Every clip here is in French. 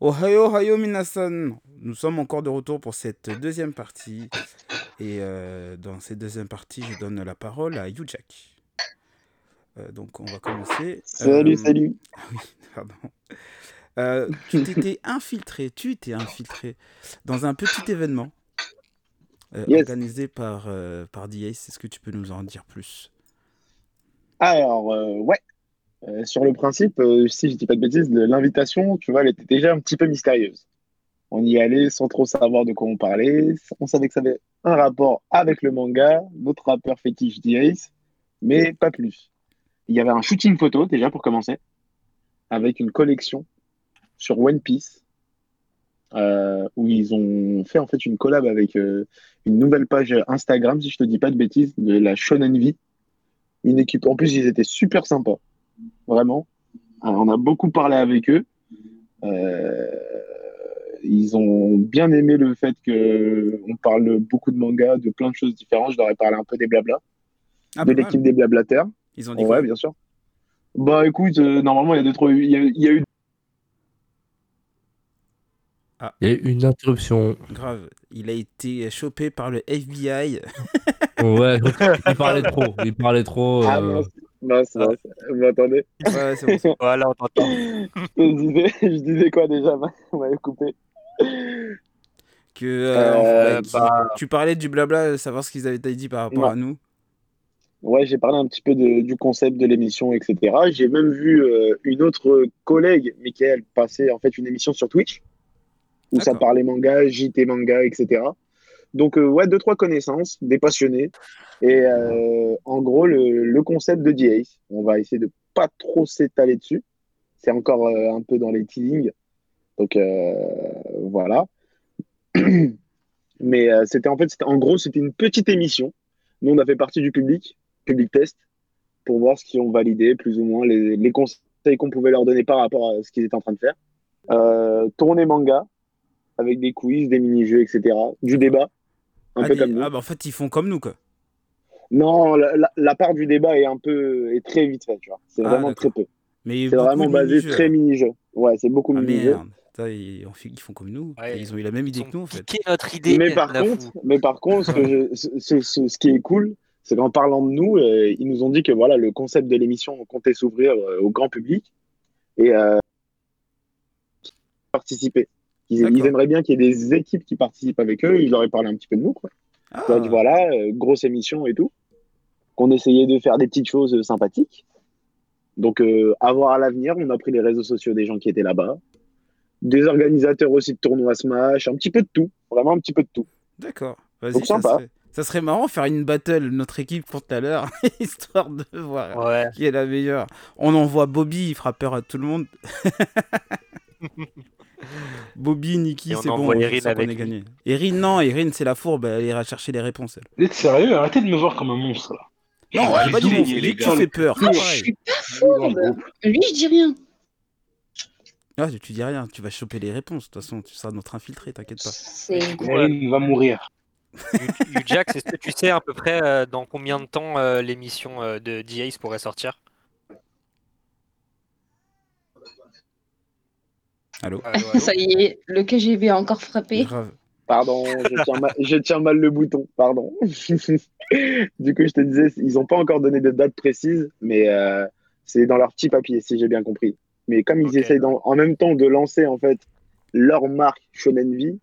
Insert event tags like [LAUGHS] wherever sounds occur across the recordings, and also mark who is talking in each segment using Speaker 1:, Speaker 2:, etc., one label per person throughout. Speaker 1: Ohio, Ohio, Minasan. Nous sommes encore de retour pour cette deuxième partie. Et euh, dans cette deuxième partie, je donne la parole à Yujak. Euh, donc, on va commencer.
Speaker 2: Salut,
Speaker 1: Euh,
Speaker 2: salut.
Speaker 1: Oui, [LAUGHS] pardon. Euh, tu t'étais infiltré, tu t'es infiltré dans un petit événement euh,
Speaker 2: Yes.
Speaker 1: organisé par, euh, par DACE. Est-ce que tu peux nous en dire plus
Speaker 2: Alors, euh, ouais, Euh, sur le principe, euh, si je dis pas de bêtises, le- l'invitation, tu vois, elle était déjà un petit peu mystérieuse. On y allait sans trop savoir de quoi on parlait. On savait que ça avait un rapport avec le manga, notre rappeur fétiche D-Ace, mais pas plus. Il y avait un shooting photo, déjà, pour commencer, avec une collection sur One Piece, euh, où ils ont fait, en fait, une collab avec euh, une nouvelle page Instagram, si je te dis pas de bêtises, de la Shonen Vie. une équipe. En plus, ils étaient super sympas, vraiment. Euh, On a beaucoup parlé avec eux. Euh, ils ont bien aimé le fait que on parle beaucoup de manga, de plein de choses différentes. Je leur ai parlé un peu des blabla,
Speaker 1: Ah, pas
Speaker 2: de
Speaker 1: mal.
Speaker 2: l'équipe des blablateurs.
Speaker 1: Ils ont dit quoi
Speaker 2: Ouais, bien sûr. Bah écoute, euh, normalement, il y a deux, trois- il y a- il y a eu
Speaker 3: Il y a eu une interruption.
Speaker 1: Grave, il a été chopé par le FBI.
Speaker 3: Ouais, il parlait trop. Il parlait
Speaker 1: Oh,
Speaker 3: trop.
Speaker 2: Ah
Speaker 3: euh,
Speaker 2: mince, mince, mince.
Speaker 1: ah.
Speaker 2: Vous m'entendez
Speaker 1: [LAUGHS] Ouais, c'est bon, c'est bon.
Speaker 4: Voilà, on t'entend.
Speaker 2: je disais, [LAUGHS] je disais quoi déjà [LAUGHS] On m'avait coupé.
Speaker 1: Que, euh,
Speaker 2: Euh,
Speaker 1: ouais, qui- Tu parlais du blabla, euh, savoir ce qu'ils avaient dit par rapport
Speaker 2: Non.
Speaker 1: à nous.
Speaker 2: Ouais, j'ai parlé un petit peu de- du concept de l'émission, etc. J'ai même vu euh, une autre collègue, Michael, passer en fait une émission sur Twitch où ça
Speaker 1: D'accord.
Speaker 2: parlait manga, JT manga, etc. Donc euh, ouais, deux trois connaissances, des passionnés et euh, en gros le, le concept de DA. On va essayer de pas trop s'étaler dessus. C'est encore euh, un peu dans les teasings, donc euh, voilà. Mais euh, c'était en fait, c'était- en gros, c'était une petite émission. Nous, on a fait partie du public, public test, pour voir ce qu'ils ont validé, plus ou moins, les, les conseils qu'on pouvait leur donner par rapport à ce qu'ils étaient en train de faire. Euh, tournée manga, avec des quiz, des mini-jeux, etc. Du débat, un
Speaker 1: Ah,
Speaker 2: peu
Speaker 1: des-
Speaker 2: comme nous.
Speaker 1: ah, bah, en fait, ils font comme nous, quoi.
Speaker 2: Non, la, la- la part du débat est un peu, est très vite faite, tu vois. C'est
Speaker 1: Ah,
Speaker 2: vraiment très
Speaker 1: d'accord.
Speaker 2: peu.
Speaker 1: Mais
Speaker 2: C'est
Speaker 1: beaucoup
Speaker 2: vraiment
Speaker 1: de
Speaker 2: basé
Speaker 1: mini-jeux.
Speaker 2: très mini-jeu. Ouais, c'est beaucoup
Speaker 1: Ah
Speaker 2: mini-jeu.
Speaker 1: merde, Putain, ils, on fait- ils font comme nous.
Speaker 4: Ouais,
Speaker 1: Ils ont eu la même idée
Speaker 4: Ils
Speaker 1: que nous,
Speaker 4: ont
Speaker 1: en fait.
Speaker 4: piqué notre idée.
Speaker 2: Mais par,
Speaker 4: la
Speaker 2: contre,
Speaker 4: fou.
Speaker 2: mais par contre, ce, que je- ce, ce- ce- ce qui est cool, c'est qu'en parlant de nous, euh, ils nous ont dit que voilà, le concept de l'émission comptait s'ouvrir euh, au grand public et euh, participer. Ils, ils
Speaker 1: D'accord.
Speaker 2: aimeraient bien qu'il y ait des équipes qui participent avec eux. Ils leur ai parlé un petit peu de nous. Quoi.
Speaker 1: Ah,
Speaker 2: Ils leur ai dit voilà, euh, grosse émission et tout. Qu'on essayait de faire des petites choses euh, sympathiques. Donc, euh, à voir à l'avenir, on a pris les réseaux sociaux des gens qui étaient là-bas. Des organisateurs aussi de tournois Smash, un petit peu de tout. Vraiment un petit peu de tout.
Speaker 1: d'accord. Vas-y,
Speaker 2: Donc,
Speaker 1: ça
Speaker 2: sympa.
Speaker 1: serait, ça serait marrant faire une battle, notre équipe contre la leur, [LAUGHS] histoire de voir
Speaker 4: Ouais.
Speaker 1: qui est la meilleure. On envoie Bobby, il fera peur à tout le
Speaker 4: [LAUGHS]
Speaker 1: monde. Bobby, Nikki,
Speaker 4: Et on
Speaker 1: c'est bon,
Speaker 4: envoie
Speaker 1: je
Speaker 4: Erin
Speaker 1: suis sûr qu'on
Speaker 4: avec
Speaker 1: est
Speaker 4: lui.
Speaker 1: gagné. Erin, non, Erin, c'est la fourbe, elle ira chercher les réponses. elle.
Speaker 5: Vous êtes sérieux Arrêtez de me voir comme un monstre là.
Speaker 1: Non,
Speaker 5: Ouais,
Speaker 1: j'ai pas dit
Speaker 5: les
Speaker 1: mon j'ai
Speaker 5: gars,
Speaker 1: dit que tu
Speaker 5: les
Speaker 1: fais peur. Ah, c'est
Speaker 6: Moi, Ah, je
Speaker 1: pareil.
Speaker 6: suis pas
Speaker 5: Dans
Speaker 6: fourbe.
Speaker 5: le groupe.
Speaker 6: Lui, je dis rien.
Speaker 1: Ah, tu dis rien, tu vas choper les réponses. De toute façon, tu seras notre infiltré, t'inquiète pas.
Speaker 6: [LAUGHS] C'est
Speaker 5: Marine va mourir.
Speaker 4: Hugh Jack, est-ce que tu sais à peu près euh, dans combien de temps euh, l'émission euh, de D-Ace pourrait sortir
Speaker 1: Allô
Speaker 4: Allô, allô
Speaker 6: Ça y est, le KGB a encore frappé. [LAUGHS]
Speaker 1: Grave.
Speaker 2: Pardon, je tiens, mal, je tiens mal le bouton, pardon. [LAUGHS] du coup, je te disais, ils n'ont pas encore donné de date précise, mais euh, c'est dans leur petit papier, si j'ai bien compris. Mais comme ils
Speaker 4: Ok.
Speaker 2: essayent d'en- en même temps de lancer en fait leur marque Shonen V,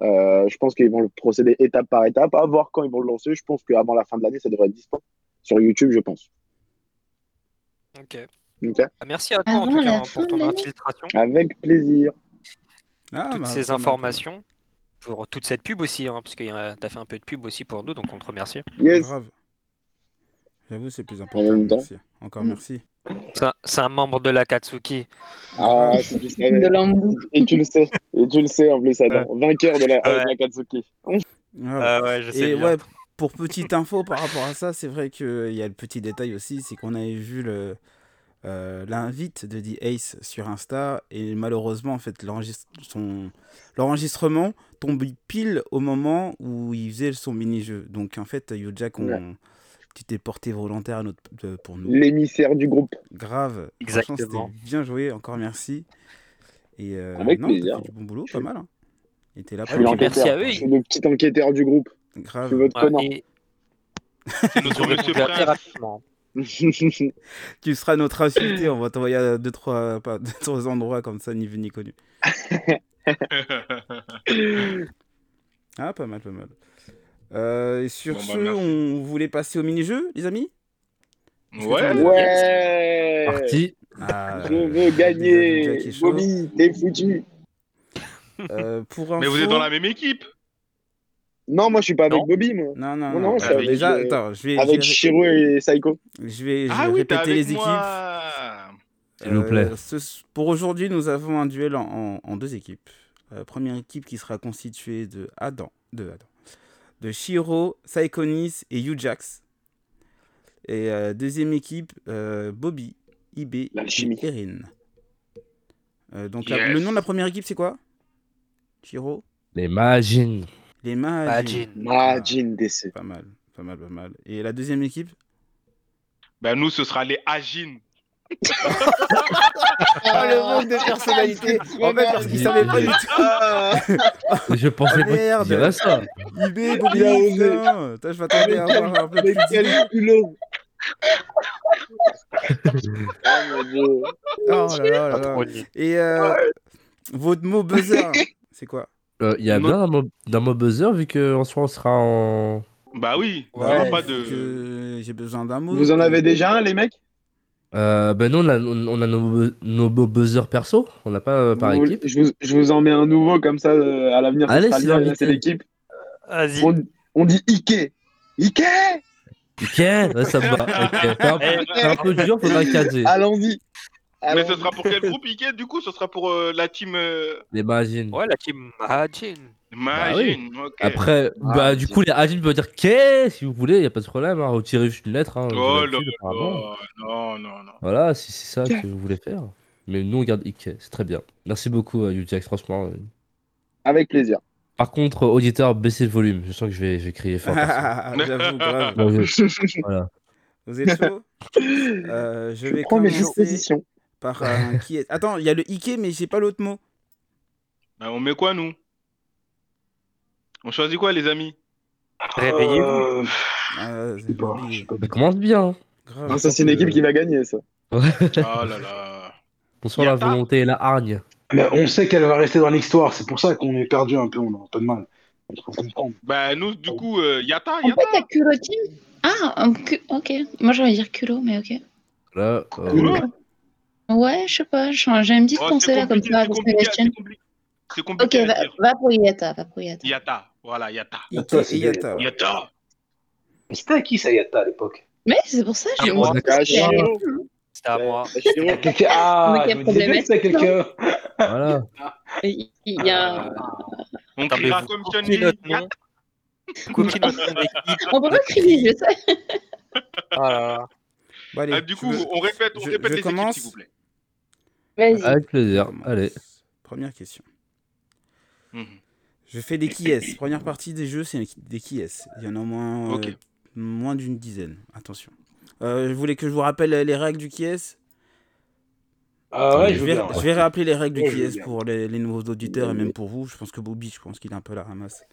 Speaker 2: euh, je pense qu'ils vont le procéder étape par étape, à voir quand ils vont le lancer. Je pense qu'avant la fin de l'année, ça devrait être disponible sur YouTube, je pense.
Speaker 4: Ok.
Speaker 2: Ok
Speaker 4: Ah, Merci à toi en
Speaker 6: Avant
Speaker 4: tout cas
Speaker 6: la
Speaker 4: hein,
Speaker 6: fin
Speaker 4: pour
Speaker 6: de
Speaker 4: ton
Speaker 6: l'année.
Speaker 4: infiltration,
Speaker 2: Avec plaisir.
Speaker 1: Ah,
Speaker 4: toutes
Speaker 1: bah,
Speaker 4: ces
Speaker 1: pas mal.
Speaker 4: informations, pour toute cette pub aussi, hein, parce que euh, t'as fait un peu de pub aussi pour nous, donc on te remercie.
Speaker 2: Yes.
Speaker 1: Grave. J'avoue, c'est plus important.
Speaker 2: même temps.
Speaker 1: Merci. Encore merci.
Speaker 4: C'est un- c'est un membre de la Katsuki.
Speaker 2: Ah, tu le
Speaker 6: De
Speaker 2: savais.
Speaker 6: l'embout.
Speaker 2: Et tu le sais. Et tu le sais en plus, Adam. Vainqueur de la, euh,
Speaker 4: Ouais.
Speaker 2: de la Katsuki.
Speaker 1: Grave.
Speaker 4: Ah ouais, je sais.
Speaker 1: Et
Speaker 4: bien.
Speaker 1: ouais, pour petite info par rapport à ça, c'est vrai qu'il y a le petit détail aussi, c'est qu'on avait vu le euh, l'invite de The Ace sur Insta et malheureusement en fait l'enregistre- son- l'enregistrement tombe pile au moment où il faisait son mini-jeu. Donc en fait, Yojak, on... tu t'es porté volontaire à notre... de- pour nous.
Speaker 2: L'émissaire du groupe.
Speaker 1: Grave. Franchement,
Speaker 4: Exactement.
Speaker 1: C'était bien joué, encore merci. Et euh,
Speaker 2: Avec
Speaker 1: non, t'as
Speaker 2: plaisir.
Speaker 1: fait du bon boulot,
Speaker 2: Je
Speaker 1: pas
Speaker 2: suis-
Speaker 1: mal. hein. Et t'es là
Speaker 2: Je suis
Speaker 1: pour
Speaker 4: l'enquête.
Speaker 2: l'enquêteur.
Speaker 4: Merci à eux.
Speaker 2: Je suis le petit enquêteur du groupe. Je
Speaker 1: Grave.
Speaker 7: Ah,
Speaker 2: suis votre
Speaker 4: Ouais,
Speaker 2: [LAUGHS] connard.
Speaker 4: et-
Speaker 7: C'est notre
Speaker 4: je vais
Speaker 7: monsieur
Speaker 4: vous appeler
Speaker 7: Prince.
Speaker 4: rapidement.
Speaker 1: Tu seras notre
Speaker 2: [COUGHS]
Speaker 1: invité, on va t'envoyer à deux trois, pas, deux, trois endroits comme ça, ni vu ni
Speaker 2: [LAUGHS]
Speaker 1: connu. Ah, pas mal, pas mal. Euh, et sur
Speaker 7: Bon, bah,
Speaker 1: ce,
Speaker 7: merci.
Speaker 1: on voulait passer au mini-jeu, les amis
Speaker 7: ouais.
Speaker 2: ouais.
Speaker 3: Parti.
Speaker 2: [LAUGHS]
Speaker 1: Ah,
Speaker 2: Je
Speaker 1: euh,
Speaker 2: veux
Speaker 1: déjà, déjà
Speaker 2: gagner.
Speaker 1: qui est chaud.
Speaker 2: Bobby, t'es foutu.
Speaker 1: Euh, pour
Speaker 7: Mais vous
Speaker 1: info-
Speaker 7: êtes dans la même équipe.
Speaker 2: Non, moi, je suis pas avec
Speaker 4: Non.
Speaker 2: Bobby, moi.
Speaker 1: Non, non, non.
Speaker 2: Non, non,
Speaker 7: Ah,
Speaker 1: euh,
Speaker 2: c'est avec,
Speaker 1: déjà,
Speaker 2: euh,
Speaker 1: attends, je vais, je vais-
Speaker 2: Avec Shiro et Psycho.
Speaker 1: je vais, je
Speaker 7: Ah
Speaker 1: vais
Speaker 7: oui,
Speaker 1: répéter
Speaker 7: t'es avec
Speaker 1: les équipes.
Speaker 7: moi.
Speaker 3: S'il vous plaît.
Speaker 1: Euh, ce- pour aujourd'hui, nous avons un duel en, en- en deux équipes. Euh, première équipe qui sera constituée de Adam, de Adam, de Shiro, Saikonis et Yujax. Et euh, deuxième équipe, euh, Bobby, Ibe et
Speaker 2: L'alchimie.
Speaker 1: Erin. Euh, donc la-
Speaker 7: Yes.
Speaker 1: le nom de la première équipe, c'est quoi Shiro
Speaker 3: Les Magines.
Speaker 1: Les Magins.
Speaker 4: Imagine.
Speaker 2: Ah, Jin DC.
Speaker 1: Pas mal, pas mal, pas mal. Et la deuxième équipe
Speaker 7: Ben nous, ce sera les Agines.
Speaker 1: Ah, le manque de personnalité [LAUGHS] En fait, parce qu'ils savaient pas du tout
Speaker 2: Ah,
Speaker 3: Je pensais
Speaker 1: Ah,
Speaker 3: pas que
Speaker 1: merde.
Speaker 3: tu dirais ça.
Speaker 1: IB, Bobby,
Speaker 2: Il a osé.
Speaker 1: putain Putain, Je m'attendais à avoir un peu
Speaker 2: Oh, mais
Speaker 1: plus
Speaker 2: quel culot. Ah, mon Dieu.
Speaker 1: Oh là là là là.
Speaker 4: Trop nul.
Speaker 1: Et euh, votre mot buzzer, c'est quoi
Speaker 3: Euh, Il y a
Speaker 7: Non.
Speaker 3: bien un mot, d'un mot buzzer vu qu'en soi on sera en.
Speaker 7: Bah oui. on
Speaker 4: Ouais,
Speaker 7: aura
Speaker 1: Bah,
Speaker 7: pas
Speaker 1: faut
Speaker 7: de.
Speaker 1: que J'ai besoin d'un mot.
Speaker 2: Vous en avez déjà
Speaker 1: [LAUGHS]
Speaker 2: un, les mecs
Speaker 3: Euh, ben nous on a, on on a nos, bu- nos beaux buzzers perso. On n'a pas euh, par
Speaker 2: Vous-
Speaker 3: équipe.
Speaker 2: je, vous, je vous en mets un nouveau comme ça euh, à l'avenir.
Speaker 3: Allez,
Speaker 2: ce sera
Speaker 3: c'est
Speaker 2: bien, là,
Speaker 3: l'invité.
Speaker 2: c'est l'équipe.
Speaker 4: Vas-y.
Speaker 2: On, on dit Ike. Ike
Speaker 3: Ok, ouais, ça me
Speaker 1: [LAUGHS]
Speaker 3: va. ok. C'est un,
Speaker 1: Eh,
Speaker 3: peu- c'est un peu dur, faudra caser.
Speaker 1: Ah.
Speaker 2: Allons-y.
Speaker 7: Mais
Speaker 2: Allons-y.
Speaker 7: ce sera pour quel groupe, Ike Du coup, ce sera pour euh, la team euh,
Speaker 3: Les Magines.
Speaker 4: Ouais, la team Imagine.
Speaker 7: Magine. ok.
Speaker 3: Après,
Speaker 1: Ah,
Speaker 3: bah du coup les Magines peuvent dire qu'est si vous voulez, il a pas de problème. Hein. Retirez juste une lettre. Hein,
Speaker 7: Oh
Speaker 3: Vous
Speaker 7: là
Speaker 3: l'avez, apparemment.
Speaker 7: là. Non, non, non.
Speaker 3: Voilà, si c'est ça que vous voulez faire. Mais nous on garde Ike, c'est très bien. Merci beaucoup euh, Ujax, franchement. euh.
Speaker 2: Avec plaisir.
Speaker 3: Par contre, euh, auditeur, baissez le volume. Je sens que je vais, je vais crier fort. parce que-
Speaker 1: J'avoue, grave.
Speaker 3: Bon, je-
Speaker 2: [LAUGHS]
Speaker 1: Vous êtes chaud Euh, Je
Speaker 2: Je,
Speaker 1: vais
Speaker 2: prends mes
Speaker 1: commencer
Speaker 2: dispositions.
Speaker 1: par un qui est. Attends, il y a le Ike, mais j'ai pas l'autre mot.
Speaker 7: Bah, on met quoi, nous On choisit quoi, les amis
Speaker 4: Réveillez-vous.
Speaker 5: Euh,
Speaker 1: Euh,
Speaker 5: je sais pas, je sais
Speaker 1: oublié.
Speaker 5: pas.
Speaker 3: Ça commence bien. hein.
Speaker 1: Grave.
Speaker 2: Non, Ah, ça, c'est une équipe qui va gagner, ça.
Speaker 7: Oh là là.
Speaker 3: On sent la
Speaker 7: Yata.
Speaker 3: volonté et la hargne.
Speaker 5: Mais on sait qu'elle va rester dans l'histoire, c'est pour ça qu'on est perdu un peu, on a un peu de mal. Il faut comprendre.
Speaker 7: Bah, nous, du coup, euh, Yata,
Speaker 6: En
Speaker 7: Yata.
Speaker 6: fait, la culotine Ah, un cu- ok. Moi, j'allais dire culot, mais ok.
Speaker 3: Là, euh,
Speaker 7: Cool.
Speaker 6: Ouais, je sais pas, je- j'ai une petite
Speaker 7: Oh,
Speaker 6: pensée
Speaker 7: c'est
Speaker 6: là comme
Speaker 7: compliqué,
Speaker 6: ça
Speaker 7: c'est
Speaker 6: avec
Speaker 7: compliqué,
Speaker 6: Sébastien.
Speaker 7: c'est compliqué. C'est
Speaker 6: Ok, bah-
Speaker 7: compliqué à
Speaker 6: va,
Speaker 7: dire.
Speaker 6: va pour Yata, va pour Yata.
Speaker 7: Yata, voilà, Yata.
Speaker 1: Ike
Speaker 5: Attends, c'est
Speaker 1: et Yata.
Speaker 7: Yata
Speaker 5: Mais c'était à qui ça, Yata, à l'époque
Speaker 6: Mais c'est pour ça, j'ai
Speaker 4: Ah, moi,
Speaker 6: mon
Speaker 2: Ah,
Speaker 6: c'est à
Speaker 2: Shiro.
Speaker 4: C'était à moi.
Speaker 2: Ah, Shiro.
Speaker 4: [LAUGHS]
Speaker 5: Quelqu'un-
Speaker 7: [LAUGHS]
Speaker 5: Ah,
Speaker 6: Mais
Speaker 5: je
Speaker 6: quel
Speaker 5: me disais bien que c'était
Speaker 6: problème est-ce
Speaker 5: quelqu'un.
Speaker 3: voilà.
Speaker 6: Il il y a un-
Speaker 7: Ah. On
Speaker 4: Attends,
Speaker 7: criera
Speaker 4: mais vous
Speaker 7: comme
Speaker 4: copiez
Speaker 7: Chun-Li.
Speaker 4: notre nom. Vous copiez notre nom d'équipe.
Speaker 6: On peut pas crier, je sais.
Speaker 4: Oh là là.
Speaker 1: Bon, allez,
Speaker 7: Ah, du
Speaker 1: tu
Speaker 7: coup,
Speaker 1: veux-
Speaker 7: on répète, on
Speaker 1: je-
Speaker 7: répète
Speaker 1: je
Speaker 7: les équipes,
Speaker 1: commence
Speaker 7: s'il vous plaît.
Speaker 6: Vas-y.
Speaker 3: Avec plaisir.
Speaker 1: Commence.
Speaker 3: Allez.
Speaker 1: Première question.
Speaker 7: Mhm.
Speaker 1: Je fais des qui est. Première partie des jeux, c'est des qui est. Il y en a au moins, euh,
Speaker 7: Ok.
Speaker 1: moins d'une dizaine. Attention. Euh, je voulais que je vous rappelle les règles du qui est.
Speaker 5: Ah ouais, je
Speaker 1: je,
Speaker 5: veux
Speaker 1: vais,
Speaker 5: bien.
Speaker 1: je vais rappeler les règles du
Speaker 5: Ouais,
Speaker 1: qui
Speaker 5: je veux
Speaker 1: est
Speaker 5: bien.
Speaker 1: pour les, les nouveaux auditeurs et même pour vous. Je pense que Bobby, je pense qu'il est un peu à la ramasse.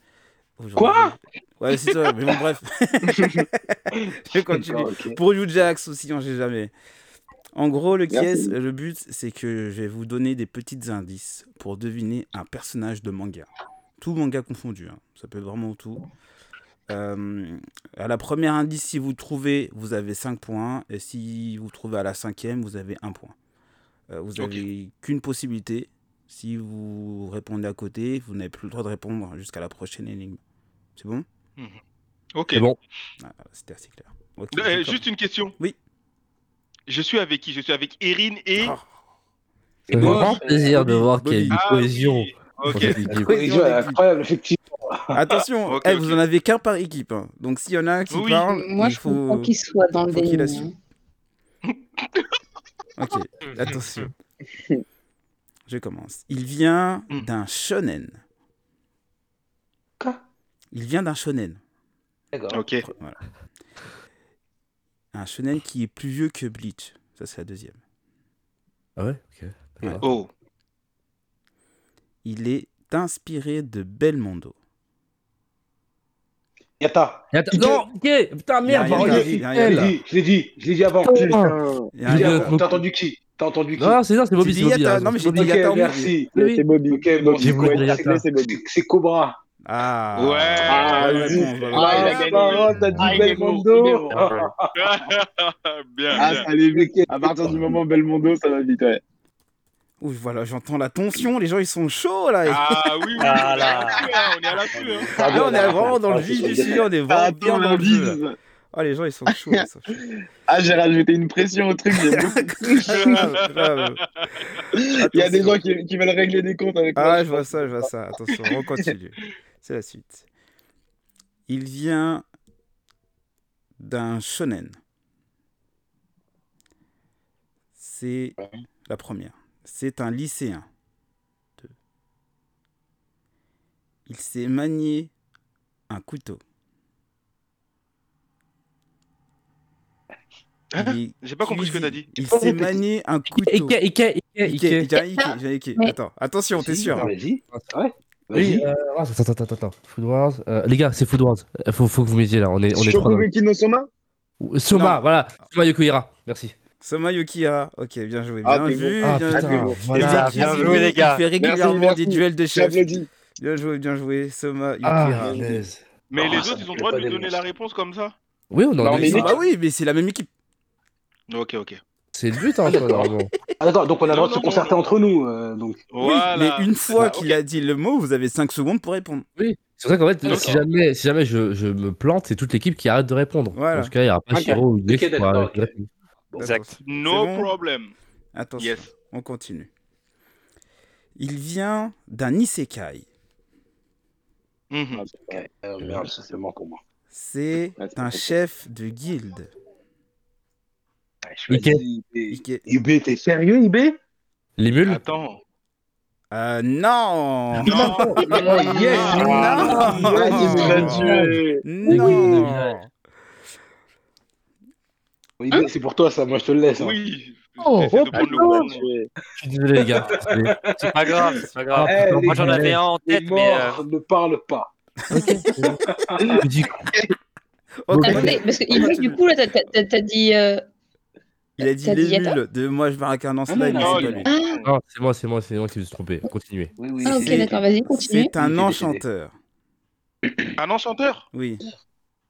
Speaker 1: aujourd'hui.
Speaker 5: Quoi
Speaker 1: Ouais, c'est ça. Mais bon,
Speaker 5: [LAUGHS]
Speaker 1: bref. [LAUGHS] je continue.
Speaker 5: D'accord, ok.
Speaker 1: Pour Jax aussi, on sait jamais. En gros, le
Speaker 2: Merci.
Speaker 1: kies, le but, c'est que je vais vous donner des petits indices pour deviner un personnage de manga. Tout manga confondu, hein. ça peut être vraiment tout. Euh, à la première indice, si vous trouvez, vous avez 5 points. Et si vous trouvez à la cinquième, vous avez 1 point. Euh, vous
Speaker 7: Ok.
Speaker 1: avez qu'une possibilité. Si vous répondez à côté, vous n'avez plus le droit de répondre jusqu'à la prochaine énigme. C'est bon
Speaker 7: Ok.
Speaker 3: C'est bon.
Speaker 1: Ah, C'était assez clair. Ok,
Speaker 7: Euh,
Speaker 1: d'accord.
Speaker 7: juste une question.
Speaker 1: Oui.
Speaker 7: Je suis avec qui Je suis avec Erin et.
Speaker 1: Ah.
Speaker 3: C'est un
Speaker 5: Bobby,
Speaker 3: grand plaisir de
Speaker 1: Bobby,
Speaker 3: voir qu'il y a une
Speaker 1: Bobby.
Speaker 7: Ah,
Speaker 3: cohésion.
Speaker 7: oui.
Speaker 3: dans
Speaker 7: Ok.
Speaker 3: cette
Speaker 5: La
Speaker 3: équipe.
Speaker 1: cohésion
Speaker 5: cohésion est
Speaker 1: d'équipe.
Speaker 5: incroyable, effectivement.
Speaker 1: Attention,
Speaker 7: Ok,
Speaker 1: eh,
Speaker 7: ok.
Speaker 1: vous en avez qu'un par équipe. hein. Donc s'il y en a un qui
Speaker 7: Oui.
Speaker 1: parle,
Speaker 6: Moi,
Speaker 1: il
Speaker 6: je
Speaker 1: faut.
Speaker 6: comprends qu'il soit dans le
Speaker 1: faut qu'il
Speaker 6: déni.
Speaker 1: assume.
Speaker 6: hein.
Speaker 1: [LAUGHS] Ok, attention. Je commence. Il vient
Speaker 7: Mm.
Speaker 1: d'un shonen.
Speaker 5: Quoi
Speaker 1: Il vient d'un shonen.
Speaker 5: D'accord.
Speaker 7: Ok.
Speaker 1: Voilà. Un shonen qui est plus vieux que Bleach. Ça, c'est la deuxième.
Speaker 3: Ah ouais Ok.
Speaker 7: Oh.
Speaker 1: Il est inspiré de Belmondo.
Speaker 5: Yata.
Speaker 3: Et attends-
Speaker 5: Piquet.
Speaker 3: Non, ok, putain, merde,
Speaker 1: Il y a
Speaker 3: par
Speaker 1: un
Speaker 3: contre,
Speaker 1: gars, il y a un
Speaker 5: Je
Speaker 1: Elle.
Speaker 5: l'ai
Speaker 3: elle.
Speaker 5: dit, je l'ai dit, je l'ai dit
Speaker 7: Ah,
Speaker 5: avant.
Speaker 3: Putain.
Speaker 5: Je l'ai
Speaker 1: ah,
Speaker 5: dit avant.
Speaker 1: Il y a
Speaker 5: Je l'ai dit
Speaker 1: un-
Speaker 3: gars-
Speaker 5: avant. T'as entendu qui T'as entendu qui
Speaker 3: Non, c'est ça, c'est Bobby,
Speaker 1: Tu
Speaker 3: c'est
Speaker 1: dis
Speaker 3: Bobby.
Speaker 1: Yatta,
Speaker 3: hein,
Speaker 1: non, mais
Speaker 3: c'est
Speaker 1: j'ai dit
Speaker 3: Bobby.
Speaker 1: Yatta.
Speaker 5: Ok,
Speaker 1: Ah, Yata,
Speaker 5: merci.
Speaker 3: Oui, oui.
Speaker 2: C'est Bobby.
Speaker 5: Ok,
Speaker 2: Bobby,
Speaker 5: Bobby,
Speaker 2: pour être
Speaker 3: Bobby,
Speaker 2: très clair,
Speaker 3: Yata.
Speaker 2: c'est Bobby.
Speaker 5: C'est Cobra.
Speaker 1: Ah,
Speaker 7: Ouais.
Speaker 1: bonne
Speaker 2: Ah,
Speaker 1: réponse, voilà.
Speaker 2: Ah, il a
Speaker 5: Ah,
Speaker 2: gagné.
Speaker 5: bah, t'as
Speaker 2: Ah,
Speaker 5: dit
Speaker 2: il est bon, il est
Speaker 5: Belmondo.
Speaker 2: bon.
Speaker 7: [LAUGHS] bien,
Speaker 2: Ah,
Speaker 7: bien.
Speaker 2: ça allait vite. À partir du moment Belmondo, ça va vite, ouais.
Speaker 1: Ouh, voilà, j'entends la tension, les gens ils sont chauds là.
Speaker 7: Ah oui, oui,
Speaker 4: Ah,
Speaker 7: on est
Speaker 4: là.
Speaker 7: à l'affût, hein, on est à l'affût. Hein.
Speaker 1: Ah, là, on est vraiment dans le
Speaker 5: Ah,
Speaker 1: vif
Speaker 5: c'est
Speaker 1: du
Speaker 5: ça.
Speaker 1: sujet, on est
Speaker 2: Ah,
Speaker 1: vraiment bien dans le jeu.
Speaker 2: vise.
Speaker 1: Ah, les gens ils sont chauds. ils sont chauds.
Speaker 2: Ah, j'ai rajouté une pression au truc.
Speaker 1: [LAUGHS]
Speaker 2: j'ai beaucoup-
Speaker 1: Grave, grave.
Speaker 2: Il y a des
Speaker 1: Attention.
Speaker 2: gens qui, qui veulent régler des comptes avec moi.
Speaker 1: Ah, je vois ça, je vois ça. Attention, on
Speaker 7: [LAUGHS]
Speaker 1: continue. C'est la suite. Il vient d'un shonen. C'est la première. C'est un lycéen. Deux. Il sait manier un couteau. Il est
Speaker 7: [LAUGHS] J'ai pas compris ce que t'as dit.
Speaker 1: cuisinier. Il sait manier un couteau.
Speaker 3: Ike, Ike,
Speaker 1: Ike,
Speaker 3: Ike, Ike.
Speaker 1: Ike,
Speaker 6: Ah,
Speaker 1: Ike, Ike.
Speaker 6: mais-
Speaker 1: Attends, attention, t'es
Speaker 5: Si,
Speaker 1: sûr. hein.
Speaker 5: Vas-y. Ouais.
Speaker 3: Oui,
Speaker 5: Vas-y.
Speaker 3: euh, attends, attends, attends, attends. Food Wars. Euh, les gars, c'est Food Wars. Euh, Faut, faut que vous m'aidiez là, on est, on est trois. dans le-
Speaker 2: Shokugeki no Soma
Speaker 3: Soma,
Speaker 1: Non.
Speaker 3: voilà. Soma Yokohira, merci.
Speaker 1: Soma Yukira. Ok, bien joué. Bien
Speaker 2: Ah, t'es
Speaker 1: vu.
Speaker 2: bon.
Speaker 3: Ah
Speaker 1: bien
Speaker 3: putain,
Speaker 1: joué.
Speaker 2: bon.
Speaker 4: Ah,
Speaker 3: voilà.
Speaker 1: Il
Speaker 4: bien
Speaker 1: fait-
Speaker 4: joué, les gars.
Speaker 1: Il fait régulièrement
Speaker 2: Merci, merci.
Speaker 1: des duels de chef.
Speaker 2: J'applaudis.
Speaker 1: Bien joué, bien joué. Soma Yukira.
Speaker 3: Ah, naze.
Speaker 7: Mais
Speaker 5: Ah,
Speaker 7: les
Speaker 5: ça
Speaker 7: autres,
Speaker 5: me
Speaker 7: ils ont
Speaker 5: plaît
Speaker 7: le droit de
Speaker 5: pas
Speaker 7: lui donner
Speaker 5: d'émotion.
Speaker 7: la réponse comme ça
Speaker 3: Oui, on
Speaker 5: Bah,
Speaker 3: en
Speaker 5: on est
Speaker 3: est.
Speaker 5: nickel.
Speaker 1: bah oui, mais c'est la même équipe.
Speaker 7: Ok, ok.
Speaker 3: C'est le but, hein, toi,
Speaker 5: [LAUGHS]
Speaker 3: normalement.
Speaker 5: Ah, D'accord, donc on a le droit de se
Speaker 7: Non, non,
Speaker 5: concerter
Speaker 7: non.
Speaker 5: entre nous. euh, donc.
Speaker 1: Oui,
Speaker 7: Voilà.
Speaker 1: mais une fois
Speaker 7: Bah,
Speaker 1: qu'il a dit le mot, vous avez 5 secondes pour répondre.
Speaker 3: Oui, c'est vrai qu'en fait,
Speaker 7: D'accord.
Speaker 3: si jamais, si jamais je, je me plante, c'est toute l'équipe qui arrête de répondre.
Speaker 1: Voilà.
Speaker 3: Dans ce cas, il n'y aura pas
Speaker 5: Ok.
Speaker 3: Shiro ou Nick
Speaker 5: Ok,
Speaker 3: qui
Speaker 5: d'accord,
Speaker 3: pourra-
Speaker 5: ok.
Speaker 3: qui répond.
Speaker 4: Exact.
Speaker 7: No
Speaker 1: C'est bon
Speaker 7: problem.
Speaker 1: Attention,
Speaker 7: Yes.
Speaker 1: on continue. Il vient d'un isekai.
Speaker 7: Mhm.
Speaker 5: Ah, ouais, euh, merde, ça, c'est mort pour moi.
Speaker 1: C'est
Speaker 2: Ah, c'est
Speaker 1: un
Speaker 2: bon.
Speaker 1: chef de guilde.
Speaker 5: Ah, je suis
Speaker 3: Ike.
Speaker 5: vas-y, IB.
Speaker 1: Ike-
Speaker 5: IB, t'es sérieux, IB
Speaker 3: Les
Speaker 5: Ah,
Speaker 3: mules
Speaker 7: Attends.
Speaker 1: Euh, non
Speaker 7: Non.
Speaker 5: Oh, yes.
Speaker 1: Ah,
Speaker 2: Ouais, il nous a
Speaker 1: non.
Speaker 2: tué.
Speaker 1: Non
Speaker 5: IB, Oh, c'est pour toi, ça. Moi, je te le laisse. hein.
Speaker 7: Oui.
Speaker 3: Oh,
Speaker 7: J'essaie de
Speaker 3: oh,
Speaker 7: prendre
Speaker 2: Il
Speaker 7: le
Speaker 2: nous a
Speaker 7: bon.
Speaker 2: tué.
Speaker 3: Je suis désolé, les gars. Désolé.
Speaker 4: C'est pas grave, c'est pas grave.
Speaker 5: Eh, les
Speaker 4: Moi j'en
Speaker 5: gars,
Speaker 4: avais un en
Speaker 5: les
Speaker 4: tête, mais euh,
Speaker 5: morts ne parle pas.
Speaker 3: Je dis-
Speaker 1: Ok.
Speaker 6: Attendez, parce que Yves, du coup, là, t'as- t'as t'as- t'as dit. euh,
Speaker 1: Il a dit
Speaker 6: T'as dit
Speaker 1: les
Speaker 6: Yata
Speaker 1: mules de moi je marque un
Speaker 5: Ah
Speaker 1: slime,
Speaker 5: non,
Speaker 1: mais
Speaker 7: Non,
Speaker 1: c'est pas lui.
Speaker 6: Ah,
Speaker 3: Non, c'est moi, c'est moi, c'est moi qui me suis trompé. Continuez.
Speaker 5: Oui, oui.
Speaker 6: ah, ok,
Speaker 1: C'est-
Speaker 6: d'accord, vas-y, continue.
Speaker 1: C'est un
Speaker 5: Il est
Speaker 1: enchanteur.
Speaker 7: Un enchanteur
Speaker 1: Oui.
Speaker 5: Ça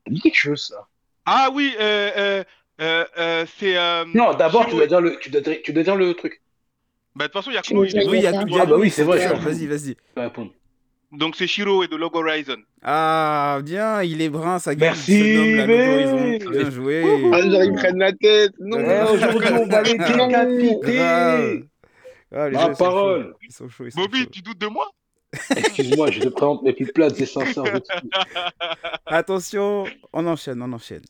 Speaker 5: me dit quelque chose, ça.
Speaker 7: Ah oui, euh, euh, euh, euh, c'est. euh,
Speaker 5: Non, d'abord, tu
Speaker 7: Shiro-
Speaker 5: dois dire le, tu dois, dire- tu dois dire le truc.
Speaker 7: Bah, de toute façon, il y a que
Speaker 6: Tu
Speaker 7: nous,
Speaker 6: nous
Speaker 7: il est-
Speaker 6: as-
Speaker 1: Oui, il y a
Speaker 6: Yata.
Speaker 1: il y a-
Speaker 5: Ah bah oui, c'est vrai,
Speaker 1: il y a-
Speaker 5: je suis-
Speaker 1: Vas-y, vas-y.
Speaker 5: Tu dois répondre.
Speaker 7: Donc, c'est Shiro et de Log Horizon.
Speaker 1: Ah, bien, il est brun, sa gueule.
Speaker 5: Merci,
Speaker 1: se nomme la
Speaker 5: mais-
Speaker 1: Log Horizon. Bien joué.
Speaker 2: Ah, genre, ils me prennent la tête. Non.
Speaker 5: Eh,
Speaker 1: Ouais, aujourd'hui, on va
Speaker 5: [LAUGHS] les
Speaker 1: Grave. Ah, les gens,
Speaker 5: Ma
Speaker 1: ils sont
Speaker 5: parole.
Speaker 1: chauds. Ils sont chauds, ils sont
Speaker 7: Bobby,
Speaker 1: chauds.
Speaker 7: tu doutes de moi
Speaker 5: Excuse-moi, je te présente mes plus plates et sincères. de tous.
Speaker 1: Attention, on enchaîne, on enchaîne.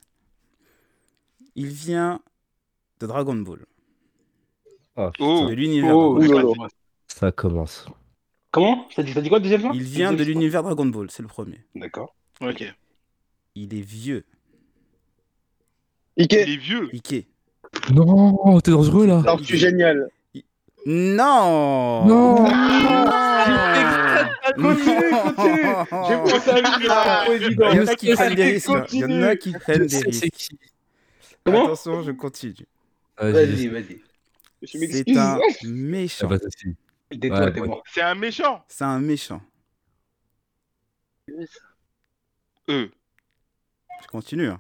Speaker 1: Il vient de Dragon Ball,
Speaker 3: Ah,
Speaker 7: Oh.
Speaker 1: de
Speaker 3: putain,
Speaker 1: l'univers
Speaker 7: Oh,
Speaker 1: Dragon
Speaker 7: oui.
Speaker 5: Oulala.
Speaker 3: ça commence.
Speaker 5: Comment T'as dit, t'as dit quoi, deuxième fois
Speaker 1: Ball. Il vient de l'univers Dragon Ball, c'est le premier.
Speaker 5: D'accord.
Speaker 7: Ok.
Speaker 1: Il est vieux.
Speaker 2: Ike,
Speaker 7: Il est vieux.
Speaker 1: Ike.
Speaker 3: Non, t'es dangereux là.
Speaker 2: alors, tu es génial.
Speaker 1: Non
Speaker 3: Non.
Speaker 5: Continue, continue J'ai
Speaker 7: [LAUGHS]
Speaker 5: pensé à lui,
Speaker 2: Ah.
Speaker 5: le
Speaker 1: Il y en
Speaker 5: président.
Speaker 1: a qui prennent des
Speaker 5: Allez,
Speaker 1: risques. hein. Il y en a qui prennent des risques.
Speaker 5: Comment
Speaker 1: Attention, je continue.
Speaker 5: Vas-y, vas-y.
Speaker 2: Je
Speaker 1: C'est
Speaker 2: m'excuse.
Speaker 1: un méchant.
Speaker 3: Ah, bah.
Speaker 5: Détends,
Speaker 3: Ouais,
Speaker 5: t'es
Speaker 3: ouais.
Speaker 5: mort.
Speaker 7: C'est un méchant.
Speaker 1: C'est un méchant.
Speaker 7: Eux.
Speaker 1: Je continue. hein.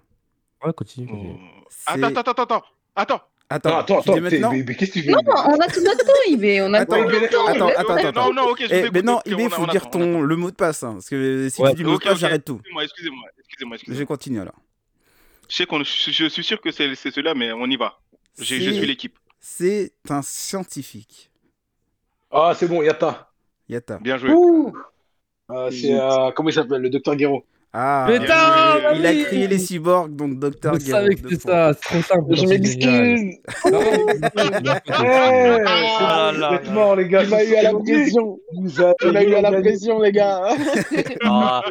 Speaker 3: Ouais, continue.
Speaker 7: Oh.
Speaker 3: continue.
Speaker 1: C'est-
Speaker 7: Attends, attends, attends, attends. Attends.
Speaker 5: Non,
Speaker 1: Attends,
Speaker 5: attends,
Speaker 1: tu dis
Speaker 5: attends, t'es-
Speaker 1: maintenant
Speaker 5: mais mais qu'est-ce que tu fais
Speaker 6: Non, on a tout notre temps, Yves, on a
Speaker 1: Attends,
Speaker 5: Ouais,
Speaker 7: Oui,
Speaker 5: mais
Speaker 7: mais
Speaker 5: attends,
Speaker 1: attends,
Speaker 7: mais-
Speaker 1: attends,
Speaker 7: non,
Speaker 1: attends.
Speaker 7: Non, non, ok, je vous
Speaker 1: Eh,
Speaker 7: écoute,
Speaker 1: mais non,
Speaker 7: ok,
Speaker 1: il
Speaker 7: on-
Speaker 1: faut
Speaker 7: on
Speaker 1: dire
Speaker 7: attend,
Speaker 1: ton, le mot de passe. hein, parce que si
Speaker 3: Ouais.
Speaker 1: tu dis le mot
Speaker 7: Ok,
Speaker 1: de passe,
Speaker 7: ok.
Speaker 1: j'arrête tout.
Speaker 7: on attend. Excusez-moi, excusez-moi, excusez-moi,
Speaker 1: Je
Speaker 7: excusez-moi.
Speaker 1: continue alors.
Speaker 7: Je sais qu'on, je, je suis sûr que c'est, c'est cela, mais on y va. J'ai- Je
Speaker 1: C'est-
Speaker 7: suis l'équipe.
Speaker 1: C'est un scientifique.
Speaker 5: Ah, c'est bon, Yata.
Speaker 1: Yata.
Speaker 7: Bien joué.
Speaker 5: Ouh. Euh, C'est, euh, comment il s'appelle, le docteur Guéraud.
Speaker 1: Ah,
Speaker 3: Mais
Speaker 7: putain,
Speaker 1: il a
Speaker 3: oui.
Speaker 1: créé les cyborgs, donc
Speaker 3: Je
Speaker 1: Docteur Guerrero.
Speaker 3: savais que c'était ça, c'est trop simple.
Speaker 2: Je
Speaker 3: c'est génial.
Speaker 2: m'excuse.
Speaker 3: Non,
Speaker 5: [LAUGHS] Ouais,
Speaker 7: Ah
Speaker 5: c'est
Speaker 4: là
Speaker 5: bon, vous êtes
Speaker 4: là.
Speaker 5: morts, les gars.
Speaker 2: Il m'a eu à la pression.
Speaker 5: Vous avez
Speaker 2: Il m'a eu à la
Speaker 1: Ah.
Speaker 5: gagné.
Speaker 2: pression, les gars.
Speaker 4: euh, ah,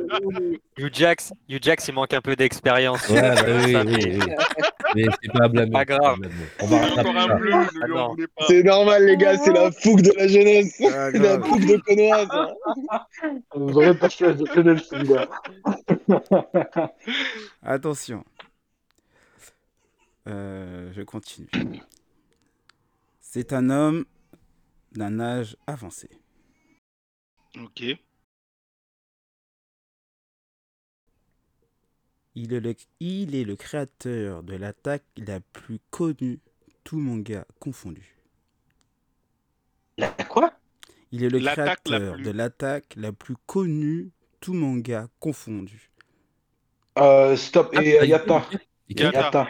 Speaker 4: Hugh Jax, Hugh Jax, il manque un peu d'expérience.
Speaker 3: Ouais, bah oui,
Speaker 4: Ça,
Speaker 3: oui,
Speaker 4: mais-
Speaker 3: oui. Mais c'est pas à blâmer.
Speaker 4: Pas grave.
Speaker 3: c'est pas à blâmer. On
Speaker 7: Il y a
Speaker 3: va
Speaker 7: encore un
Speaker 3: rattraper
Speaker 7: bleu, ne lui en
Speaker 4: Attends.
Speaker 7: voulez pas.
Speaker 2: C'est normal, les gars, c'est la fougue de la jeunesse.
Speaker 1: [LAUGHS] Ah,
Speaker 2: C'est la
Speaker 1: grave.
Speaker 2: fougue de hein. connoisse.
Speaker 5: Vous aurez pas choisi de Colonel Sanders.
Speaker 1: Attention. Euh, je continue. C'est un homme d'un âge avancé.
Speaker 7: Ok.
Speaker 1: Il est, le, il est le créateur de l'attaque la plus connue, tout manga confondu.
Speaker 5: La quoi
Speaker 1: Il est le
Speaker 7: L'attaque la
Speaker 1: créateur
Speaker 7: plus-
Speaker 1: de l'attaque la plus connue, tout manga confondu.
Speaker 5: euh, Stop et euh, Yatta.
Speaker 3: Il y a-
Speaker 5: Yatta.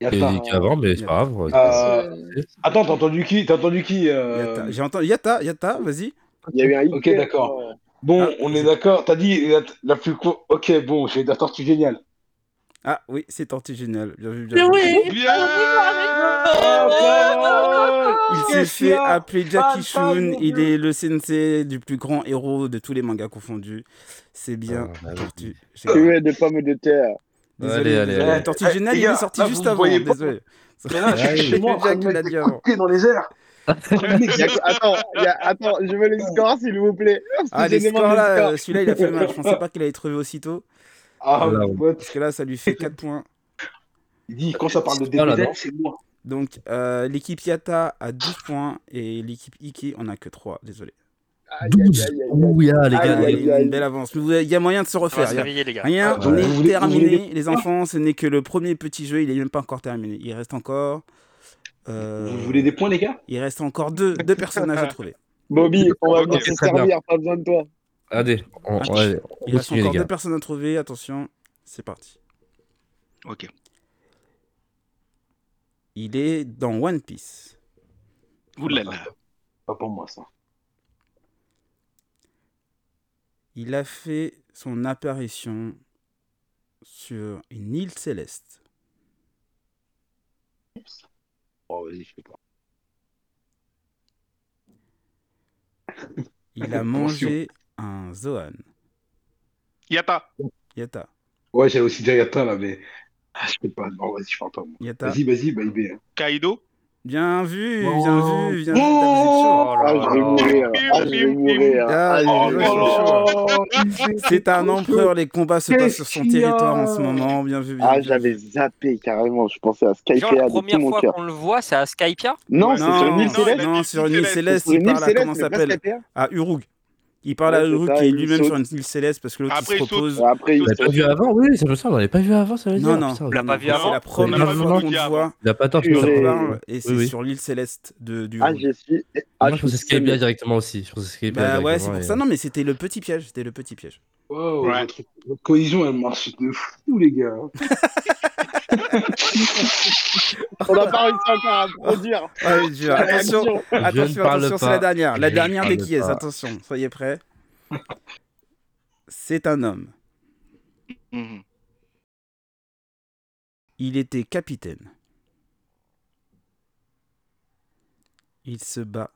Speaker 3: il y a
Speaker 5: Yatta.
Speaker 3: dit qu'avant, mais c'est pas grave.
Speaker 6: Ah.
Speaker 5: Euh, Attends, t'as entendu qui T'as entendu qui euh,
Speaker 1: Yata- J'ai entendu Yata, Yata, vas-y.
Speaker 2: Il y a eu un hit.
Speaker 5: Ok, d'accord. Bon,
Speaker 1: Ah.
Speaker 5: on est d'accord. T'as dit la, la plus courte. Ok, bon, j'ai la tortue géniale.
Speaker 1: Ah oui, c'est Tortigénial. Bien vu, bien
Speaker 8: Mais
Speaker 1: vu.
Speaker 8: oui
Speaker 5: Ah,
Speaker 1: Il
Speaker 5: Il
Speaker 1: s'est fait appeler Jackie Shun. Il est le sensei du plus grand héros de tous les mangas confondus. C'est bien
Speaker 3: Ah, bah oui.
Speaker 1: Tortue.
Speaker 2: Tuer de pommes de terre.
Speaker 1: Désolé,
Speaker 3: Allez, allez,
Speaker 1: désolé.
Speaker 5: allez.
Speaker 1: Tortue Géniale,
Speaker 5: Eh,
Speaker 1: il
Speaker 5: les
Speaker 1: est
Speaker 5: gars,
Speaker 1: sorti
Speaker 5: là, vous
Speaker 1: juste
Speaker 5: me
Speaker 1: avant.
Speaker 5: voyez pas.
Speaker 1: Désolé.
Speaker 5: Mais là, Ah, je suis chez moi en train
Speaker 1: Jacques
Speaker 5: de
Speaker 1: l'a
Speaker 5: mettre
Speaker 1: dit
Speaker 5: des
Speaker 1: avant.
Speaker 5: coups de pied dans les airs.
Speaker 2: Il y a- Attends, il y a- attends, je veux les scores, s'il vous plaît.
Speaker 1: Ah, les
Speaker 2: Donnez-moi
Speaker 1: scores
Speaker 2: mes
Speaker 1: là,
Speaker 2: scores.
Speaker 1: euh, celui-là il
Speaker 5: [LAUGHS]
Speaker 1: a fait mal. Je pensais pas qu'il allait trouver aussitôt.
Speaker 5: Ah,
Speaker 3: Voilà,
Speaker 5: mon
Speaker 3: on-
Speaker 5: pote.
Speaker 1: Parce que là, ça lui fait 4 points.
Speaker 5: Il dit, quand ça parle de
Speaker 3: Ah, là,
Speaker 5: DPZ,
Speaker 3: non.
Speaker 5: c'est moi.
Speaker 1: Donc, euh, l'équipe Yata a 12 points et l'équipe Iki en a que 3. Désolé.
Speaker 2: Aïe, aïe,
Speaker 3: 12
Speaker 2: aïe, aïe, aïe.
Speaker 3: Ouya, les
Speaker 1: Ah,
Speaker 3: gars.
Speaker 1: Il
Speaker 2: aïe,
Speaker 1: y a
Speaker 2: aïe.
Speaker 1: une belle avance. Mais vous avez- Il y a moyen de se
Speaker 4: Ça va
Speaker 1: refaire.
Speaker 4: se
Speaker 1: Il y a-
Speaker 4: réveiller, les gars.
Speaker 1: Rien
Speaker 3: Ah ouais.
Speaker 5: Vous
Speaker 1: n'est
Speaker 5: voulez- vous
Speaker 1: terminé,
Speaker 5: voulez
Speaker 1: les enfants. Ce n'est que le premier petit jeu. Il est même pas encore terminé. Il reste encore. euh,
Speaker 5: Vous voulez des points, les gars
Speaker 1: Il reste encore deux, deux personnages à trouver.
Speaker 2: Bobby, on va
Speaker 7: Ok,
Speaker 2: venir se
Speaker 3: très bien.
Speaker 2: servir, pas besoin de toi.
Speaker 3: Allez, on, on, allez, on
Speaker 1: Il reste
Speaker 3: continue, les
Speaker 1: encore
Speaker 3: gars.
Speaker 1: deux personnes à trouver. Attention, c'est parti.
Speaker 7: Ok.
Speaker 1: Il est dans One Piece.
Speaker 7: Oulala.
Speaker 5: Pas pour moi, ça.
Speaker 1: Il a fait son apparition sur une île céleste.
Speaker 5: Oh, vas-y, je fais pas.
Speaker 1: Il a mangé un Zoan.
Speaker 7: Yata.
Speaker 1: Yata.
Speaker 5: Ouais, j'avais aussi déjà Yatta, là, mais. Ah, je fais pas. Non, vas-y, je parle pas. moi.
Speaker 1: Yata.
Speaker 5: Vas-y, vas-y, bah, baby.
Speaker 7: Kaido.
Speaker 1: Bien vu,
Speaker 5: Oh.
Speaker 1: bien vu, bien vu. t'as vu, c'est
Speaker 3: Oh.
Speaker 1: chaud.
Speaker 2: Ah, je vais mourir. Ah, je vais mourir.
Speaker 1: Ah,
Speaker 2: Ah, je
Speaker 1: oh,
Speaker 2: vais mourir.
Speaker 1: hein. C'est un empereur, les combats se passent sur son
Speaker 5: Qu'est-ce qu'il y a
Speaker 1: territoire en ce moment. Bien vu, bien
Speaker 2: Ah,
Speaker 1: vu.
Speaker 2: j'avais zappé carrément, je pensais à
Speaker 4: Genre, la
Speaker 2: Skypea de tout
Speaker 4: première
Speaker 2: mon
Speaker 4: fois
Speaker 2: cœur.
Speaker 4: qu'on le voit, c'est à Skypia
Speaker 2: Non, c'est sur une
Speaker 1: Non,
Speaker 2: île céleste.
Speaker 1: non, sur une île céleste,
Speaker 2: Sur
Speaker 1: il
Speaker 2: une île
Speaker 1: parle à
Speaker 2: céleste,
Speaker 1: comment
Speaker 2: mais
Speaker 1: ça
Speaker 2: pas
Speaker 1: s'appelle
Speaker 2: Skypea.
Speaker 1: À Ah, Urug. Il parle à
Speaker 2: Ouais, c'est
Speaker 1: Urug
Speaker 2: ça,
Speaker 1: qui est
Speaker 2: il
Speaker 1: lui-même
Speaker 2: saute.
Speaker 1: sur une île céleste parce que l'autre il
Speaker 7: Après,
Speaker 1: se
Speaker 7: il saute.
Speaker 1: repose.
Speaker 2: Après,
Speaker 3: On
Speaker 2: il
Speaker 3: l'avait pas
Speaker 2: se
Speaker 3: vu avant, oui, ça me semble. On l'avait pas vu avant, ça veut dire.
Speaker 1: Non, non,
Speaker 3: putain.
Speaker 4: on l'a pas vu
Speaker 1: C'est
Speaker 4: avant.
Speaker 1: la première
Speaker 3: On l'a pas
Speaker 1: fois
Speaker 7: vu
Speaker 1: qu'on le
Speaker 7: avant.
Speaker 1: voit.
Speaker 3: Il a pas tort, je
Speaker 1: qu'on
Speaker 3: pense que
Speaker 1: en
Speaker 2: Purée.
Speaker 1: parle, et c'est
Speaker 3: oui.
Speaker 1: sur l'île céleste de, du
Speaker 2: Ah,
Speaker 1: Urug.
Speaker 2: je suis.
Speaker 3: Moi,
Speaker 2: Ah,
Speaker 3: je pensais
Speaker 2: suis sonné.
Speaker 3: Skype directement aussi. Je pensais Skype
Speaker 1: Bah ouais,
Speaker 3: directement,
Speaker 1: c'est pour
Speaker 3: et-
Speaker 1: ça. Non, mais c'était le petit piège. C'était le petit piège.
Speaker 5: Wow,
Speaker 7: Ouais.
Speaker 5: votre, votre cohésion, elle marche de fou, les gars.
Speaker 2: On n'a pas réussi encore à produire.
Speaker 1: Ah, il est dur. Attention,
Speaker 2: Attention.
Speaker 3: Je ne
Speaker 1: attention,
Speaker 3: parle
Speaker 1: attention, c'est
Speaker 3: pas.
Speaker 1: la dernière. La
Speaker 3: Je ne
Speaker 1: dernière des
Speaker 3: parle
Speaker 1: qui est.
Speaker 3: pas.
Speaker 1: Attention, soyez prêts. C'est un homme.
Speaker 7: Mhm.
Speaker 1: Il était capitaine. Il se bat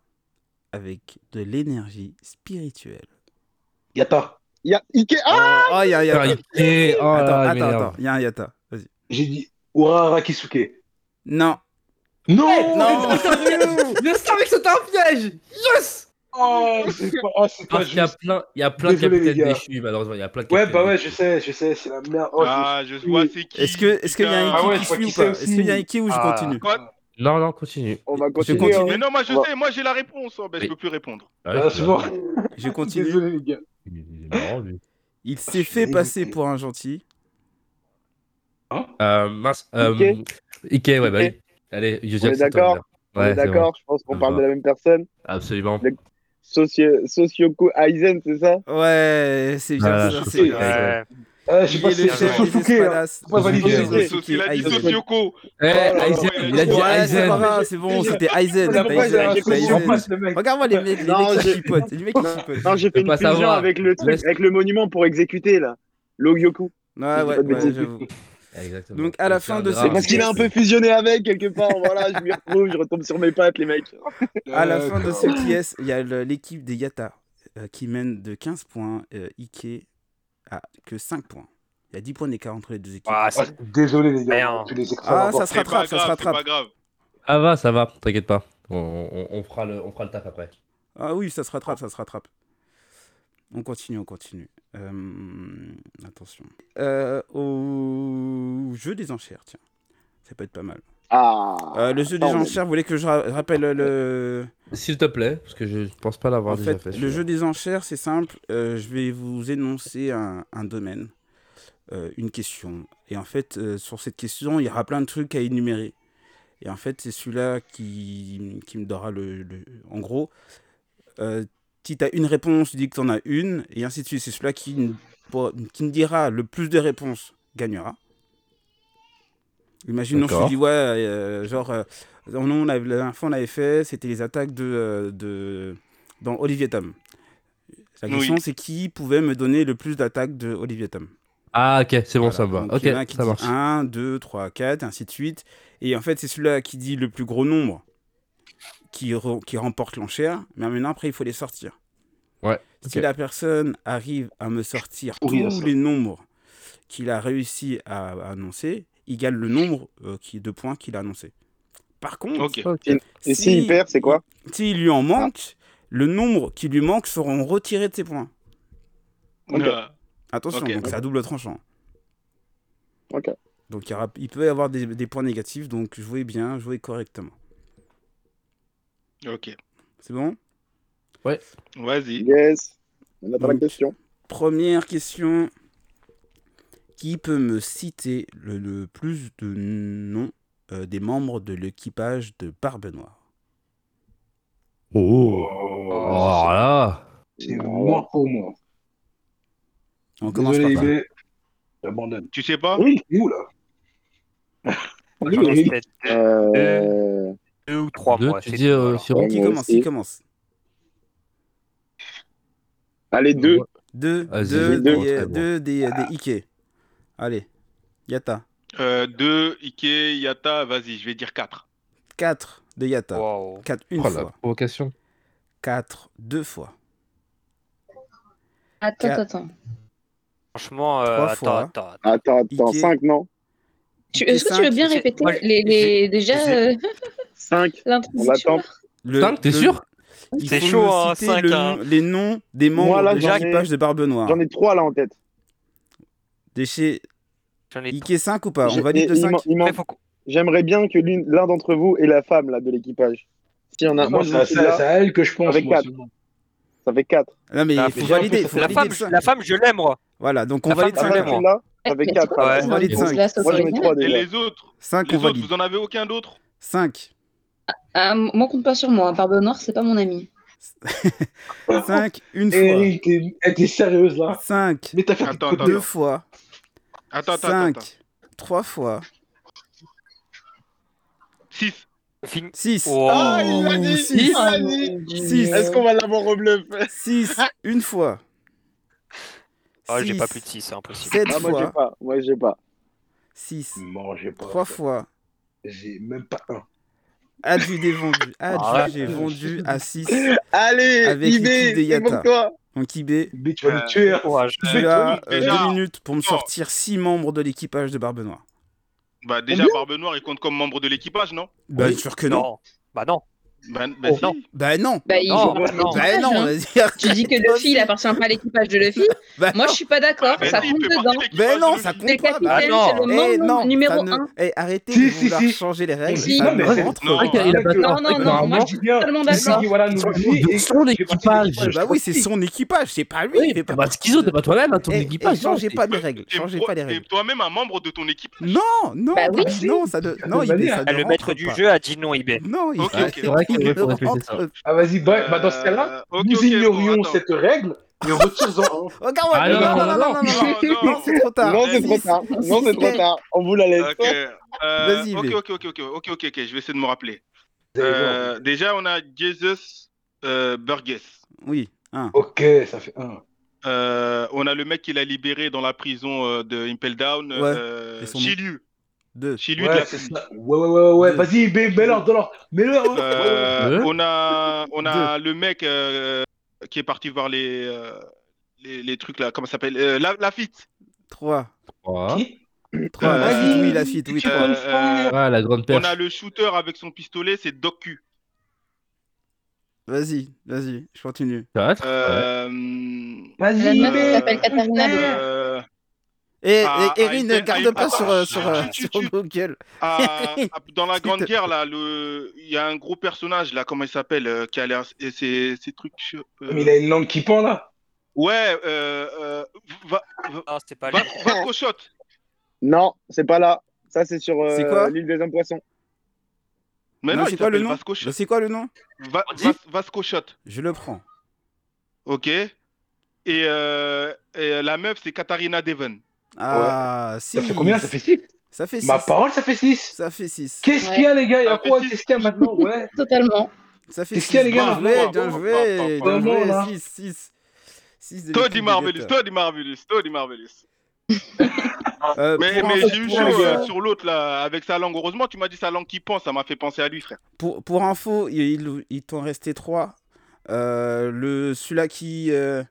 Speaker 1: avec de l'énergie spirituelle.
Speaker 5: Yatta.
Speaker 2: Il y a Ikea. Ah,
Speaker 1: Oh, il y a un
Speaker 3: Ah,
Speaker 1: Yata.
Speaker 3: il est- oh là
Speaker 1: Attends,
Speaker 3: là, il
Speaker 1: attends,
Speaker 3: m'énerve.
Speaker 1: attends. Il y a un Yata. Vas-y.
Speaker 5: J'ai dit Ura Rakisuke.
Speaker 1: Non.
Speaker 5: Non
Speaker 6: [LAUGHS]
Speaker 1: Non.
Speaker 8: Je savais que c'était un piège Yes
Speaker 5: Oh, c'est pas, oh, c'est pas
Speaker 3: Parce qu'il y a
Speaker 5: juste.
Speaker 3: plein, il y a plein de
Speaker 5: Désolé, les
Speaker 3: capitaines
Speaker 5: gars.
Speaker 3: déchus, malheureusement. Il y a plein de
Speaker 5: Ouais,
Speaker 3: capitaines
Speaker 5: bah ouais, je
Speaker 3: déchus.
Speaker 5: sais, je sais, c'est la merde. Oh, je-
Speaker 7: Ah, je vois c'est qui.
Speaker 1: Est-ce que est-ce qu'il y a un
Speaker 7: putain.
Speaker 1: Iki
Speaker 5: Ah ouais,
Speaker 1: qui
Speaker 5: je crois
Speaker 1: suit ou
Speaker 5: qu'il sait
Speaker 1: pas
Speaker 5: aussi.
Speaker 1: Est-ce qu'il y a un Iki ou je
Speaker 4: Ah.
Speaker 1: continue
Speaker 3: Non, non, continue.
Speaker 2: On va
Speaker 1: Je
Speaker 2: continuer.
Speaker 1: continue.
Speaker 7: Mais non, moi je
Speaker 2: Bon.
Speaker 7: sais, moi j'ai la réponse. Oh, ben,
Speaker 3: Oui.
Speaker 7: je peux plus répondre.
Speaker 3: Ouais,
Speaker 5: Ah,
Speaker 3: je
Speaker 5: c'est
Speaker 3: sais
Speaker 5: bon.
Speaker 3: pas.
Speaker 1: Je continue.
Speaker 5: Désolé, les gars.
Speaker 3: Il est- il est marrant, lui.
Speaker 1: Il
Speaker 5: Ah, je
Speaker 1: s'est
Speaker 5: suis
Speaker 1: fait
Speaker 5: dégoûté.
Speaker 1: passer pour un gentil.
Speaker 3: Euh, mince. Euh,
Speaker 2: Ike.
Speaker 3: Ike, ouais, bah
Speaker 2: Ike.
Speaker 3: oui. Allez,
Speaker 2: On est
Speaker 3: Yuzak,
Speaker 2: d'accord On est
Speaker 3: Ouais, c'est bon.
Speaker 2: d'accord, je pense qu'on
Speaker 3: Ça
Speaker 2: parle
Speaker 3: va.
Speaker 2: de la même personne.
Speaker 3: Absolument.
Speaker 2: Le- Socio- Socioku Aizen, c'est ça
Speaker 1: Ouais, c'est bien
Speaker 3: Ah,
Speaker 1: ça.
Speaker 3: je
Speaker 1: C'est
Speaker 3: sais.
Speaker 1: grave.
Speaker 4: Ouais.
Speaker 5: Ah, je
Speaker 1: Il
Speaker 5: sais pas
Speaker 1: est
Speaker 5: si
Speaker 1: le
Speaker 5: c'est
Speaker 1: chef des
Speaker 5: Sosuke. hein.
Speaker 1: Espadas.
Speaker 5: Faut pas valider.
Speaker 1: Sosuke
Speaker 7: Il a dit
Speaker 1: Aizen.
Speaker 7: Socioko.
Speaker 3: Eh,
Speaker 5: là là,
Speaker 3: Aizen,
Speaker 7: ouais,
Speaker 3: il a dit
Speaker 7: ouais,
Speaker 1: Ouais, c'est pas
Speaker 3: Aizen.
Speaker 1: grave, c'est bon, c'était Aizen. t'as
Speaker 5: Pourquoi j'ai
Speaker 1: Aizen,
Speaker 5: un
Speaker 1: t'as
Speaker 5: cochon en
Speaker 1: Aizen.
Speaker 5: face, le mec
Speaker 1: Regarde-moi les mecs, les
Speaker 2: Non,
Speaker 1: mecs qui
Speaker 2: je-
Speaker 1: chipotent. Les mecs qui chipotent.
Speaker 2: Non, j'ai fait
Speaker 3: peux
Speaker 2: une
Speaker 3: pas
Speaker 2: fusion
Speaker 3: savoir.
Speaker 2: avec le truc,
Speaker 3: Laisse-
Speaker 2: avec le monument pour exécuter là. L'Ogyoku.
Speaker 1: Ouais, ouais,
Speaker 2: pas de
Speaker 1: ouais,
Speaker 2: bêtises.
Speaker 1: j'avoue.
Speaker 3: Exactement.
Speaker 1: Donc, à la
Speaker 3: C'est
Speaker 1: fin
Speaker 3: un
Speaker 1: de
Speaker 3: drame.
Speaker 1: Ah,
Speaker 2: C'est parce qu'il a un peu fusionné avec quelque part. Voilà, je m'y retrouve, je retombe sur mes pattes, les mecs.
Speaker 1: À la fin de ce qui est, il y a le- l'équipe des Yata euh, qui mène de 15 points. euh, Ike à que 5 points. Il y a 10 points d'écart entre les deux équipes.
Speaker 4: Ah,
Speaker 5: Ah,
Speaker 4: c'est-
Speaker 5: désolé, les gars.
Speaker 4: Merde.
Speaker 5: tous les extras
Speaker 1: Ah,
Speaker 5: d'abord.
Speaker 1: ça se
Speaker 7: C'est pas
Speaker 1: rattrape, ça se
Speaker 7: grave, c'est
Speaker 1: rattrape.
Speaker 7: pas grave.
Speaker 3: Ah va, ça va, t'inquiète pas. On, on- on fera le, on fera le taf après.
Speaker 1: Ah oui, ça se rattrape, ça se rattrape. On continue, on continue. Euh, attention. Euh, au jeu des enchères, tiens. Ça peut être pas mal.
Speaker 2: Ah.
Speaker 1: Euh, le jeu des
Speaker 2: attends, mais-
Speaker 1: enchères, vous voulez que je ra- rappelle le...
Speaker 3: S'il te plaît, parce que je pense pas l'avoir
Speaker 1: En
Speaker 3: déjà
Speaker 1: fait,
Speaker 3: fait.
Speaker 1: le jeu des enchères, c'est simple. Euh, je vais vous énoncer un, un domaine, euh, une question. Et en fait, euh, sur cette question, il y aura plein de trucs à énumérer. Et en fait, c'est celui-là qui, qui me donnera le. le- en gros, euh, si tu as une réponse, tu dis que tu en as une, et ainsi de suite. C'est celui-là qui, ne- pour- qui me dira le plus de réponses gagnera. Imaginons, je te
Speaker 3: D'accord.
Speaker 1: dis, ouais, euh, genre, euh, on, on avait, la dernière fois, on avait fait, c'était les attaques de, euh, de, dans Olivier Tom. La
Speaker 7: Oui.
Speaker 1: question, c'est qui pouvait me donner le plus d'attaques de Olivier Tom
Speaker 3: Ah ok, c'est bon, ça me va.
Speaker 1: donc,
Speaker 3: Ok,
Speaker 1: il y en a un qui
Speaker 3: ça
Speaker 1: dit
Speaker 3: marche.
Speaker 1: 1, 2, 3, 4, ainsi de suite. Et en fait, c'est celui-là qui dit le plus gros nombre qui, re- qui remporte l'enchère. Mais maintenant, après, il faut les sortir.
Speaker 3: Ouais,
Speaker 1: Si
Speaker 3: ok.
Speaker 1: la personne arrive à me sortir
Speaker 5: Pourri,
Speaker 1: tous
Speaker 5: ça.
Speaker 1: les nombres qu'il a réussi à à annoncer, il gagne le nombre euh, qui, de points qu'il a annoncé. Par contre,
Speaker 7: Ok.
Speaker 3: Ok.
Speaker 2: Et s'il perd, c'est quoi
Speaker 1: S'il lui en manque, le nombre qui lui manque seront retirés de ses points.
Speaker 5: Ok.
Speaker 7: Ah,
Speaker 1: Attention,
Speaker 7: Ok.
Speaker 1: donc c'est à double tranchant.
Speaker 2: Ok.
Speaker 1: Donc il, y aura- il peut y avoir des, des points négatifs, donc jouez bien, jouez correctement.
Speaker 7: Ok.
Speaker 1: C'est bon
Speaker 7: Vas-y.
Speaker 2: Yes. On attend la
Speaker 1: Donc,
Speaker 2: question.
Speaker 1: Première question. Qui peut me citer le, le plus de noms euh, des membres de l'équipage de Barbe Noire
Speaker 3: Oh,
Speaker 5: Oh,
Speaker 3: oh là.
Speaker 5: C'est mort pour moi.
Speaker 1: On commence
Speaker 5: Désolé,
Speaker 1: par toi.
Speaker 5: mais j'abandonne.
Speaker 7: Tu sais pas
Speaker 5: Oui, il est où là Oui,
Speaker 4: J'en ai
Speaker 5: oui.
Speaker 4: fait
Speaker 2: Euh...
Speaker 4: deux ou trois
Speaker 3: Deux,
Speaker 4: mois.
Speaker 3: tu
Speaker 4: c'est
Speaker 3: dis
Speaker 4: tout,
Speaker 3: euh,
Speaker 4: voilà.
Speaker 3: Siro
Speaker 1: Qui
Speaker 2: Moi
Speaker 1: commence
Speaker 2: aussi.
Speaker 1: Qui commence
Speaker 2: Allez, deux.
Speaker 1: Deux,
Speaker 3: Vas-y,
Speaker 1: deux,
Speaker 2: deux,
Speaker 1: des,
Speaker 3: très bon.
Speaker 1: deux des, des Ike. Allez, Yata.
Speaker 7: euh, Deux, Ike, Yata, vas-y, je vais dire quatre.
Speaker 1: 4 de Yata.
Speaker 4: Waouh.
Speaker 1: 4 une
Speaker 3: Oh la
Speaker 1: fois.
Speaker 3: provocation.
Speaker 1: 4 deux fois.
Speaker 6: Attends,
Speaker 1: Quatre.
Speaker 6: attends.
Speaker 4: Franchement, euh,
Speaker 1: Trois
Speaker 4: attends,
Speaker 1: fois.
Speaker 4: attends, attends.
Speaker 2: Attends, attends,
Speaker 1: Ike.
Speaker 2: 5, non
Speaker 6: Tu-
Speaker 1: Ike
Speaker 6: Est-ce que tu veux
Speaker 1: cinq.
Speaker 6: bien
Speaker 4: j'ai-
Speaker 6: répéter
Speaker 4: moi, j'ai-
Speaker 6: les, les- déjà
Speaker 4: j'ai-
Speaker 6: euh,
Speaker 2: 5.
Speaker 6: l'introduction
Speaker 2: On
Speaker 6: là
Speaker 2: attend.
Speaker 1: Le-
Speaker 3: 5, t'es
Speaker 1: le-
Speaker 3: sûr
Speaker 1: il
Speaker 4: C'est
Speaker 1: faut
Speaker 4: chaud,
Speaker 1: me
Speaker 4: hein,
Speaker 1: citer
Speaker 4: cinq,
Speaker 1: le
Speaker 4: hein.
Speaker 1: nom- les noms des membres
Speaker 2: Moi, là,
Speaker 1: de
Speaker 2: j'en ai-
Speaker 1: l'équipage de Barbe Noire.
Speaker 2: J'en ai 3 là en tête.
Speaker 1: Des chez
Speaker 4: J'en ai
Speaker 1: Ike 5 ou pas On
Speaker 2: J'ai-
Speaker 1: valide
Speaker 2: et-
Speaker 1: le
Speaker 2: il
Speaker 1: 5
Speaker 2: m'en- il m'en-
Speaker 4: Après, faut qu'on-
Speaker 2: J'aimerais bien que l'une- l'un d'entre vous est la femme là de l'équipage. S'il y en a un
Speaker 5: Moi,
Speaker 2: qui
Speaker 5: c'est à,
Speaker 2: est
Speaker 5: c'est à-
Speaker 2: là,
Speaker 5: c'est à elle que je pense.
Speaker 2: Avec
Speaker 5: moi,
Speaker 2: quatre.
Speaker 5: seulement.
Speaker 2: ça fait 4.
Speaker 1: Non mais
Speaker 4: Ah,
Speaker 1: il faut
Speaker 4: mais-
Speaker 1: valider, faut
Speaker 4: La
Speaker 1: valider
Speaker 4: femme,
Speaker 1: le
Speaker 4: je-
Speaker 1: cinq.
Speaker 4: la femme, je l'aime, moi.
Speaker 1: Voilà, donc on
Speaker 4: la
Speaker 1: valide
Speaker 4: femme,
Speaker 1: 5
Speaker 2: Ah,
Speaker 4: je
Speaker 2: là,
Speaker 4: l'aime,
Speaker 1: points.
Speaker 4: moi.
Speaker 2: là, ça fait
Speaker 6: Il y a
Speaker 2: 4.
Speaker 6: trois
Speaker 4: Ouais.
Speaker 6: personnes
Speaker 1: On valide
Speaker 6: dans
Speaker 1: cinq.
Speaker 6: la sauce
Speaker 7: Moi,
Speaker 2: Moi, j'en ai
Speaker 6: originale.
Speaker 2: 3
Speaker 7: Et
Speaker 2: déjà.
Speaker 7: les autres
Speaker 1: 5
Speaker 7: Les
Speaker 1: on
Speaker 7: autres,
Speaker 1: valide.
Speaker 7: vous en avez aucun d'autre
Speaker 1: 5.
Speaker 6: Ah, m- moi, compte pas sur moi. Barbe Noire, c'est pas mon ami.
Speaker 1: 5 une fois.
Speaker 5: Eric, t'es eh, t'es sérieuse là
Speaker 1: 5
Speaker 5: Mais t'as fait
Speaker 7: Attends,
Speaker 5: tes
Speaker 7: attends,
Speaker 5: côtés.
Speaker 1: deux fois.
Speaker 7: Attends, attends, attends, attends.
Speaker 1: 5 3 fois.
Speaker 7: 6.
Speaker 4: Fin-
Speaker 1: 6
Speaker 4: Oh.
Speaker 2: il l'a dit,
Speaker 1: Six.
Speaker 2: il l'a dit.
Speaker 1: Six.
Speaker 2: Est-ce qu'on va l'avoir au bluff
Speaker 1: 6 une fois.
Speaker 4: Ah, j'ai
Speaker 1: Six.
Speaker 4: pas plus de 6, c'est impossible.
Speaker 1: 7
Speaker 2: Ah, moi,
Speaker 1: fois.
Speaker 2: j'ai pas. Moi, j'ai pas.
Speaker 1: 6
Speaker 5: Non, j'ai pas.
Speaker 1: 3 fois.
Speaker 5: J'ai même pas un.
Speaker 1: Adjudé vendu. Adjudé
Speaker 4: Arrête.
Speaker 1: vendu à 6.
Speaker 2: Allez,
Speaker 1: Avec l'équipe
Speaker 2: IB,
Speaker 1: des
Speaker 2: c'est
Speaker 1: Yata.
Speaker 2: pour toi.
Speaker 1: Donc IB,
Speaker 5: Mais tu vas me tuer. hein.
Speaker 4: Courage.
Speaker 1: tu as
Speaker 7: Euh,
Speaker 1: euh,
Speaker 7: déjà.
Speaker 1: deux minutes pour me sortir six membres de l'équipage de Barbe Noire.
Speaker 7: Bah, déjà, Barbe Noire, il compte comme membre de l'équipage, non
Speaker 1: Bien sûr que non.
Speaker 4: Non. Bah non.
Speaker 7: Bah, bah,
Speaker 4: Oh,
Speaker 7: si.
Speaker 4: non.
Speaker 1: Bah non.
Speaker 6: Bah, il
Speaker 4: Non,
Speaker 6: joue
Speaker 4: bah
Speaker 6: pas
Speaker 4: non.
Speaker 6: dans
Speaker 1: Bah
Speaker 6: l'équipage,
Speaker 1: non, on
Speaker 6: hein.
Speaker 1: va dire.
Speaker 6: Tu dis que Luffy, il appartient pas à l'équipage de Luffy.
Speaker 1: Bah
Speaker 6: Moi,
Speaker 1: non.
Speaker 6: je suis pas d'accord.
Speaker 7: Bah,
Speaker 6: Ça
Speaker 7: si, il
Speaker 6: compte
Speaker 7: fait partie
Speaker 6: dedans.
Speaker 7: de l'équipage
Speaker 1: Bah non,
Speaker 7: de
Speaker 1: ça
Speaker 7: Luffy.
Speaker 6: C'est le
Speaker 1: compte pas. bah
Speaker 6: capitaine,
Speaker 4: non.
Speaker 6: c'est le
Speaker 1: Eh
Speaker 6: membre
Speaker 1: non, ça
Speaker 6: numéro
Speaker 1: ne-
Speaker 6: 1.
Speaker 1: Eh, arrêtez
Speaker 5: Si,
Speaker 1: de
Speaker 5: si,
Speaker 1: vouloir
Speaker 5: si.
Speaker 1: changer les règles.
Speaker 6: Si.
Speaker 1: ça
Speaker 5: Non, mais
Speaker 1: me
Speaker 5: c'est-
Speaker 1: rentre
Speaker 7: non.
Speaker 1: pas.
Speaker 5: Arrête, il a pas
Speaker 6: Non, non, non. Moi,
Speaker 5: Normalement,
Speaker 6: je
Speaker 5: Bah, je
Speaker 6: suis
Speaker 5: dis bien.
Speaker 6: totalement
Speaker 5: Il
Speaker 6: d'accord.
Speaker 5: dit, voilà, nous aussi,
Speaker 3: De
Speaker 5: et-
Speaker 3: son
Speaker 5: je fais partie de
Speaker 3: équipage.
Speaker 5: l'équipage.
Speaker 1: Bah oui, c'est son équipage, c'est pas lui.
Speaker 3: Oui,
Speaker 1: c'est pas
Speaker 3: bah schizo, t'es pas toi-même, hein, ton
Speaker 1: Eh, eh,
Speaker 3: équipage.
Speaker 1: changez
Speaker 3: t'es-
Speaker 1: pas les règles.
Speaker 7: T'es
Speaker 1: Changez
Speaker 7: pro-
Speaker 1: pas les règles.
Speaker 7: t'es toi-même un membre de ton équipe.
Speaker 1: Non, non,
Speaker 6: Bah oui.
Speaker 1: non, ça ne, non,
Speaker 5: De
Speaker 1: il,
Speaker 5: manière.
Speaker 1: ça ne
Speaker 4: Le
Speaker 1: rentre
Speaker 4: maître du
Speaker 1: pas.
Speaker 4: jeu a dit non, Ibé.
Speaker 1: Non, il
Speaker 7: Ok,
Speaker 1: ça-
Speaker 7: ok.
Speaker 3: C'est vrai qu'il
Speaker 1: il
Speaker 3: aurait
Speaker 1: ne
Speaker 3: fallu répéter
Speaker 1: rentre-
Speaker 3: ça.
Speaker 5: Ah, vas-y, bah, bah, dans ce cas-là,
Speaker 7: Euh, ok,
Speaker 5: nous
Speaker 7: ok,
Speaker 5: ignorions
Speaker 7: bon, attends.
Speaker 5: cette règle et retirions.
Speaker 1: Regarde,
Speaker 3: Ah,
Speaker 1: non, non, non, non, non,
Speaker 5: [LAUGHS]
Speaker 7: non,
Speaker 1: non, c'est trop tard.
Speaker 2: Non, c'est trop
Speaker 1: Six.
Speaker 2: tard. Non, c'est trop
Speaker 1: Six.
Speaker 2: tard. On vous la laisse.
Speaker 7: Ok, euh,
Speaker 1: Vas-y,
Speaker 7: ok,
Speaker 1: Ibé.
Speaker 7: ok, ok, ok, ok, ok, ok, je vais essayer de me rappeler.
Speaker 5: Vous allez voir.
Speaker 7: Euh, déjà, on a Jesus euh, Burgess.
Speaker 1: Oui, un.
Speaker 5: Ok, ça fait un.
Speaker 7: Euh, on a le mec qui l'a libéré dans la prison euh, de Impel Down.
Speaker 1: Ouais,
Speaker 7: Euh,
Speaker 1: et son
Speaker 7: Chilu.
Speaker 1: Deux.
Speaker 7: Chilu de la
Speaker 5: Ouais, c'est
Speaker 7: pluie.
Speaker 5: ça. Ouais, ouais, ouais, ouais.
Speaker 1: Deux.
Speaker 5: Vas-y, mets- mets-leur, donne-leur. Mets-leur. ouais.
Speaker 7: Euh,
Speaker 3: Ouais.
Speaker 7: on a, on a le mec euh, qui est parti voir les, euh, les, les trucs là, comment ça s'appelle Euh, la, la fit.
Speaker 1: 3.
Speaker 3: Trois.
Speaker 5: Qui
Speaker 1: 3, la
Speaker 5: Euh,
Speaker 1: suite, oui, la suite, oui,
Speaker 7: Euh,
Speaker 1: 3.
Speaker 7: euh,
Speaker 3: Ah, la grande
Speaker 7: on a
Speaker 3: perche.
Speaker 7: le shooter avec son pistolet, c'est Doc Q.
Speaker 1: Vas-y, vas-y, je continue.
Speaker 3: Quatre. Ouais.
Speaker 7: Euh,
Speaker 6: La
Speaker 5: Vas-y.
Speaker 6: meuf
Speaker 7: Euh,
Speaker 6: qui s'appelle Katharina Bell.
Speaker 7: euh,
Speaker 1: Et,
Speaker 7: Ah,
Speaker 1: et Erin,
Speaker 7: ah,
Speaker 1: ne garde
Speaker 7: ah,
Speaker 1: pas
Speaker 7: ah,
Speaker 1: sur,
Speaker 7: ah,
Speaker 1: euh, sur, euh,
Speaker 7: ah, tu-
Speaker 1: sur
Speaker 7: tu-
Speaker 1: Google.
Speaker 7: à- à- dans la Grande
Speaker 1: Putain.
Speaker 7: Guerre, là, le- il y a un gros personnage, là, comment il s'appelle, euh, qui a l'air. et Ces ces trucs. euh,
Speaker 5: Mais il a une langue qui pend là.
Speaker 7: Ouais, euh, euh, va,
Speaker 4: Ah, c'était pas
Speaker 7: va,
Speaker 4: lui.
Speaker 7: va au shot.
Speaker 2: Non, c'est pas là. Ça, c'est sur euh,
Speaker 1: C'est quoi
Speaker 2: l'île des hommes poissons.
Speaker 7: Mais
Speaker 1: Non,
Speaker 7: non,
Speaker 1: c'est
Speaker 7: il
Speaker 1: quoi le
Speaker 7: s'appelle
Speaker 1: nom
Speaker 7: Vasco Shot.
Speaker 1: Bah, C'est quoi le nom
Speaker 7: Va-
Speaker 4: On dit
Speaker 7: Vas- Vasco Shot,
Speaker 1: Je le prends.
Speaker 7: ok Et, euh, et la meuf, c'est Katharina Devon.
Speaker 1: Ah, si.
Speaker 5: Ça fait combien Ça fait 6
Speaker 1: Ça fait 6.
Speaker 5: Ma parole, ça fait 6
Speaker 1: Ça fait 6.
Speaker 5: Qu'est-ce qu'il y a, les gars Il y a
Speaker 7: Ça fait
Speaker 5: quoi
Speaker 7: six.
Speaker 5: Qu'est-ce qu'il y a maintenant Ouais.
Speaker 6: Totalement.
Speaker 1: Ça fait
Speaker 5: Qu'est-ce
Speaker 1: 6.
Speaker 5: qu'il y a, les gars
Speaker 1: Bien joué,
Speaker 7: Bon,
Speaker 1: bien
Speaker 7: bon,
Speaker 1: joué.
Speaker 7: bon,
Speaker 5: bon, bon,
Speaker 1: Bien
Speaker 5: là.
Speaker 1: joué, 6, 6. 6 de
Speaker 7: hein. Toi
Speaker 1: l'équipe
Speaker 7: du
Speaker 1: des
Speaker 7: Marvelous,
Speaker 1: Gators.
Speaker 7: toi du Marvelous, toi du Marvelous.
Speaker 1: Euh,
Speaker 7: Mais,
Speaker 1: pour
Speaker 7: mais
Speaker 1: info-
Speaker 7: j'ai eu
Speaker 1: pour
Speaker 7: chaud
Speaker 1: info-
Speaker 7: euh, sur l'autre là, avec sa langue. Heureusement, tu m'as dit sa langue qui pense, ça m'a fait penser à lui, frère.
Speaker 1: Pour, pour info, il, il, il t'en restait 3. le, celui-là qui. euh,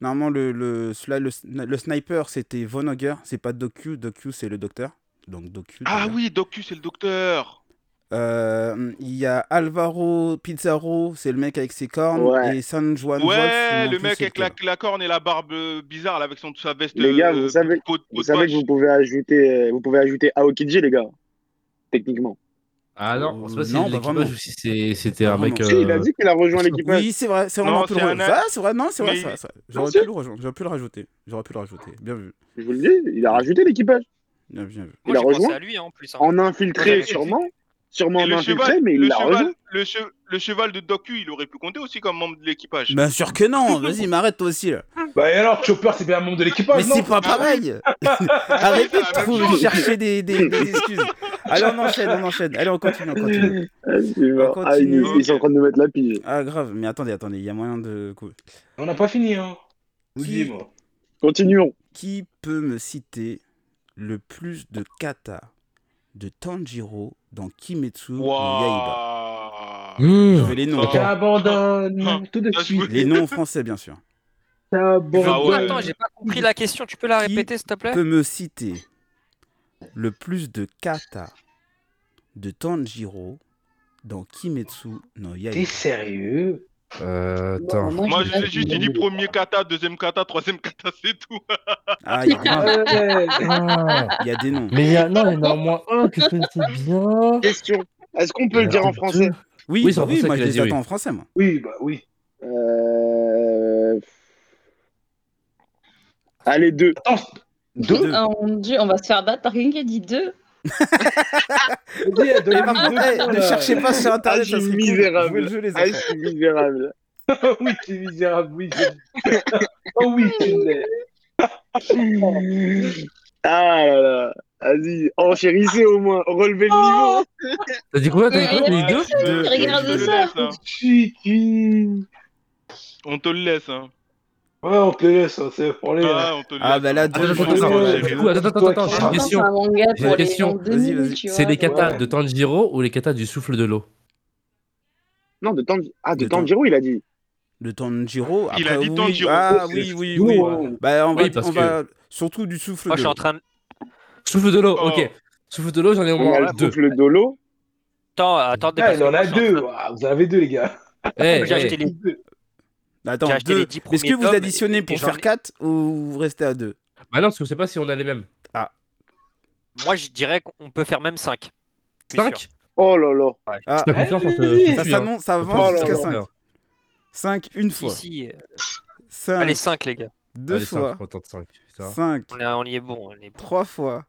Speaker 1: normalement, le, le, celui-là, le, sn- le sniper, c'était Vonnegut. C'est pas Docu. Docu, c'est le docteur. Donc Docu.
Speaker 7: Ah
Speaker 1: déjà.
Speaker 7: oui, Docu, c'est le docteur.
Speaker 1: Euh, Il y a Alvaro Pizarro, c'est le mec avec ses cornes.
Speaker 2: Ouais.
Speaker 1: Et San Juan
Speaker 7: Ouais,
Speaker 1: Wolf,
Speaker 7: le
Speaker 1: non plus,
Speaker 7: mec
Speaker 1: c'est
Speaker 7: avec la,
Speaker 1: lequel.
Speaker 7: la corne et la barbe euh, bizarre là, avec son, sa veste.
Speaker 2: Les gars, vous savez-
Speaker 7: peau de- peau
Speaker 2: Vous
Speaker 7: de
Speaker 2: savez
Speaker 7: vache.
Speaker 2: que vous pouvez ajouter, euh, vous pouvez ajouter Aokiji, les gars. Techniquement.
Speaker 3: Ah non, on sait
Speaker 1: Euh,
Speaker 3: pas si
Speaker 1: non,
Speaker 3: c'est
Speaker 1: bah,
Speaker 3: l'équipage
Speaker 1: vraiment.
Speaker 3: ou si c'est- c'était
Speaker 1: Pas
Speaker 3: un mec.
Speaker 1: vraiment.
Speaker 2: Si, il a
Speaker 3: euh,
Speaker 2: dit qu'il a rejoint l'équipage.
Speaker 1: Oui, c'est vrai, c'est
Speaker 7: Non,
Speaker 1: vraiment un peu
Speaker 7: c'est
Speaker 1: le
Speaker 7: un
Speaker 1: rôle.
Speaker 7: acte.
Speaker 1: Ah, c'est vrai, non, c'est vrai,
Speaker 7: Mais-
Speaker 1: c'est vrai. c'est vrai. J'aurais
Speaker 2: c'est-
Speaker 1: pu le rejoindre, j'aurais pu le rajouter. J'aurais pu le rajouter. Bien vu.
Speaker 2: Je vous le dis, il a rajouté l'équipage.
Speaker 1: Bien, bien vu.
Speaker 4: Moi,
Speaker 2: Il a
Speaker 4: j'ai pensé
Speaker 2: rejoint
Speaker 4: à lui hein, en plus. hein.
Speaker 2: En
Speaker 7: Ouais,
Speaker 2: infiltré,
Speaker 7: j'avais-
Speaker 2: sûrement. Sûrement
Speaker 7: Et
Speaker 2: en
Speaker 7: le
Speaker 2: infiltré,
Speaker 7: cheval,
Speaker 2: mais il
Speaker 7: le
Speaker 2: l'a rejoint.
Speaker 7: cheval, le, che- le cheval de Docu, il aurait pu compter aussi comme membre de l'équipage.
Speaker 1: Bien sûr que
Speaker 7: [LAUGHS]
Speaker 1: non, vas-y, m'arrête toi aussi là.
Speaker 5: Bah et alors, Chopper, c'est bien un membre de
Speaker 1: Mais
Speaker 5: l'équipage, non
Speaker 1: c'est pas pareil Arrêtez
Speaker 7: c'est
Speaker 1: de
Speaker 7: la même
Speaker 1: trouver-
Speaker 7: chose.
Speaker 1: chercher des, des- des excuses. Allez, on enchaîne, on enchaîne. Allez, on continue, on continue.
Speaker 2: Ah, c'est
Speaker 1: On
Speaker 2: mort. Ah, ils,
Speaker 1: continue.
Speaker 2: ils sont en train de nous mettre la pige.
Speaker 1: Ah, grave, mais attendez, attendez, il y a moyen de. quoi.
Speaker 5: On n'a pas fini, hein. Vous
Speaker 1: Qui-
Speaker 5: dites, moi.
Speaker 2: Continuons.
Speaker 1: Qui peut me citer le plus de kata de Tanjiro dans Kimetsu no Yaiba
Speaker 7: Waouh.
Speaker 1: Je
Speaker 3: Mmh.
Speaker 1: veux les noms. hein.
Speaker 7: Attends. Ah,
Speaker 5: T'abandonnes tout de
Speaker 7: ah, je
Speaker 5: suite.
Speaker 1: Les noms français, bien sûr.
Speaker 7: Ah ouais.
Speaker 5: T'abandonnes.
Speaker 4: Attends, j'ai pas compris la question. Tu peux la
Speaker 1: Qui
Speaker 4: répéter, s'il te plaît
Speaker 1: Peut me citer le plus de kata de Tanjiro dans Kimetsu no
Speaker 5: T'es
Speaker 1: Yaiba
Speaker 5: sérieux
Speaker 3: Euh, attends.
Speaker 6: Bon,
Speaker 7: Moi,
Speaker 6: j'ai
Speaker 7: je
Speaker 6: pas
Speaker 7: l'ai juste
Speaker 6: compris.
Speaker 7: dit premier kata, deuxième kata, troisième kata, [LAUGHS] c'est tout.
Speaker 1: Ah, il y a grave,
Speaker 5: Ouais.
Speaker 1: [LAUGHS]
Speaker 3: Ah.
Speaker 1: il y a des noms.
Speaker 3: Mais il y a, non, il y en a au moins un que je connaissais bien.
Speaker 2: Question. Est-ce qu'on peut le dire en français
Speaker 1: Oui,
Speaker 3: Oui,
Speaker 1: oui,
Speaker 3: c'est en français
Speaker 1: moi
Speaker 3: qu'il
Speaker 1: je
Speaker 3: a
Speaker 1: les
Speaker 3: dit, oui.
Speaker 1: attends en français, moi.
Speaker 5: Oui, bah oui.
Speaker 2: euh... Allez, deux.
Speaker 5: Attends, deux
Speaker 6: Oh mon dieu, on va se faire battre par quelqu'un qui a dit deux.
Speaker 5: Vas-y, donne-lui
Speaker 1: Et par
Speaker 5: deux
Speaker 1: contre, hey,
Speaker 5: points,
Speaker 1: eh, ne
Speaker 5: là.
Speaker 1: cherchez pas sur internet,
Speaker 2: je
Speaker 1: ça serait
Speaker 2: suis
Speaker 1: cool.
Speaker 2: misérable.
Speaker 1: Jouez le jeu, les
Speaker 2: Ah,
Speaker 1: enfants.
Speaker 2: je suis misérable.
Speaker 5: [LAUGHS] oui, tu es misérable, oui. je- [LAUGHS] oh oui, tu l'es.
Speaker 2: Ah là là. Vas-y, enchérissez au moins. Relevez le
Speaker 1: Oh.
Speaker 2: niveau.
Speaker 3: T'as dit quoi T'as dit quoi T'as dit deux
Speaker 7: deux.
Speaker 6: Regarde
Speaker 7: On te le
Speaker 6: ça.
Speaker 7: laisse, hein.
Speaker 5: Chiqui.
Speaker 7: On te le laisse. hein.
Speaker 5: Ouais, on te laisse, hein, c'est pour les.
Speaker 7: Ah, on te le
Speaker 1: Ah,
Speaker 7: laisse,
Speaker 1: bah là,
Speaker 7: hein.
Speaker 1: deux
Speaker 3: Attends,
Speaker 1: fois, ça va.
Speaker 5: attends, attends,
Speaker 7: J'ai-
Speaker 5: attends.
Speaker 3: attends, attends, attends, j'ai une
Speaker 5: Attends,
Speaker 6: c'est
Speaker 3: question.
Speaker 6: un manga
Speaker 3: J'ai une
Speaker 6: pour les
Speaker 3: question.
Speaker 6: gens deux
Speaker 1: Vas-y,
Speaker 6: minutes,
Speaker 1: vas-y.
Speaker 6: tu
Speaker 3: C'est
Speaker 6: vois,
Speaker 3: les katas
Speaker 5: ouais.
Speaker 3: de Tanjiro ou les katas du souffle de l'eau
Speaker 2: Non, de Tanjiro. Ah, de
Speaker 1: De Tan-
Speaker 2: Tanjiro, il a dit.
Speaker 1: Le Tanjiro, après,
Speaker 7: Il a dit
Speaker 1: oui.
Speaker 7: Tanjiro.
Speaker 1: Ah,
Speaker 5: C'est-
Speaker 1: oui, oui,
Speaker 5: Nous,
Speaker 1: oui.
Speaker 5: on-
Speaker 1: Bah, on va,
Speaker 3: Oui, parce
Speaker 1: on
Speaker 3: que-
Speaker 1: va... surtout du souffle
Speaker 4: Moi,
Speaker 1: de
Speaker 4: je suis en
Speaker 1: l'eau.
Speaker 4: train de.
Speaker 3: Souffle de l'eau,
Speaker 7: Oh.
Speaker 3: ok. Souffle de l'eau, j'en ai au
Speaker 2: On a
Speaker 3: moins
Speaker 2: le
Speaker 3: deux.
Speaker 2: souffle d'Olo.
Speaker 4: Attends, attendez.
Speaker 5: Ah,
Speaker 4: parce
Speaker 5: il
Speaker 4: que
Speaker 5: en
Speaker 4: moi,
Speaker 5: a
Speaker 4: je suis en train
Speaker 5: deux.
Speaker 4: de-
Speaker 5: Ah, vous en avez deux, les gars.
Speaker 3: Eh,
Speaker 4: J'ai acheté
Speaker 3: eh,
Speaker 4: les
Speaker 5: Deux.
Speaker 1: Attends,
Speaker 4: J'ai acheté
Speaker 1: deux.
Speaker 4: les dix premiers
Speaker 1: Est-ce que vous
Speaker 4: tomes
Speaker 1: additionnez
Speaker 4: et- et
Speaker 1: pour
Speaker 4: j'en
Speaker 1: faire
Speaker 4: ai-
Speaker 1: 4 ou vous restez à 2
Speaker 3: Bah non, parce que je sais pas si on a les mêmes.
Speaker 4: Moi, je dirais qu'on peut faire même 5.
Speaker 3: Cinq
Speaker 2: Oh là là.
Speaker 1: Ah,
Speaker 3: T'as confiance en
Speaker 5: Allez,
Speaker 3: ce-
Speaker 1: ça
Speaker 3: ce sujet, hein.
Speaker 1: s'annonce, ça
Speaker 2: Oh
Speaker 1: avance
Speaker 2: là
Speaker 1: jusqu'à
Speaker 2: là.
Speaker 1: 5. 5 une fois,
Speaker 4: Ici, euh,
Speaker 1: 5
Speaker 4: allez, 5, les gars.
Speaker 1: deux
Speaker 3: Allez, cinq,
Speaker 1: fois,
Speaker 3: on tente cinq, putain.
Speaker 1: 5
Speaker 4: On est, on y est bon. On est bon.
Speaker 1: trois fois.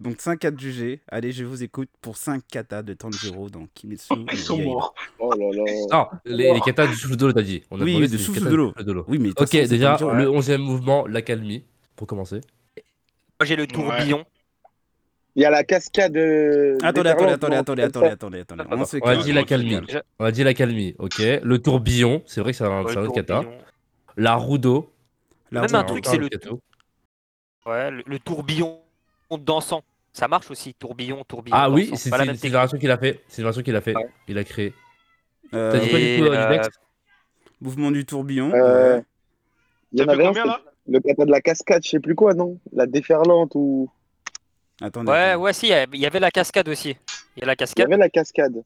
Speaker 1: Donc 5 à juger. Allez, je vous écoute pour 5 katas de Tanjiro dans Kimetsu. no
Speaker 5: Ils sont
Speaker 1: Yaiba.
Speaker 5: morts.
Speaker 2: Oh là là.
Speaker 3: Non, les, les katas du souffle de l'eau, t'as dit. On
Speaker 1: Oui,
Speaker 3: demandé
Speaker 1: du
Speaker 3: si les
Speaker 1: souffle
Speaker 3: katas
Speaker 1: de
Speaker 3: du
Speaker 1: l'eau.
Speaker 3: souffle de l'eau.
Speaker 1: Oui, mais de toute
Speaker 3: Ok,
Speaker 1: façon, c'est
Speaker 3: déjà,
Speaker 1: Tanjiro.
Speaker 3: le onzième mouvement, l'accalmie, pour commencer.
Speaker 4: Moi, j'ai le tourbillon.
Speaker 2: Il y a la cascade. euh,
Speaker 1: Attendez, attendez,
Speaker 2: déferlante,
Speaker 1: attendez,
Speaker 2: non,
Speaker 1: attendez,
Speaker 2: comme
Speaker 1: attendez,
Speaker 2: ça.
Speaker 1: attendez, attendez.
Speaker 4: Attends,
Speaker 1: On se
Speaker 3: On a
Speaker 7: calme.
Speaker 3: dit
Speaker 1: calme.
Speaker 7: la
Speaker 3: l'accalmie.
Speaker 4: Je-
Speaker 3: On a dit l'accalmie, ok. Le tourbillon, c'est vrai que c'est un,
Speaker 4: Ouais,
Speaker 3: c'est un
Speaker 4: le
Speaker 3: autre kata.
Speaker 4: tourbillon.
Speaker 3: La rudo.
Speaker 1: La
Speaker 4: Même un
Speaker 1: roue.
Speaker 4: truc,
Speaker 3: encore
Speaker 4: c'est
Speaker 3: un
Speaker 4: le
Speaker 3: kata.
Speaker 4: Ouais, le, le tourbillon dansant. Ça marche aussi, tourbillon, tourbillon.
Speaker 3: Ah oui,
Speaker 4: dansant.
Speaker 3: c'est
Speaker 4: pas la
Speaker 3: c'est-
Speaker 4: même
Speaker 3: c'est une
Speaker 4: technique.
Speaker 3: version qu'il a fait. C'est une version qu'il a fait.
Speaker 4: Ouais.
Speaker 3: Il a créé.
Speaker 1: Euh,
Speaker 3: T'as dit quoi du
Speaker 4: Et,
Speaker 3: coup, euh,
Speaker 4: euh,
Speaker 3: Udex
Speaker 1: mouvement du tourbillon.
Speaker 2: Euh,
Speaker 1: ouais.
Speaker 2: Il y
Speaker 7: Ça
Speaker 2: en
Speaker 7: fait
Speaker 2: avait un,
Speaker 7: combien là
Speaker 2: c'était le papa de la cascade, je sais plus quoi, non La déferlante ou.
Speaker 1: Attendez.
Speaker 4: Ouais,
Speaker 1: attendez.
Speaker 4: ouais, si, il y a- il y avait la cascade aussi. Il y a la
Speaker 2: Il y
Speaker 4: cascade.
Speaker 2: avait la cascade.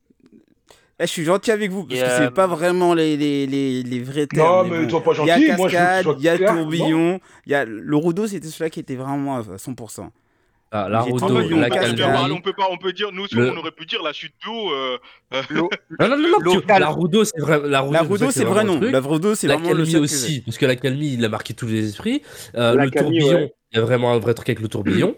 Speaker 1: Eh, je suis gentil avec vous, parce
Speaker 4: Et,
Speaker 1: que
Speaker 4: euh,
Speaker 1: c'est pas vraiment les, les, les, les vrais termes.
Speaker 5: Non, mais
Speaker 1: bon.
Speaker 5: sois pas
Speaker 1: Il y a
Speaker 5: gentil, moi, je veux que tu
Speaker 1: cascade,
Speaker 5: sois
Speaker 1: il y a
Speaker 5: clair,
Speaker 1: tourbillon, il y a le rouleau, c'était celui-là qui était vraiment à 100%.
Speaker 3: Ah, la
Speaker 1: J'ai
Speaker 3: route,
Speaker 1: Plutôt
Speaker 7: En fait,
Speaker 1: tourbillon,
Speaker 3: la
Speaker 7: on, peut- on peut
Speaker 1: Calgary.
Speaker 7: parler,
Speaker 3: calvaire.
Speaker 7: on peut pas, on peut dire, nous,
Speaker 3: Le-
Speaker 7: on aurait pu dire la chute d'eau. euh,
Speaker 3: Non, non, non, non,
Speaker 4: L'eau
Speaker 3: tu-
Speaker 4: calme.
Speaker 3: la Rudo, c'est vrai. La
Speaker 1: La
Speaker 3: Rudo,
Speaker 1: rouleau, c'est le vrai nom. La rouleau, c'est
Speaker 3: La
Speaker 1: vraiment le
Speaker 3: Calmie
Speaker 1: seul que j'ai.
Speaker 3: aussi, parce que la Calmie, il a marqué tous les esprits. Euh,
Speaker 2: La
Speaker 3: le
Speaker 2: Calmie,
Speaker 3: tourbillon,
Speaker 2: ouais.
Speaker 3: il y a vraiment un vrai truc avec
Speaker 1: [CLEARS THROAT]
Speaker 3: le tourbillon.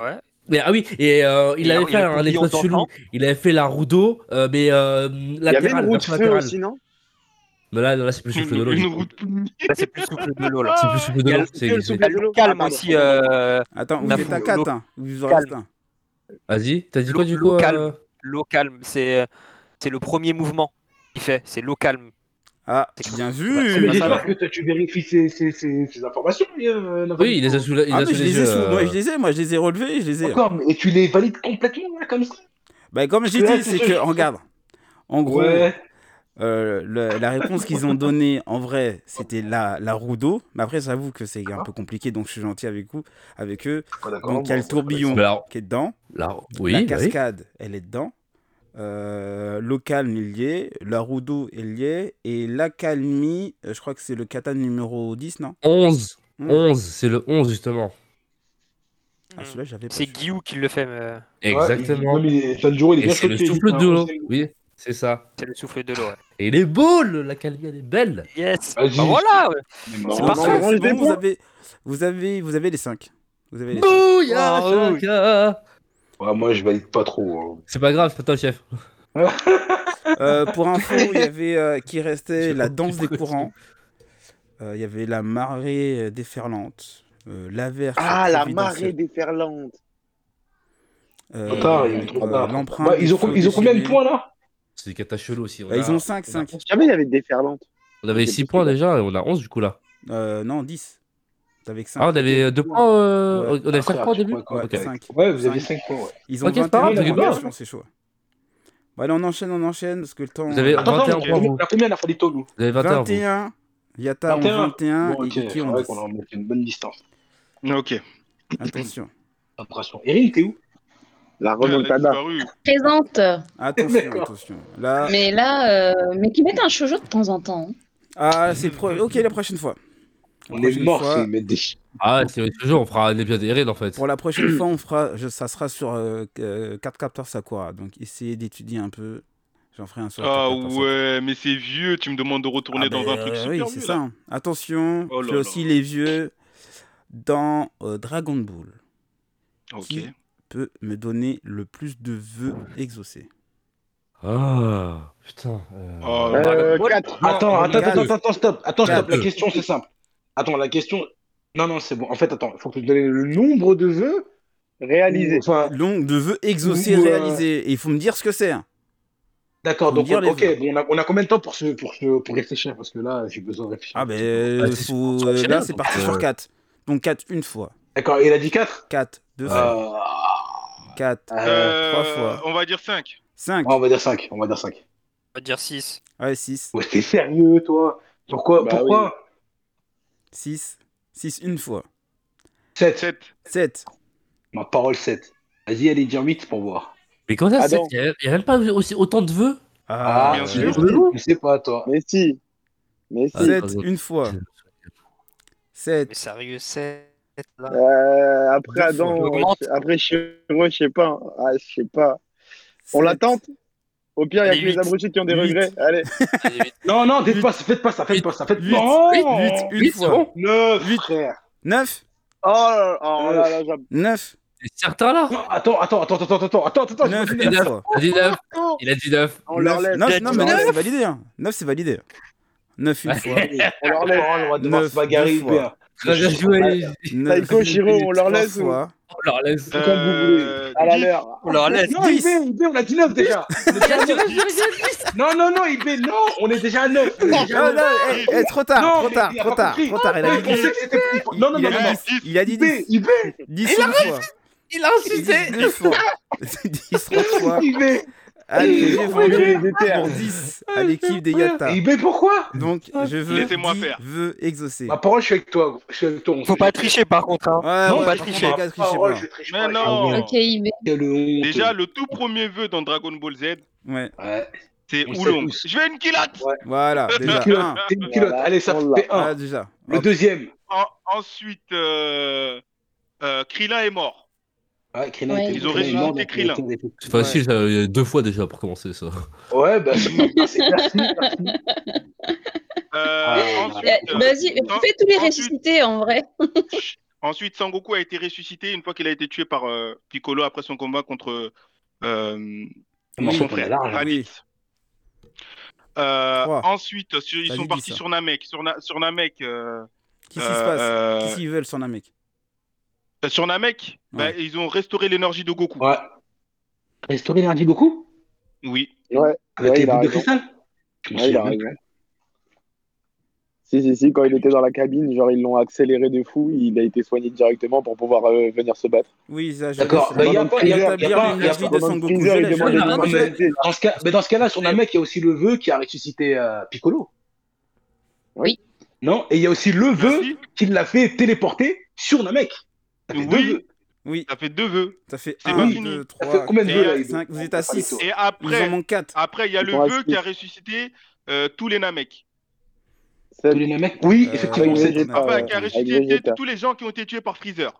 Speaker 4: Ouais.
Speaker 3: Mais, ah oui, et euh, il
Speaker 4: Et
Speaker 3: avait
Speaker 4: il y
Speaker 3: fait
Speaker 4: a le
Speaker 3: un
Speaker 4: tourbillon
Speaker 3: épisode chelou.
Speaker 4: d'enfant.
Speaker 3: Il avait fait la Rudo, euh, mais euh,
Speaker 2: Il y avait une
Speaker 3: latérale,
Speaker 2: route
Speaker 3: version
Speaker 2: feu
Speaker 3: latérale.
Speaker 2: aussi, non
Speaker 3: Mais là, là c'est plus souffle de l'eau.
Speaker 7: une
Speaker 3: du coup.
Speaker 7: route Ah, plus-
Speaker 4: Là, c'est plus souffle de l'eau, là.
Speaker 3: C'est plus souffle de
Speaker 4: Il y a
Speaker 3: l'eau.
Speaker 4: le-
Speaker 3: c'est-
Speaker 2: il y a le
Speaker 3: c'est-
Speaker 2: souffle
Speaker 4: Il y a le calme aussi. euh,
Speaker 1: Attends, vous
Speaker 4: La
Speaker 1: êtes à
Speaker 4: fou-
Speaker 1: 4,
Speaker 4: l'eau-
Speaker 1: hein. Vous en
Speaker 4: calme.
Speaker 1: restez un.
Speaker 3: Vas-y, t'as dit
Speaker 4: L'eau-
Speaker 3: quoi du
Speaker 4: l'eau
Speaker 3: coup
Speaker 4: calme.
Speaker 3: euh,
Speaker 4: l'eau calme, c'est c'est le premier mouvement qu'il fait, c'est l'eau calme.
Speaker 1: Ah,
Speaker 4: Bah, C'est-
Speaker 1: bien
Speaker 4: c'est
Speaker 1: vu Ah,
Speaker 5: Mais
Speaker 4: pas ça,
Speaker 5: j'espère que toi, tu vérifies ces, ces, ces, ces informations. euh, Nathan.
Speaker 3: Oui, il les a hein. sous la- il
Speaker 1: Ah,
Speaker 3: a
Speaker 1: mais
Speaker 3: sous
Speaker 1: je
Speaker 3: les
Speaker 1: les ai
Speaker 3: yeux.
Speaker 1: sous-
Speaker 3: euh,
Speaker 1: moi, je les ai, moi, je les ai relevés, je les ai.
Speaker 5: D'accord, mais- et tu les valides complètement, là, comme ça
Speaker 1: Bah, comme j'ai
Speaker 5: Ouais,
Speaker 1: dit,
Speaker 5: c'est
Speaker 1: c'est
Speaker 5: ça,
Speaker 1: que,
Speaker 5: je-
Speaker 1: regarde, en gros,
Speaker 5: Ouais.
Speaker 1: euh, le- la réponse qu'ils ont donnée, en vrai, c'était la, la roue d'eau. Mais après, j'avoue que c'est un peu compliqué, donc je suis gentil avec vous, avec eux,
Speaker 5: Pas d'accord.
Speaker 1: Donc, il y a le
Speaker 5: bon,
Speaker 1: tourbillon.
Speaker 3: Mais alors,
Speaker 1: qui est dedans.
Speaker 3: là, oui,
Speaker 1: la
Speaker 3: oui.
Speaker 1: cascade, elle est dedans. Euh, l'eau calme est liée, la roue d'eau est liée, et l'accalmie, euh, je crois que c'est le kata numéro 10, non
Speaker 3: 11.
Speaker 1: Hmm.
Speaker 3: 11, c'est le 11 justement.
Speaker 1: Ah, celui-là, j'avais pas.
Speaker 4: Hmm. C'est
Speaker 1: su.
Speaker 4: Guillou qui le fait, mais euh,
Speaker 5: Ouais,
Speaker 3: Exactement.
Speaker 5: il- ouais, mais, San Jiro, il est
Speaker 3: Et
Speaker 5: bien
Speaker 3: c'est le
Speaker 5: choqué,
Speaker 3: souffle
Speaker 5: il-
Speaker 1: hein,
Speaker 5: ah,
Speaker 3: de l'eau.
Speaker 5: Vas-y,
Speaker 3: Oui, c'est ça.
Speaker 4: c'est le souffle de l'eau. ouais.
Speaker 3: Et il est beau, le- la calmie, elle est belle.
Speaker 4: [LAUGHS] Yes.
Speaker 5: Vas-y.
Speaker 4: Bah voilà. ouais.
Speaker 5: mais
Speaker 4: C'est
Speaker 5: non,
Speaker 4: parfait.
Speaker 5: non,
Speaker 1: Oh, c'est
Speaker 2: range des
Speaker 1: bon, vous
Speaker 2: points.
Speaker 1: avez, vous avez, vous avez les 5. Vous avez les cinq.
Speaker 3: Bouya,
Speaker 4: Ah, oui.
Speaker 3: Chaka.
Speaker 5: Ouais, moi, je valide pas trop. hein.
Speaker 3: C'est pas grave, c'est pas toi, le chef.
Speaker 1: Euh, pour
Speaker 5: [LAUGHS]
Speaker 1: info, il y avait euh, qui restait
Speaker 3: J'ai
Speaker 1: la
Speaker 3: compris
Speaker 1: danse des
Speaker 3: presque.
Speaker 1: courants. Euh, Il y avait la marée euh, déferlante, euh, l'averse.
Speaker 2: Ah, la
Speaker 1: providentielle.
Speaker 2: marée déferlante.
Speaker 1: Euh,
Speaker 5: Trop tard, il est trop
Speaker 1: euh,
Speaker 5: tard.
Speaker 1: l'empreinte
Speaker 5: Bah, ils, ont,
Speaker 1: des
Speaker 5: ils ont
Speaker 1: flots
Speaker 5: combien de
Speaker 1: déchirés.
Speaker 5: points, là
Speaker 3: C'est des catas chelous aussi. on
Speaker 1: Euh,
Speaker 3: a-
Speaker 1: Ils ont 5, 5.
Speaker 2: Jamais il y avait de déferlante.
Speaker 3: On avait 6 points déjà et on a 11 du coup là.
Speaker 1: Euh, non, 10. T'avais que 5.
Speaker 3: Ah, on avait 2 points. euh,
Speaker 1: Ouais.
Speaker 3: On avait 5
Speaker 5: Après,
Speaker 3: points au
Speaker 5: tu
Speaker 3: début
Speaker 5: crois quoi,
Speaker 1: Ouais,
Speaker 3: Ok.
Speaker 1: cinq.
Speaker 5: Ouais, vous avez
Speaker 1: Cinq.
Speaker 5: 5 points, ouais.
Speaker 1: Ils ont
Speaker 3: Ok, c'est
Speaker 1: 21
Speaker 3: pas
Speaker 1: points
Speaker 5: grave,
Speaker 1: de
Speaker 5: t'inquiète pas.
Speaker 1: conversion, c'est chaud. Bon, allez, on enchaîne, on enchaîne, parce que le temps.
Speaker 3: Vous avez
Speaker 5: Attends,
Speaker 3: 21
Speaker 5: attends,
Speaker 3: points, vous.
Speaker 5: on a combien la fois des taux, nous
Speaker 3: Vous avez 21. vous.
Speaker 1: 21. Yata en
Speaker 5: 21.
Speaker 1: 21
Speaker 5: Bon, ok,
Speaker 1: et Kiki
Speaker 5: c'est
Speaker 1: en
Speaker 5: vrai
Speaker 1: 10.
Speaker 5: qu'on a mis une bonne distance.
Speaker 7: Ok.
Speaker 1: Attention,
Speaker 5: Impression. Erin, t'es où
Speaker 2: La
Speaker 7: Elle a
Speaker 2: remontada.
Speaker 7: disparu.
Speaker 6: Présente.
Speaker 1: Ah. attention,
Speaker 5: [LAUGHS] D'accord.
Speaker 1: attention. Là,
Speaker 6: Mais là, euh, mais qui mettent un shoujo de temps en temps. hein.
Speaker 1: ah, c'est pro... Ok, la prochaine fois. La
Speaker 5: On est
Speaker 1: prochaine
Speaker 5: mort,
Speaker 1: fois-
Speaker 5: c'est mettre des chiens.
Speaker 3: Ah, ouais, c'est toujours, on fera un épisode Erin en fait.
Speaker 1: Pour la prochaine
Speaker 7: [CLEARS THROAT]
Speaker 1: fois, on fera, je- ça sera sur euh, euh, 4 capteurs Sakura. Donc, essayez d'étudier un peu. J'en ferai un sur
Speaker 7: Ah
Speaker 1: 4 capteurs Sakura.
Speaker 7: ouais, mais c'est vieux, tu me demandes de retourner
Speaker 1: Ah
Speaker 7: dans
Speaker 1: ben,
Speaker 7: un truc
Speaker 1: euh,
Speaker 7: super
Speaker 1: Oui,
Speaker 7: vieux,
Speaker 1: c'est
Speaker 7: là.
Speaker 1: ça. Attention,
Speaker 7: Oh là
Speaker 1: j'ai
Speaker 7: là.
Speaker 1: aussi les vieux dans euh, Dragon Ball.
Speaker 7: Ok.
Speaker 1: Qui peut me donner le plus de vœux exaucés
Speaker 3: Ah, putain. euh,
Speaker 7: Oh,
Speaker 2: Euh,
Speaker 7: Dragon Ball.
Speaker 2: quatre.
Speaker 5: Attends, attends,
Speaker 1: Quatre.
Speaker 5: attends, attends, attends, stop. Attends, stop.
Speaker 1: Quatre.
Speaker 5: La question, c'est simple. Attends, la question. Non, non, c'est bon. En fait, attends, il faut que tu donnes le nombre de vœux
Speaker 2: Réalisé.
Speaker 5: Enfin,
Speaker 1: Donc, de vœux exaucés
Speaker 5: Ouais.
Speaker 1: réalisés. Et il faut me dire ce que c'est. hein.
Speaker 5: d'accord.
Speaker 1: Faut me
Speaker 5: Donc,
Speaker 1: dire
Speaker 5: on-
Speaker 1: les
Speaker 5: ok,
Speaker 1: vœux.
Speaker 5: bon, on a, on a combien de temps pour se, pour se, pour réfléchir parce que là, j'ai besoin de réfléchir.
Speaker 1: Ah,
Speaker 7: Bah,
Speaker 1: ben, euh,
Speaker 3: Ah, c'est
Speaker 1: faut-
Speaker 3: sur- sur-
Speaker 1: là, c'est parti
Speaker 3: euh,
Speaker 1: sur 4. Donc, 4 une fois,
Speaker 5: D'accord. Il a dit 4
Speaker 1: 4 deux
Speaker 3: Ah.
Speaker 1: fois,
Speaker 5: euh...
Speaker 1: 4,
Speaker 5: euh,
Speaker 7: Euh,
Speaker 1: trois fois.
Speaker 7: On va dire 5.
Speaker 1: 5,
Speaker 5: ouais, on va dire 5. On va dire 5.
Speaker 4: On va dire 6.
Speaker 3: Ah.
Speaker 1: ouais, 6,
Speaker 5: Ouais, t'es sérieux, toi Pourquoi
Speaker 2: Bah oui.
Speaker 5: Pourquoi
Speaker 1: 6, 6 une fois,
Speaker 5: 7.
Speaker 7: 7.
Speaker 1: 7.
Speaker 5: Ma parole, 7. Vas-y, allez, dire 8 pour voir.
Speaker 3: Mais comment ça, c'est
Speaker 2: Adam.
Speaker 3: Il n'y a, même pas aussi, autant de vœux
Speaker 5: Ah,
Speaker 7: bien
Speaker 5: euh,
Speaker 7: sûr.
Speaker 5: Je sais pas, toi.
Speaker 2: Mais si. Mais si.
Speaker 3: Ah,
Speaker 1: 7
Speaker 3: pardon.
Speaker 1: une fois,
Speaker 3: Putain,
Speaker 1: 7,
Speaker 4: Mais sérieux, 7 là.
Speaker 2: Euh, après
Speaker 1: Deux fois.
Speaker 2: Adam,
Speaker 4: Augmente.
Speaker 2: après Chiro, je sais pas. Ah, je sais pas. On la tente Au pire, il y a
Speaker 4: Les
Speaker 2: que les
Speaker 4: huit.
Speaker 2: abrutis qui ont des
Speaker 1: Huit.
Speaker 2: regrets. Allez.
Speaker 5: Non, non, faites
Speaker 1: Huit.
Speaker 5: pas, ça, faites pas ça, faites
Speaker 3: Huit.
Speaker 5: pas ça, faites
Speaker 1: 8,
Speaker 5: pas.
Speaker 1: 8 une fois,
Speaker 5: 9,
Speaker 1: Huit.
Speaker 5: frère.
Speaker 1: 9,
Speaker 2: Oh là là, oh là, là, j'aime
Speaker 1: 9,
Speaker 3: T'es certain là
Speaker 5: Non, attends, attends, attends, attends, attends, attends, attends, attends.
Speaker 1: 9
Speaker 3: neuf.
Speaker 1: une fois.
Speaker 3: Il a dit 9. Il a dit 9.
Speaker 2: on leur
Speaker 1: Neuf-
Speaker 2: laisse.
Speaker 1: neuf- non, mais
Speaker 4: Neuf.
Speaker 1: neuf, c'est validé. Hein. 9, c'est validé. 9 une fois.
Speaker 5: On leur laisse, on va devoir
Speaker 1: Neuf,
Speaker 5: se bagarrer,
Speaker 1: deux fois.
Speaker 5: Hubert.
Speaker 3: Très bien joué. On
Speaker 1: Neuf
Speaker 2: Psycho, Shiro, on leur
Speaker 1: trois
Speaker 2: laisse ou-
Speaker 1: fois.
Speaker 3: leur laisse.
Speaker 2: C'est comme vous
Speaker 7: Euh,
Speaker 2: voulez. À la leur.
Speaker 4: On leur laisse.
Speaker 5: Non,
Speaker 1: Dix.
Speaker 5: Hubert, Hubert, on a dit
Speaker 1: [LAUGHS]
Speaker 5: 9 déjà.
Speaker 6: [LAUGHS]
Speaker 5: Non, non, non, Hubert, non, on est déjà à 9. On est déjà
Speaker 1: Non,
Speaker 5: à
Speaker 1: non,
Speaker 5: neuf.
Speaker 1: eh, eh, trop tard,
Speaker 5: Non,
Speaker 1: trop
Speaker 5: mais
Speaker 1: tard,
Speaker 5: il a
Speaker 1: trop
Speaker 5: pas
Speaker 1: tard,
Speaker 5: compris.
Speaker 1: trop tard. Il a
Speaker 5: Ouais,
Speaker 1: dit
Speaker 5: on sait que c'était plus. Non, non,
Speaker 1: il
Speaker 5: non,
Speaker 1: a
Speaker 5: non.
Speaker 1: dit
Speaker 5: non.
Speaker 1: dix. Il a dit
Speaker 5: Hubert,
Speaker 1: 10.
Speaker 5: Hubert,
Speaker 1: 10 une fois.
Speaker 8: Il a
Speaker 1: [LAUGHS] 10 une fois. 10 trois fois.
Speaker 5: Hubert.
Speaker 1: Anne est vendue
Speaker 2: les éthers.
Speaker 1: pour 10 à l'équipe des Yata.
Speaker 5: Et ben pourquoi
Speaker 1: Donc, je veux.
Speaker 7: Laissez-moi
Speaker 1: dix
Speaker 7: faire.
Speaker 1: vœux exaucés.
Speaker 5: Ma parole, je suis avec toi. gros. Je suis avec toi. on
Speaker 4: Faut
Speaker 5: sait
Speaker 4: pas
Speaker 5: jamais.
Speaker 4: tricher par contre. Hein.
Speaker 1: Ouais,
Speaker 4: Non,
Speaker 1: ouais,
Speaker 4: pas
Speaker 1: par contre,
Speaker 4: tricher.
Speaker 5: Ma
Speaker 1: regarde, triche
Speaker 5: parole,
Speaker 1: pas.
Speaker 5: je triche
Speaker 7: Mais
Speaker 5: pas,
Speaker 7: non.
Speaker 5: j'ai-
Speaker 2: Ah,
Speaker 6: Ok, Ibé.
Speaker 5: Quelle honte.
Speaker 7: Déjà, le tout premier vœu dans Dragon Ball Z,
Speaker 1: Ouais,
Speaker 5: Ouais.
Speaker 7: c'est
Speaker 5: On sait
Speaker 7: Oulong.
Speaker 5: tous.
Speaker 7: Je veux une culotte
Speaker 1: voilà, déjà.
Speaker 5: Culotte,
Speaker 1: un.
Speaker 5: t'es une culotte.
Speaker 2: Voilà,
Speaker 5: Allez, ça
Speaker 2: on l'a.
Speaker 5: fait
Speaker 1: Ah,
Speaker 5: un.
Speaker 1: déjà.
Speaker 5: Le
Speaker 1: Hop.
Speaker 5: deuxième.
Speaker 7: En- Ensuite, euh, euh, Krillin est mort.
Speaker 5: Ouais, Krillin
Speaker 6: Ouais.
Speaker 5: était-
Speaker 6: Ils
Speaker 7: ont
Speaker 5: Krillin est mort
Speaker 7: ressuscité
Speaker 5: dans-
Speaker 7: Krillin.
Speaker 5: dans- dans-
Speaker 3: C'est facile, ça, il y a deux fois déjà pour commencer ça.
Speaker 5: Ouais, bah, c'est merci, merci.
Speaker 7: Euh,
Speaker 2: Ah,
Speaker 5: Ouais.
Speaker 7: ensuite, euh,
Speaker 6: Vas-y,
Speaker 7: en-
Speaker 6: fais tous les
Speaker 7: ensuite-
Speaker 6: ressuscités en vrai.
Speaker 7: ensuite, Sangoku a été ressuscité une fois qu'il a été tué par euh, Piccolo après son combat contre euh,
Speaker 5: Oui,
Speaker 7: son
Speaker 5: on est
Speaker 7: frère,
Speaker 5: large, hein.
Speaker 7: Raditz. Euh,
Speaker 1: Trois.
Speaker 7: ensuite, sur- ils
Speaker 1: T'as
Speaker 7: sont
Speaker 1: dit
Speaker 7: partis
Speaker 1: ça.
Speaker 7: sur Namek. Sur, Na- sur Namek, euh,
Speaker 1: Qu'est-ce qui se passe
Speaker 7: euh,
Speaker 1: Qu'est-ce qu'ils veulent sur un mec
Speaker 7: euh, sur Namek, bah,
Speaker 1: Ouais.
Speaker 7: ils ont restauré l'énergie de Goku.
Speaker 5: Ouais. Restaurer l'énergie beaucoup
Speaker 7: Oui.
Speaker 2: Ouais,
Speaker 5: Avec
Speaker 2: Ouais,
Speaker 5: les
Speaker 2: il a
Speaker 5: boules de
Speaker 2: raison.
Speaker 5: cristal Je me
Speaker 2: ouais, il a
Speaker 5: souviens même
Speaker 2: raison. Si, si, si, quand il était dans la cabine, genre ils l'ont accéléré de fou, il a été soigné directement pour pouvoir euh, venir se battre.
Speaker 1: Oui, ça, je
Speaker 5: D'accord,
Speaker 1: pense.
Speaker 5: bah, y a pas- y a- y a
Speaker 1: Établir
Speaker 5: pas- y a
Speaker 1: l'énergie
Speaker 5: pas-
Speaker 1: de
Speaker 2: Pendant
Speaker 1: Son
Speaker 2: le
Speaker 1: Goku.
Speaker 2: freezer,
Speaker 1: Je
Speaker 2: il
Speaker 1: l'ai-
Speaker 2: demandait
Speaker 1: je l'ai-
Speaker 5: Ah,
Speaker 2: de
Speaker 5: non, mais-
Speaker 2: l'immortalité.
Speaker 5: Dans ce cas, mais dans ce cas-là, sur Namek, il y a aussi le vœu qui a ressuscité euh, Piccolo.
Speaker 6: Oui.
Speaker 5: Non, et il y a aussi le vœu
Speaker 7: Merci.
Speaker 5: qui l'a fait téléporter sur Namek. Ça fait deux
Speaker 7: Oui.
Speaker 5: vœux.
Speaker 1: Oui,
Speaker 7: Ça fait deux vœux.
Speaker 1: ça fait
Speaker 7: C'est pas
Speaker 1: 1,
Speaker 7: fini.
Speaker 1: 2,
Speaker 5: Ça fait
Speaker 1: 3,
Speaker 5: combien de vœux
Speaker 7: quatre,
Speaker 5: là Ido
Speaker 1: cinq, vous êtes à
Speaker 5: On va faire
Speaker 1: six.
Speaker 5: les tours.
Speaker 7: Et
Speaker 1: il nous en
Speaker 7: après,
Speaker 1: manque 4.
Speaker 7: après, il y a
Speaker 2: Il
Speaker 7: le
Speaker 2: faut
Speaker 7: vœu
Speaker 2: rester.
Speaker 7: qui a ressuscité euh, tous les Namek.
Speaker 2: Sept.
Speaker 5: Tous les Namek Oui,
Speaker 1: Euh,
Speaker 5: effectivement.
Speaker 1: oui,
Speaker 5: c'est-
Speaker 1: j'ai-
Speaker 7: Enfin,
Speaker 1: Ah,
Speaker 7: qui a
Speaker 1: ouais.
Speaker 7: ressuscité
Speaker 2: Avec Vegeta.
Speaker 7: tous les gens qui ont été tués par Freezer.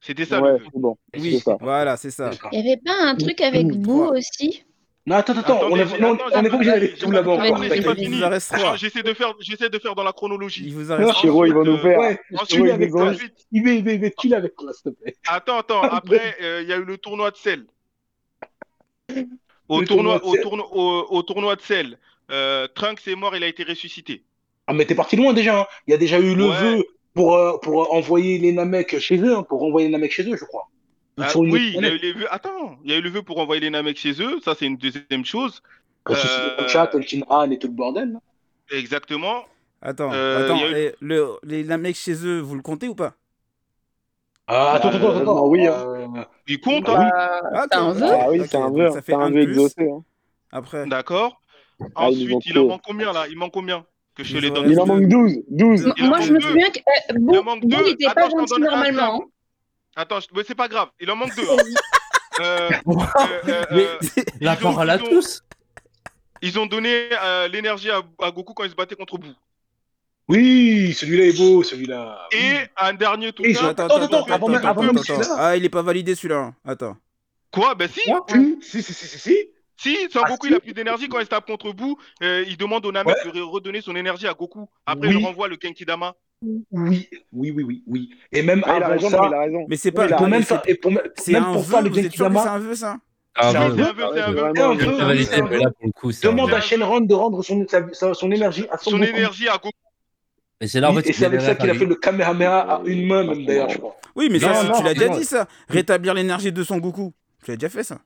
Speaker 7: C'était ça
Speaker 2: Ouais,
Speaker 7: le vœu.
Speaker 2: c'est bon.
Speaker 1: Oui,
Speaker 2: C'est ça.
Speaker 1: voilà, c'est ça.
Speaker 5: D'accord.
Speaker 6: Il y avait pas un truc avec
Speaker 1: Mmh.
Speaker 6: Boo aussi
Speaker 5: Non, attends, attends, on
Speaker 7: Attendez,
Speaker 5: est
Speaker 7: j'ai-
Speaker 5: non,
Speaker 7: attends,
Speaker 5: on
Speaker 7: j'ai
Speaker 5: est pas obligé d'aller
Speaker 7: j'ai
Speaker 5: tout
Speaker 7: pas-
Speaker 5: là-bas
Speaker 6: attendez,
Speaker 5: encore.
Speaker 7: attendez, j'ai pas
Speaker 5: t'inquiète.
Speaker 1: Il
Speaker 7: fini.
Speaker 1: nous en reste
Speaker 7: Attends,
Speaker 1: 3.
Speaker 7: J'essaie de faire, j'essaie de faire dans la chronologie.
Speaker 1: Il vous en reste
Speaker 5: Non,
Speaker 1: 3.
Speaker 2: Chiro, ils vont nous
Speaker 7: Ensuite,
Speaker 2: faire.
Speaker 5: Ouais,
Speaker 7: Ensuite,
Speaker 5: tu l'as avec toi.
Speaker 7: ensuite-
Speaker 5: Il met, il met, il met, tu l'as avec toi, s'il te plaît.
Speaker 7: attends, attends. Après, euh, il y a eu le tournoi de sel. Au
Speaker 5: Le
Speaker 7: tournoi,
Speaker 5: tournoi
Speaker 7: au
Speaker 5: de
Speaker 7: tournoi, au, au tournoi de sel, euh, Trunks est mort, il a été ressuscité.
Speaker 5: Ah, mais t'es parti loin déjà. hein. Il y a déjà eu le
Speaker 7: Ouais.
Speaker 5: vœu pour, euh, pour euh, envoyer les Namek chez eux, hein, pour envoyer les Namek chez eux, je crois.
Speaker 7: Ah,
Speaker 5: Sur une
Speaker 7: oui,
Speaker 5: autre
Speaker 7: il y a
Speaker 5: planète.
Speaker 7: eu les vœux. Attends, il y a eu le vœu pour envoyer les Namek chez eux. Ça, c'est une deuxième chose.
Speaker 5: Ressusciter
Speaker 7: Euh,
Speaker 5: Kocha, Tenshinhan et tout le bordel. là.
Speaker 7: Exactement.
Speaker 1: Attends,
Speaker 7: Euh,
Speaker 1: attends.
Speaker 7: il y a eu-
Speaker 1: et le- les la mec chez eux, vous le comptez ou pas
Speaker 5: Ah, attends,
Speaker 2: Bah,
Speaker 5: attends,
Speaker 2: euh,
Speaker 5: attends.
Speaker 2: oui,
Speaker 5: euh,
Speaker 7: Il compte.
Speaker 5: Bah,
Speaker 7: hein.
Speaker 1: Ah,
Speaker 6: t'as un
Speaker 1: ok,
Speaker 6: vœu
Speaker 2: Ah oui,
Speaker 1: ok,
Speaker 2: c'est un
Speaker 1: donc
Speaker 2: vœu.
Speaker 1: Ça fait
Speaker 2: C'est un
Speaker 1: un
Speaker 2: vœu
Speaker 1: de plus.
Speaker 2: exaucé. hein.
Speaker 1: Après,
Speaker 7: D'accord.
Speaker 2: Ah, ils nous ont
Speaker 7: Ensuite, il en
Speaker 2: pris.
Speaker 7: manque combien là Il manque combien Que je te
Speaker 1: Ils
Speaker 7: les
Speaker 1: ont
Speaker 7: donne.
Speaker 1: raison.
Speaker 2: Il en manque 12. 12.
Speaker 6: M-
Speaker 7: Il en
Speaker 6: Moi,
Speaker 7: manque
Speaker 6: je me
Speaker 7: deux.
Speaker 6: souviens que euh, Boo,
Speaker 7: Il en manque
Speaker 6: Boo,
Speaker 7: deux.
Speaker 6: il était
Speaker 7: Attends,
Speaker 6: pas
Speaker 7: je t'en
Speaker 6: gentil
Speaker 7: donne un
Speaker 6: normalement. hein.
Speaker 7: Attends, je- mais c'est pas grave. Il en manque deux. hein. Euh,
Speaker 3: [LAUGHS]
Speaker 7: euh, euh,
Speaker 3: Mais-
Speaker 7: euh,
Speaker 3: La
Speaker 7: Ils ont-
Speaker 3: parole à
Speaker 7: ils ont-
Speaker 3: tous
Speaker 7: ils ont donné euh, l'énergie à, à Goku quand il se battait contre Boo.
Speaker 5: Oui, celui-là est beau, celui-là.
Speaker 7: Et un dernier hein. tout
Speaker 5: Et
Speaker 7: ça.
Speaker 5: Attends, attends, attends, avant même- avant même celui-là.
Speaker 1: Ah, il est pas validé celui-là. hein. Attends.
Speaker 7: Quoi Ben si,
Speaker 5: Moi,
Speaker 1: hein.
Speaker 5: plus. Si, si, si, si, si.
Speaker 7: si, sans
Speaker 5: Ah,
Speaker 7: Goku
Speaker 5: si.
Speaker 7: il a plus d'énergie quand il se tape contre Boo. euh, il demande au Namek de re- redonner son énergie à Goku. Après
Speaker 5: Oui.
Speaker 7: il renvoie le Genkidama.
Speaker 5: Oui, oui, oui, oui, oui. Et même
Speaker 2: Ah, il a
Speaker 5: avant
Speaker 2: raison,
Speaker 5: ça,
Speaker 2: mais il a raison.
Speaker 1: Mais c'est
Speaker 2: Oui,
Speaker 1: pas.
Speaker 2: il a
Speaker 5: pour
Speaker 1: mais
Speaker 5: même
Speaker 1: c'est-
Speaker 5: ça, et pour même,
Speaker 1: C'est
Speaker 5: même
Speaker 1: un
Speaker 5: pour faire
Speaker 1: vœu,
Speaker 5: le
Speaker 1: vous êtes sûr que c'est
Speaker 5: Genkidama,
Speaker 1: un hein. vœu ça
Speaker 3: Ah,
Speaker 7: C'est
Speaker 5: un
Speaker 7: un
Speaker 3: bah,
Speaker 5: vœu.
Speaker 7: vœu, c'est un
Speaker 2: c'est
Speaker 7: vœu.
Speaker 2: vraiment
Speaker 5: un
Speaker 2: un
Speaker 3: j'ai
Speaker 5: vœu,
Speaker 3: été
Speaker 7: un
Speaker 3: validé,
Speaker 7: vœu.
Speaker 3: mais là pour le coup, c'est un
Speaker 5: demande
Speaker 3: vœu.
Speaker 5: à Shenron de rendre son, sa- sa- son énergie à son,
Speaker 7: Son
Speaker 5: Goku.
Speaker 7: énergie à Goku.
Speaker 3: Et c'est là en
Speaker 5: Oui,
Speaker 3: fait
Speaker 5: et c'est avec ça qu'il a fait le Kamehameha à une main, même d'ailleurs, je crois.
Speaker 1: Oui, mais ça,
Speaker 3: Non,
Speaker 1: c'est-
Speaker 3: non,
Speaker 1: tu l'as déjà
Speaker 3: non.
Speaker 1: dit ça. Rétablir l'énergie de Son Goku. Tu l'as déjà fait ça.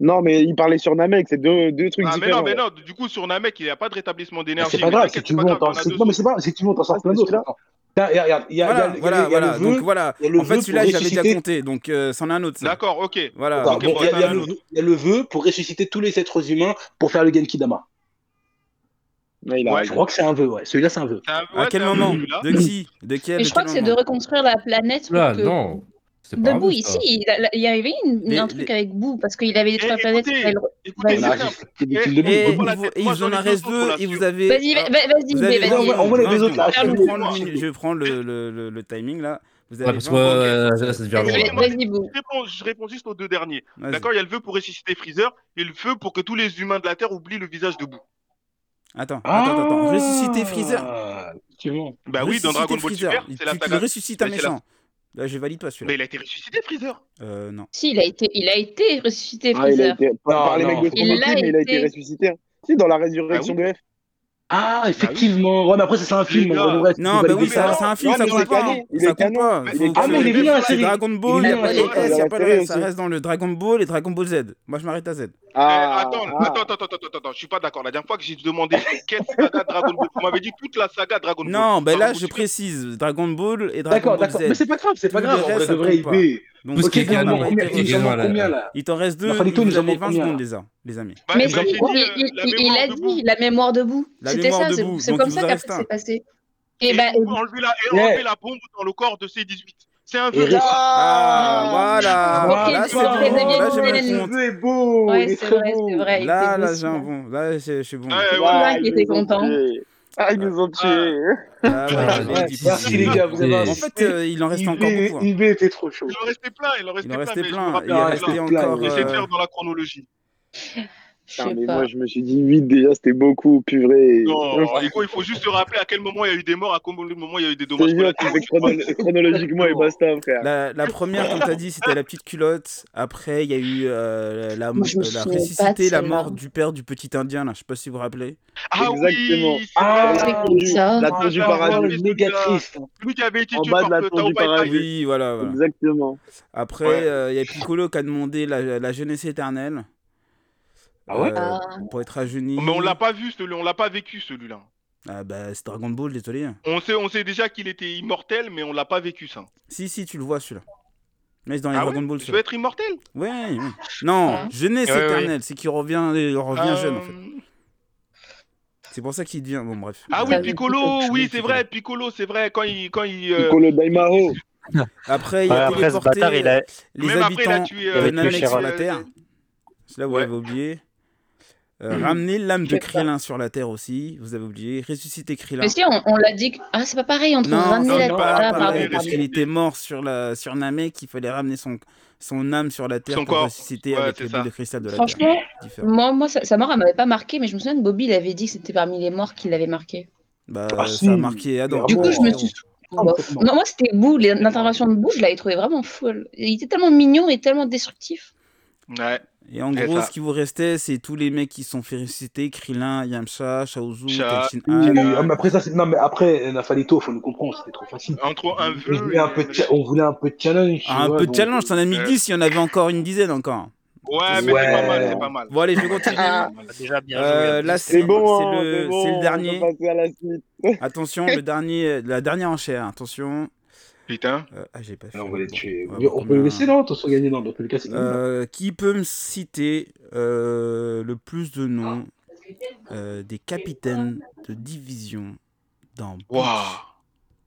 Speaker 2: Non, mais il parlait sur Namek. C'est deux, deux trucs
Speaker 7: Ah mais
Speaker 2: différents.
Speaker 7: non, mais non, du coup sur Namek il n'y a pas de rétablissement
Speaker 5: Mais
Speaker 7: d'énergie.
Speaker 5: C'est pas
Speaker 7: mais
Speaker 5: grave, si
Speaker 7: t'inquiète,
Speaker 5: tu veux,
Speaker 7: c'est pas
Speaker 5: on
Speaker 7: grave,
Speaker 5: t'en
Speaker 7: t'en as
Speaker 5: c'est-
Speaker 7: deux
Speaker 5: Non, mais
Speaker 7: autres.
Speaker 5: c'est pas grave, si tu veux, on t'en sort plein d'autres.
Speaker 2: celui-là.
Speaker 5: attends. Tiens, et Regarde, il y a- il y a
Speaker 1: Voilà,
Speaker 5: il y a-
Speaker 1: voilà,
Speaker 5: il y a
Speaker 1: voilà.
Speaker 5: le
Speaker 1: Donc
Speaker 5: vœu.
Speaker 1: voilà.
Speaker 5: il y a le
Speaker 1: En fait,
Speaker 5: vœu
Speaker 1: celui-là,
Speaker 5: pour
Speaker 1: j'avais déjà
Speaker 5: ressusciter-
Speaker 1: compté. Donc, euh, c'en est un autre. ça.
Speaker 7: D'accord, ok.
Speaker 1: Voilà.
Speaker 5: Attends,
Speaker 7: ok,
Speaker 5: bon,
Speaker 7: bon,
Speaker 5: il y a-
Speaker 7: t'en
Speaker 5: il y a
Speaker 7: as
Speaker 5: le
Speaker 7: un
Speaker 5: vœu- il y a le vœu pour ressusciter tous les êtres humains pour faire le Genkidama.
Speaker 2: Mais il a
Speaker 7: Ouais.
Speaker 5: Je
Speaker 2: raison.
Speaker 5: crois que c'est un vœu, ouais. Celui-là, c'est un vœu.
Speaker 7: C'est un-
Speaker 1: À
Speaker 7: ouais,
Speaker 1: quel
Speaker 7: c'est un
Speaker 1: moment
Speaker 7: vœu, là.
Speaker 1: De qui De quel
Speaker 6: Et
Speaker 1: de
Speaker 6: je crois
Speaker 1: quel
Speaker 6: que c'est de
Speaker 1: moment
Speaker 6: reconstruire la planète. pour
Speaker 3: Là,
Speaker 6: que-
Speaker 3: non. c'est pas un
Speaker 6: Debout,
Speaker 3: vœu, ça.
Speaker 6: ici, il a- il y avait une-
Speaker 1: Mais
Speaker 6: un truc
Speaker 1: les-
Speaker 6: avec Boo parce qu'il avait détruit
Speaker 7: Eh,
Speaker 6: la planète. il
Speaker 7: écoutez,
Speaker 6: fallait le-
Speaker 7: Écoutez,
Speaker 6: Vas-y.
Speaker 7: c'est
Speaker 5: Voilà,
Speaker 7: simple.
Speaker 5: j'ai- j'ai des
Speaker 7: Et-
Speaker 5: films de
Speaker 1: Et,
Speaker 5: boue.
Speaker 7: Ils
Speaker 1: il
Speaker 7: ont la
Speaker 1: vous-
Speaker 7: tête.
Speaker 1: et
Speaker 7: Moi,
Speaker 1: ils
Speaker 7: j'en
Speaker 1: en
Speaker 7: ai
Speaker 1: a
Speaker 7: deux
Speaker 1: reste
Speaker 7: autres
Speaker 1: deux
Speaker 7: là,
Speaker 1: et
Speaker 7: si
Speaker 1: vous
Speaker 7: tu
Speaker 1: avez.
Speaker 6: Vas-y,
Speaker 1: alors,
Speaker 6: vas-y, vas-y,
Speaker 1: Eh, ah. vous avez
Speaker 6: vas-y.
Speaker 5: Non, ouais, on voit les deux
Speaker 1: vingt
Speaker 5: autres, là.
Speaker 1: secondes.
Speaker 5: je
Speaker 1: Je
Speaker 5: vais-
Speaker 1: prends
Speaker 7: Moi.
Speaker 1: le, je vais prendre le, le- le- le timing là. Vous avez
Speaker 3: Ouais, parce que
Speaker 1: 20 secondes.
Speaker 3: euh, là, ça devient long.
Speaker 6: Vas-y,
Speaker 3: là.
Speaker 7: moi.
Speaker 6: vas-y, Boo.
Speaker 7: Je réponds, je réponds juste aux deux derniers.
Speaker 1: Vas-y.
Speaker 7: D'accord, il y a le vœu pour ressusciter Freezer et le feu pour que tous les humains de la Terre oublient le visage de Boo.
Speaker 1: Attends, attends, attends. Ressusciter Freezer.
Speaker 5: Ah, effectivement.
Speaker 7: Bah oui, dans
Speaker 1: Ressusciter
Speaker 7: Dragon Ball
Speaker 1: Freezer.
Speaker 7: Super,
Speaker 1: Il-
Speaker 7: c'est la
Speaker 1: tu, tu
Speaker 7: saga.
Speaker 1: ressuscites un
Speaker 7: Mais c'est la-
Speaker 1: méchant. Là, je valide pas celui-là.
Speaker 7: Mais il a été ressuscité, Freezer.
Speaker 1: Euh, non.
Speaker 6: Si, il a été, il a été ressuscité,
Speaker 2: Ah, il a
Speaker 6: Freezer.
Speaker 2: été, par,
Speaker 5: Non,
Speaker 2: par les
Speaker 5: non,
Speaker 2: mecs de Son
Speaker 5: faut-
Speaker 6: Il
Speaker 2: Goku,
Speaker 6: l'a
Speaker 2: mais il a été
Speaker 6: été.
Speaker 2: ressuscité. hein. Si, dans la résurrection de F.
Speaker 5: Ah, effectivement. Ouais, mais après, ça, c'est un film.
Speaker 7: Les
Speaker 5: on
Speaker 7: gars.
Speaker 5: devrait-
Speaker 1: Non,
Speaker 5: on
Speaker 1: mais
Speaker 5: devrait
Speaker 1: oui,
Speaker 5: dire
Speaker 1: ça-
Speaker 7: non,
Speaker 1: c'est un film,
Speaker 2: non,
Speaker 1: ça
Speaker 2: mais il est
Speaker 1: compte pas.
Speaker 2: canon, il est
Speaker 1: Ça compte
Speaker 2: canon.
Speaker 1: pas.
Speaker 2: Mais-
Speaker 1: Faut
Speaker 2: Ah,
Speaker 1: que-
Speaker 5: mais il est bien, la
Speaker 7: Euh,
Speaker 1: C'est
Speaker 5: série.
Speaker 1: Dragon Ball,
Speaker 5: Il est
Speaker 1: il y a pas les
Speaker 5: bien,
Speaker 1: S,
Speaker 5: la
Speaker 1: il y a pas le
Speaker 2: série
Speaker 1: reste. Ça
Speaker 2: aussi.
Speaker 1: reste dans le Dragon Ball et Dragon Ball Z. Moi, je m'arrête à Z.
Speaker 2: Ah,
Speaker 7: Eh, attends, attends, attends, attends, attends, attends, je suis pas d'accord. La dernière fois que j'ai demandé [LAUGHS] quelle saga Dragon Ball, vous m'avez dit toute la saga Dragon Ball.
Speaker 1: Non, ben
Speaker 7: Dragon
Speaker 1: là,
Speaker 7: Ball
Speaker 1: je
Speaker 7: Super.
Speaker 1: précise Dragon Ball et Dragon
Speaker 5: D'accord,
Speaker 1: Ball
Speaker 5: d'accord. Mais
Speaker 1: Z.
Speaker 5: c'est pas grave, c'est pas
Speaker 1: Tout
Speaker 5: grave.
Speaker 1: le
Speaker 5: On
Speaker 1: reste, ça
Speaker 5: devrait
Speaker 1: compte pas.
Speaker 5: y
Speaker 1: Donc,
Speaker 3: Vous
Speaker 1: c'est
Speaker 5: Ok,
Speaker 3: skippez
Speaker 1: bon, on a
Speaker 5: également,
Speaker 3: également,
Speaker 1: pas
Speaker 5: combien,
Speaker 1: été-
Speaker 3: combien-
Speaker 5: nous sommes en
Speaker 3: également, là,
Speaker 5: combien là
Speaker 1: Il t'en reste deux.
Speaker 5: Il en fallait tout,
Speaker 1: Vous
Speaker 5: nous
Speaker 1: avez
Speaker 5: avons
Speaker 1: 20
Speaker 5: combien,
Speaker 1: secondes,
Speaker 5: là
Speaker 1: les, a- les amis.
Speaker 7: Bah,
Speaker 6: Mais
Speaker 7: comme j'ai
Speaker 6: si,
Speaker 7: dit,
Speaker 6: il,
Speaker 7: euh,
Speaker 6: il-
Speaker 7: la
Speaker 6: il
Speaker 7: mémoire
Speaker 6: a
Speaker 7: debout.
Speaker 6: dit la mémoire debout.
Speaker 1: La
Speaker 6: C'était
Speaker 1: mémoire
Speaker 6: ça, c'est
Speaker 1: debout,
Speaker 6: c'est
Speaker 1: donc
Speaker 6: comme
Speaker 1: il
Speaker 6: ça
Speaker 1: vous en
Speaker 6: qu'après
Speaker 1: reste un.
Speaker 6: c'est passé.
Speaker 7: Et
Speaker 6: Et ben,
Speaker 7: il faut enlever la, et
Speaker 5: Yeah.
Speaker 7: enlever la bombe dans le corps de C18. C'est un
Speaker 2: Et
Speaker 7: viol.
Speaker 1: Ah, voilà.
Speaker 6: Ok,
Speaker 1: là,
Speaker 6: s'il
Speaker 1: c'est
Speaker 6: te plaît,
Speaker 1: bon.
Speaker 6: Damien,
Speaker 1: Là, j'ai ma
Speaker 6: Damien.
Speaker 5: Le
Speaker 1: compte.
Speaker 5: jeu est beau. il
Speaker 6: ouais,
Speaker 5: est
Speaker 6: c'est
Speaker 5: très
Speaker 6: vrai,
Speaker 5: beau.
Speaker 6: c'est vrai. il
Speaker 1: Là,
Speaker 6: était
Speaker 1: là, j'ai un
Speaker 6: doucement.
Speaker 1: bon. Là, je je suis bon.
Speaker 7: Ouais,
Speaker 2: Voilà,
Speaker 6: Colin qui
Speaker 2: ils
Speaker 6: était
Speaker 2: nous ont
Speaker 6: content.
Speaker 2: tués. eh, Ah, ils nous ont tués.
Speaker 1: Là, voilà,
Speaker 3: Ah,
Speaker 1: les
Speaker 5: ouais,
Speaker 1: dix
Speaker 5: merci,
Speaker 1: petits.
Speaker 5: les gars, vous avez
Speaker 1: En
Speaker 5: avancé.
Speaker 1: fait, euh, il en reste
Speaker 5: Il
Speaker 1: encore
Speaker 5: est-
Speaker 1: beaucoup. hein.
Speaker 5: Il était trop chaud.
Speaker 7: Il en restait plein, il en restait
Speaker 1: Il en
Speaker 7: plein,
Speaker 1: restait
Speaker 7: mais
Speaker 1: plein. hein.
Speaker 7: je
Speaker 1: Il
Speaker 7: me
Speaker 5: en
Speaker 1: en
Speaker 7: rappelle
Speaker 5: restait
Speaker 1: restait
Speaker 7: là.
Speaker 5: plein,
Speaker 1: encore.
Speaker 5: il
Speaker 7: J'essaie de
Speaker 1: euh,
Speaker 7: faire dans la chronologie.
Speaker 6: Je
Speaker 2: Putain,
Speaker 6: sais
Speaker 2: mais
Speaker 6: pas.
Speaker 2: moi, je me suis dit 8 déjà, c'était beaucoup, purée.
Speaker 7: Non, ah, Nico, il faut juste se rappeler à quel moment il y a eu des morts, à quel moment il y a eu des
Speaker 2: Je te
Speaker 7: dommages
Speaker 2: jure,
Speaker 7: collatéraux.
Speaker 2: c'est chrono- chronologiquement et basta, frère.
Speaker 1: La, la première, comme t'as dit, c'était la petite culotte. Après, il y a eu euh, la,
Speaker 6: Moi, je me
Speaker 1: euh, la
Speaker 6: souviens pas de
Speaker 1: ressuscité, la
Speaker 6: celle-là.
Speaker 1: mort du père du petit indien. Là. Je sais pas si vous vous rappelez.
Speaker 7: Ah
Speaker 2: Exactement.
Speaker 7: oui, c'est
Speaker 5: Ah,
Speaker 6: Un
Speaker 7: vrai.
Speaker 6: truc
Speaker 5: Ah,
Speaker 6: comme ça.
Speaker 2: La
Speaker 5: Ah,
Speaker 2: tour du
Speaker 5: j'ai
Speaker 2: paradis.
Speaker 5: encore une méga triste. hein,
Speaker 7: Lui qui avait été
Speaker 2: En
Speaker 7: tué
Speaker 2: bas
Speaker 7: par
Speaker 2: de la
Speaker 7: euh,
Speaker 2: tour
Speaker 7: Tao
Speaker 2: du paradis.
Speaker 7: Pai
Speaker 1: Oui, voilà. voilà.
Speaker 2: Exactement.
Speaker 1: Après, euh,
Speaker 7: Ouais.
Speaker 1: il y a Piccolo qui a demandé la, la jeunesse éternelle.
Speaker 5: Ah ouais
Speaker 1: euh,
Speaker 6: Ah.
Speaker 1: Pour être rajeuni.
Speaker 7: Oh, Mais on l'a pas vu, celui on l'a pas vécu celui-là.
Speaker 1: Ah bah, c'est Dragon Ball, désolé.
Speaker 7: On sait, on sait déjà qu'il était immortel, mais on l'a pas vécu ça.
Speaker 1: Si, si, tu le vois celui-là. Mais c'est dans les
Speaker 7: Ah
Speaker 1: Dragon
Speaker 7: ouais
Speaker 1: Ball,
Speaker 7: Je veux
Speaker 1: celui-là.
Speaker 7: être immortel
Speaker 1: Ouais, ouais. Non,
Speaker 6: Ah.
Speaker 1: jeunesse
Speaker 4: Ouais, ouais.
Speaker 1: éternelle. C'est qu'il revient, il revient jeune, en fait.
Speaker 7: Euh,
Speaker 1: C'est pour ça qu'il devient. Bon, bref. Bah,
Speaker 7: Ah
Speaker 5: Bah,
Speaker 6: Ça
Speaker 7: oui,
Speaker 6: veut dire
Speaker 7: Piccolo,
Speaker 1: chose.
Speaker 7: oui, c'est vrai, Piccolo, c'est vrai, quand il... Quand il euh,
Speaker 2: Piccolo Daimaro.
Speaker 1: Après, il a
Speaker 4: après, ce
Speaker 1: téléporté
Speaker 4: bâtard, il a...
Speaker 1: les
Speaker 7: Même après, il a
Speaker 1: habitants
Speaker 7: tué,
Speaker 4: euh,
Speaker 1: de
Speaker 4: le
Speaker 1: Namek
Speaker 4: Chirol.
Speaker 1: sur la Terre. Cela, vous
Speaker 7: Ouais.
Speaker 1: l'avez oublié. Euh,
Speaker 6: Mhm.
Speaker 1: Ramener l'âme
Speaker 6: Je
Speaker 1: de
Speaker 6: sais pas.
Speaker 1: Krillin sur la Terre aussi, vous avez oublié. Ressusciter Krillin.
Speaker 6: Mais si, on, on l'a dit. que- Ah, c'est pas pareil entre
Speaker 1: Non,
Speaker 6: ramener
Speaker 1: c'est pas
Speaker 5: non,
Speaker 6: la Ah,
Speaker 1: pareil,
Speaker 6: pardon,
Speaker 1: parce
Speaker 6: pardon.
Speaker 1: qu'il était mort sur, la, sur Namek, il fallait ramener son, son âme sur la Terre
Speaker 7: Son
Speaker 1: pour
Speaker 7: corps.
Speaker 1: ressusciter
Speaker 7: Ouais,
Speaker 1: avec
Speaker 7: c'est
Speaker 1: les
Speaker 7: ça.
Speaker 1: boules de cristal de la
Speaker 6: Franchement,
Speaker 1: Terre. Différent.
Speaker 6: moi, moi sa, sa mort, elle m'avait pas marqué, mais je me souviens que Bobby, il avait dit que c'était parmi les morts qui l'avait marqué.
Speaker 1: Bah,
Speaker 5: Ah, si,
Speaker 1: ça a marqué Adam.
Speaker 6: Du coup, je me
Speaker 1: frérot.
Speaker 6: suis. Bah, Non, moi, c'était Boo, les- l'intervention de Boo, je l'avais trouvé vraiment folle. Il était tellement mignon et tellement destructif.
Speaker 7: Ouais,
Speaker 1: Et en
Speaker 7: C'est
Speaker 1: gros,
Speaker 7: ça.
Speaker 1: ce qui vous restait, c'est tous les mecs qui se sont fait ressusciter Krillin, Yamcha, Shaozu,
Speaker 7: Sha-
Speaker 1: Tenshin
Speaker 5: Oui,
Speaker 1: Han.
Speaker 5: ah, mais après ça, c'est- non, mais après, Nafalito, faut nous comprendre, c'était trop facile.
Speaker 7: entre un
Speaker 5: On
Speaker 7: vœu
Speaker 5: voulait
Speaker 7: et...
Speaker 5: un peu de, cha- on voulait un peu de challenge.
Speaker 1: Ah, un
Speaker 5: tu vois,
Speaker 1: peu de
Speaker 5: donc-
Speaker 1: challenge, t'en as mis
Speaker 7: euh,
Speaker 1: 10, il y en avait encore une dizaine
Speaker 5: [LAUGHS]
Speaker 1: encore.
Speaker 7: Ouais, mais c'est pas mal, c'est pas mal.
Speaker 1: Bon, allez, je continue.
Speaker 7: Ah.
Speaker 4: déjà bien joué.
Speaker 1: Euh,
Speaker 4: à
Speaker 1: là,
Speaker 4: tous.
Speaker 1: c'est
Speaker 2: C'est bon, hein,
Speaker 1: c'est le-
Speaker 2: c'est bon.
Speaker 1: c'est le
Speaker 2: on peut
Speaker 1: dernier.
Speaker 2: passer à la suite.
Speaker 1: Attention, le dernier, la dernière enchère, attention.
Speaker 7: Putain.
Speaker 1: Euh, ah, j'ai pas fait.
Speaker 5: Alors, on va les
Speaker 1: Bon,
Speaker 5: tuer.
Speaker 1: va voir
Speaker 5: on peut les
Speaker 1: combien.
Speaker 5: laisser, non T'as soit gagné, non Dans tous les cas, c'est gagné, non
Speaker 1: Euh, qui peut me citer euh, le plus de noms euh, des capitaines de division dans
Speaker 7: Waouh.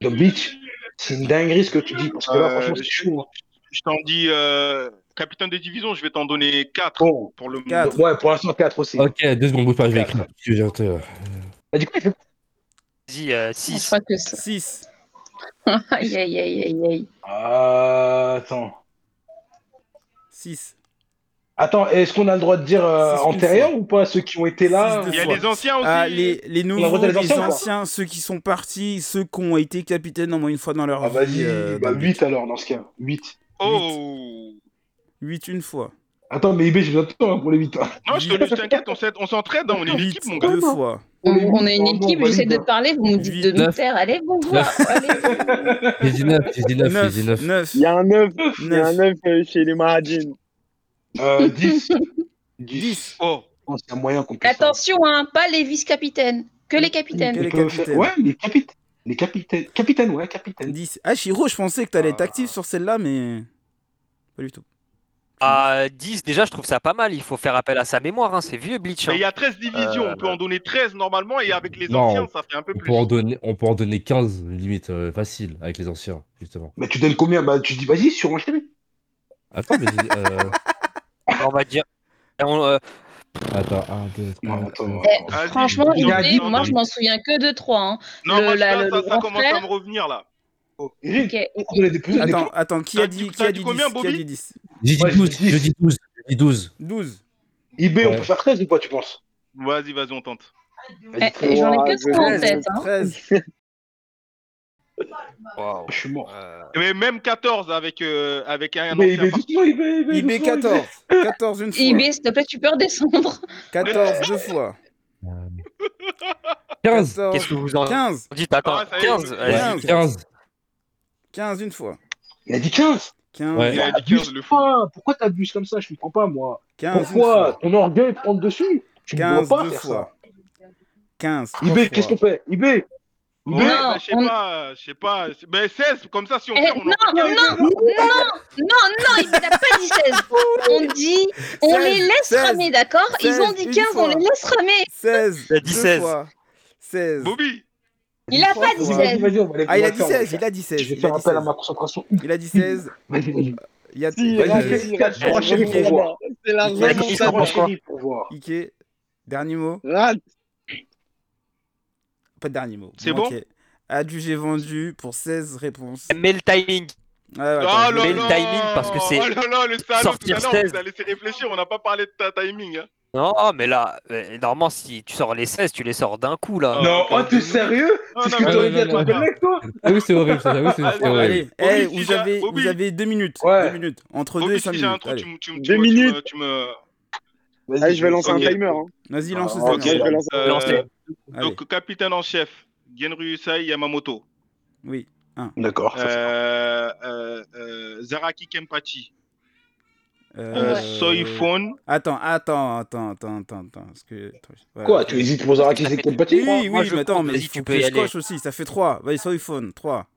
Speaker 5: Dans Beach, c'est une dinguerie ce que tu dis, parce que là,
Speaker 7: Euh,
Speaker 5: franchement, c'est
Speaker 7: je-
Speaker 5: chaud. hein.
Speaker 7: Je t'en dis, euh, capitaine de division, je vais t'en donner 4
Speaker 5: Bon,
Speaker 7: pour le moment.
Speaker 1: Quatre.
Speaker 5: ouais, pour l'instant, 4 aussi.
Speaker 3: Ok, deux secondes, bouge pas, je vais écrire. parce que j'ai un tort.
Speaker 5: Ah, du coup, il fait
Speaker 4: Vas-y, euh,
Speaker 6: Je
Speaker 4: six.
Speaker 6: crois que ça.
Speaker 1: 6.
Speaker 6: [LAUGHS] aïe, aïe, aïe, aïe, aïe.
Speaker 7: Euh,
Speaker 5: Ah, attends.
Speaker 1: 6.
Speaker 5: Attends, est-ce qu'on a le droit de dire euh,
Speaker 1: Six,
Speaker 5: antérieur ou pas ceux qui ont été là
Speaker 1: Six de
Speaker 7: Il y a les anciens aussi.
Speaker 1: Ah, les, les nouveaux, les
Speaker 5: retourne les anciens,
Speaker 1: anciens,
Speaker 5: quoi.
Speaker 1: ceux qui sont partis, ceux qui ont été capitaines au moins une fois dans leur
Speaker 5: Ah,
Speaker 1: vie.
Speaker 5: vas-y,
Speaker 1: euh,
Speaker 5: bah,
Speaker 1: dans
Speaker 5: 8 alors, dans ce cas. 8.
Speaker 7: Oh.
Speaker 1: 8 une fois.
Speaker 5: Attends, mais IB, j'ai besoin de toi hein, pour les 8.
Speaker 7: Non, je te laisse, t'inquiète, on s'aide- on s'entraide, hein, on est une
Speaker 1: 8
Speaker 7: équipe, mon gars.
Speaker 1: deux fois.
Speaker 6: On,
Speaker 5: On est
Speaker 6: on est une
Speaker 5: huit,
Speaker 6: équipe,
Speaker 5: on
Speaker 6: j'essaie de
Speaker 5: valide.
Speaker 6: te parler, vous me dites de
Speaker 1: Huit,
Speaker 6: me
Speaker 3: neuf.
Speaker 6: taire. Allez, vous voir. Allez.
Speaker 3: J'ai dit 9, j'ai dit 9, j'ai dit
Speaker 1: 9.
Speaker 3: 9.
Speaker 1: 9.
Speaker 2: Il y a un œuf. Il y a
Speaker 1: Neuf.
Speaker 2: un œuf euh, chez les Mahadjins.
Speaker 5: Euh, [LAUGHS] 10.
Speaker 1: 10.
Speaker 7: Oh.
Speaker 5: Oh, c'est un moyen qu'on puisse.
Speaker 6: Attention, hein, pas les vice-capitaines, que les capitaines.
Speaker 1: Que les
Speaker 5: On peut faire-
Speaker 1: capitaines.
Speaker 5: Ouais, les capitaines. Les capitaines. Capitaine, ouais, capitaine.
Speaker 1: 10. Ah, Shiro, je pensais que t'allais être
Speaker 7: Ah.
Speaker 1: actif sur celle-là, mais. Pas du tout.
Speaker 4: À 10, déjà, je trouve ça pas mal. Il faut faire appel à sa mémoire. hein, C'est vieux Bleach. hein.
Speaker 7: Mais il y a 13 divisions, on peut en donner 13 normalement, et avec les
Speaker 3: Non.
Speaker 7: anciens, ça fait un peu
Speaker 3: On
Speaker 7: plus.
Speaker 3: peut, en donner, on peut en donner 15, limite, euh, facile, avec les anciens, justement.
Speaker 5: Bah, tu donnes combien Bah, tu dis, vas-y, surenchaîne.
Speaker 3: Attends, mais j'ai- euh,
Speaker 4: On va dire. Et on, euh,
Speaker 3: Attends, 1, 2, 3.
Speaker 5: Non, attends.
Speaker 6: Eh.
Speaker 5: Ah,
Speaker 7: Vas-y,
Speaker 6: Franchement,
Speaker 7: j'en
Speaker 5: il a
Speaker 7: dis-
Speaker 6: j'oublie,
Speaker 7: j'en
Speaker 6: moi
Speaker 7: dis-
Speaker 6: je m'en souviens que de trois. hein.
Speaker 7: Non,
Speaker 6: le-
Speaker 7: moi,
Speaker 6: la-
Speaker 7: ça,
Speaker 6: le-
Speaker 7: ça-
Speaker 6: le
Speaker 7: ça
Speaker 6: grand
Speaker 7: commence
Speaker 6: frère.
Speaker 7: à me revenir là.
Speaker 5: Eric,
Speaker 6: Ok.
Speaker 5: Oh, on peut donner des plus.
Speaker 1: Attends, attends, qui
Speaker 7: T'as
Speaker 1: a
Speaker 7: dit-
Speaker 1: dit, qui
Speaker 7: t'as
Speaker 1: a
Speaker 7: dit
Speaker 1: dit
Speaker 7: combien,
Speaker 1: 10, Qui a
Speaker 7: Bobby
Speaker 1: dit 10
Speaker 3: J'ai dit
Speaker 5: Ouais,
Speaker 3: 12,
Speaker 5: je dis-
Speaker 3: je dis 12, je dis 12.
Speaker 1: 12.
Speaker 5: IB, on peut
Speaker 3: Ouais.
Speaker 5: faire 13 ou pas, tu penses
Speaker 7: Vas-y, vas-y, on tente.
Speaker 5: Vas-y,
Speaker 6: Eh, J'en ai que
Speaker 2: Oh,
Speaker 6: trois en
Speaker 1: 13.
Speaker 6: tête. hein.
Speaker 1: 13.
Speaker 7: Oh,
Speaker 4: waouh.
Speaker 5: Je suis mort.
Speaker 4: Euh,
Speaker 7: Mais même 14 avec, euh, avec un
Speaker 5: Mais
Speaker 7: ancien
Speaker 5: IB, doucement, IB, IB,
Speaker 1: IB 14. 14
Speaker 6: [LAUGHS]
Speaker 1: une fois.
Speaker 6: IB, s'il te plaît, tu peux redescendre.
Speaker 1: 14 deux fois.
Speaker 3: 15,
Speaker 1: 14.
Speaker 4: Qu'est-ce que vous en
Speaker 1: 15.
Speaker 4: dites Attends,
Speaker 7: Ah, ça y est,
Speaker 4: 15.
Speaker 7: je-
Speaker 3: ouais,
Speaker 4: vas-y.
Speaker 1: 15.
Speaker 3: 15.
Speaker 1: 15 une fois.
Speaker 5: Il a dit 15
Speaker 1: 15.
Speaker 3: Ouais.
Speaker 7: Il
Speaker 4: Ah,
Speaker 7: a dit 15, Euh, le fou.
Speaker 5: Pourquoi Pourquoi t'abuses comme ça Je comprends pas, moi.
Speaker 1: 15 une
Speaker 5: Pourquoi
Speaker 1: fois.
Speaker 5: Ton orgueil prend le dessus Tu ne dois
Speaker 1: 15
Speaker 5: pas
Speaker 1: deux
Speaker 5: faire ça.
Speaker 1: fois. 15 trois
Speaker 5: IB, qu'est-ce
Speaker 1: fois.
Speaker 5: qu'on fait IB
Speaker 7: Ouais,
Speaker 5: Mais-
Speaker 7: bah, je sais
Speaker 6: Oh, on-
Speaker 7: pas, je sais pas. Mais 16, comme ça, si on
Speaker 6: Eh,
Speaker 7: perd,
Speaker 6: non,
Speaker 7: on en
Speaker 6: non, non, non, non, non, il n'a pas dit 16. On dit, on
Speaker 1: Seize,
Speaker 6: les laisse
Speaker 1: seize,
Speaker 6: ramer, d'accord Ils ont
Speaker 1: seize,
Speaker 6: dit
Speaker 1: une
Speaker 6: 15, on
Speaker 1: fois.
Speaker 6: les laisse ramer.
Speaker 1: 16
Speaker 4: Il a dit
Speaker 1: deux
Speaker 4: 16.
Speaker 1: fois. 16
Speaker 7: Bobby,
Speaker 6: Il a pas dit
Speaker 5: Vas-y, vas-y,
Speaker 6: 16.
Speaker 5: vas-y, on va les
Speaker 1: Ah, il a dit
Speaker 5: on va
Speaker 1: 16,
Speaker 5: faire-
Speaker 1: il a dit 16.
Speaker 5: Je vais
Speaker 1: Il a
Speaker 5: faire
Speaker 1: dit
Speaker 5: appel à
Speaker 1: 16.
Speaker 5: ma concentration.
Speaker 1: Il a dit 16.
Speaker 5: Vas-y, vas-y.
Speaker 1: Il y a
Speaker 2: Si,
Speaker 5: Vas-y,
Speaker 2: là,
Speaker 5: vas-y.
Speaker 2: c'est la
Speaker 5: Vas-y,
Speaker 2: prochaine
Speaker 5: vas-y,
Speaker 2: fois.
Speaker 5: vas-y.
Speaker 2: C'est la
Speaker 1: Vas-y,
Speaker 2: remontada.
Speaker 4: vas-y, vas-y.
Speaker 5: Chérie, pour voir.
Speaker 7: Oh,
Speaker 1: Ike, dernier mot
Speaker 2: Rate. Ah,
Speaker 1: Pas de dernier mot.
Speaker 7: C'est bon
Speaker 1: ok. Adjugé vendu pour 16 réponses.
Speaker 4: Mais le timing,
Speaker 1: Ah,
Speaker 7: oh
Speaker 1: attends,
Speaker 7: là
Speaker 1: je-
Speaker 7: là
Speaker 4: mets le timing parce que c'est
Speaker 7: Oh là là, le salaud, tout
Speaker 4: sortir
Speaker 7: à l'heure, on
Speaker 4: 16.
Speaker 7: vous a laissé réfléchir, on n'a pas parlé de ta timing. hein.
Speaker 4: Non, mais là, euh, normalement, si tu sors les 16, tu les sors d'un coup, là.
Speaker 7: Ah,
Speaker 5: Non,
Speaker 7: ok.
Speaker 5: oh, t'es sérieux
Speaker 7: Non,
Speaker 5: C'est ce
Speaker 7: non,
Speaker 5: que
Speaker 7: mais-
Speaker 5: t'aurais dit à
Speaker 7: non,
Speaker 5: toi,
Speaker 7: non, non.
Speaker 5: mec, toi
Speaker 3: Ah oui, c'est horrible, ça. J'avoue, c'est c'est
Speaker 7: Ouais.
Speaker 3: horrible.
Speaker 1: Allez, eh,
Speaker 7: Bobby,
Speaker 1: vous,
Speaker 7: si
Speaker 1: avez,
Speaker 7: j'ai- Bobby.
Speaker 1: vous avez 2 minutes.
Speaker 5: Ouais.
Speaker 1: Deux minutes. Entre 2 et
Speaker 7: Bobby,
Speaker 1: 5
Speaker 7: si j'ai un
Speaker 1: minutes.
Speaker 7: trou,
Speaker 1: Allez.
Speaker 7: tu me- tu me.
Speaker 2: Deux
Speaker 7: tu me- tu me-
Speaker 2: minutes.
Speaker 7: Tu me.
Speaker 2: Allez, je vais lancer
Speaker 7: Ok.
Speaker 2: un timer. hein.
Speaker 1: Vas-y, lance le
Speaker 5: Ah,
Speaker 2: Ok,
Speaker 1: timer.
Speaker 2: je vais lancer
Speaker 7: Euh,
Speaker 2: un timer.
Speaker 4: Lancez.
Speaker 1: Allez.
Speaker 7: Donc, capitaine en chef, Genryu Usai Yamamoto.
Speaker 1: Oui.
Speaker 5: D'accord. Ah, ça, c'est-
Speaker 7: Euh, euh, euh, Zaraki Kempachi.
Speaker 1: Euh,
Speaker 7: Euh, Soifone.
Speaker 1: Attends, attends, attends, attends, attends, attends. Parce que... voilà.
Speaker 5: Quoi Tu hésites pour savoir qui c'est que t'es
Speaker 1: Oui,
Speaker 5: petit
Speaker 1: oui,
Speaker 4: moi, je
Speaker 1: mais attends,
Speaker 4: compte,
Speaker 1: mais
Speaker 4: vas-y,
Speaker 1: il
Speaker 4: tu
Speaker 1: faut
Speaker 4: peux
Speaker 1: que
Speaker 4: y
Speaker 1: je
Speaker 4: aller.
Speaker 1: coche aussi. Ça fait 3. Vas-y, sur iPhone, 3,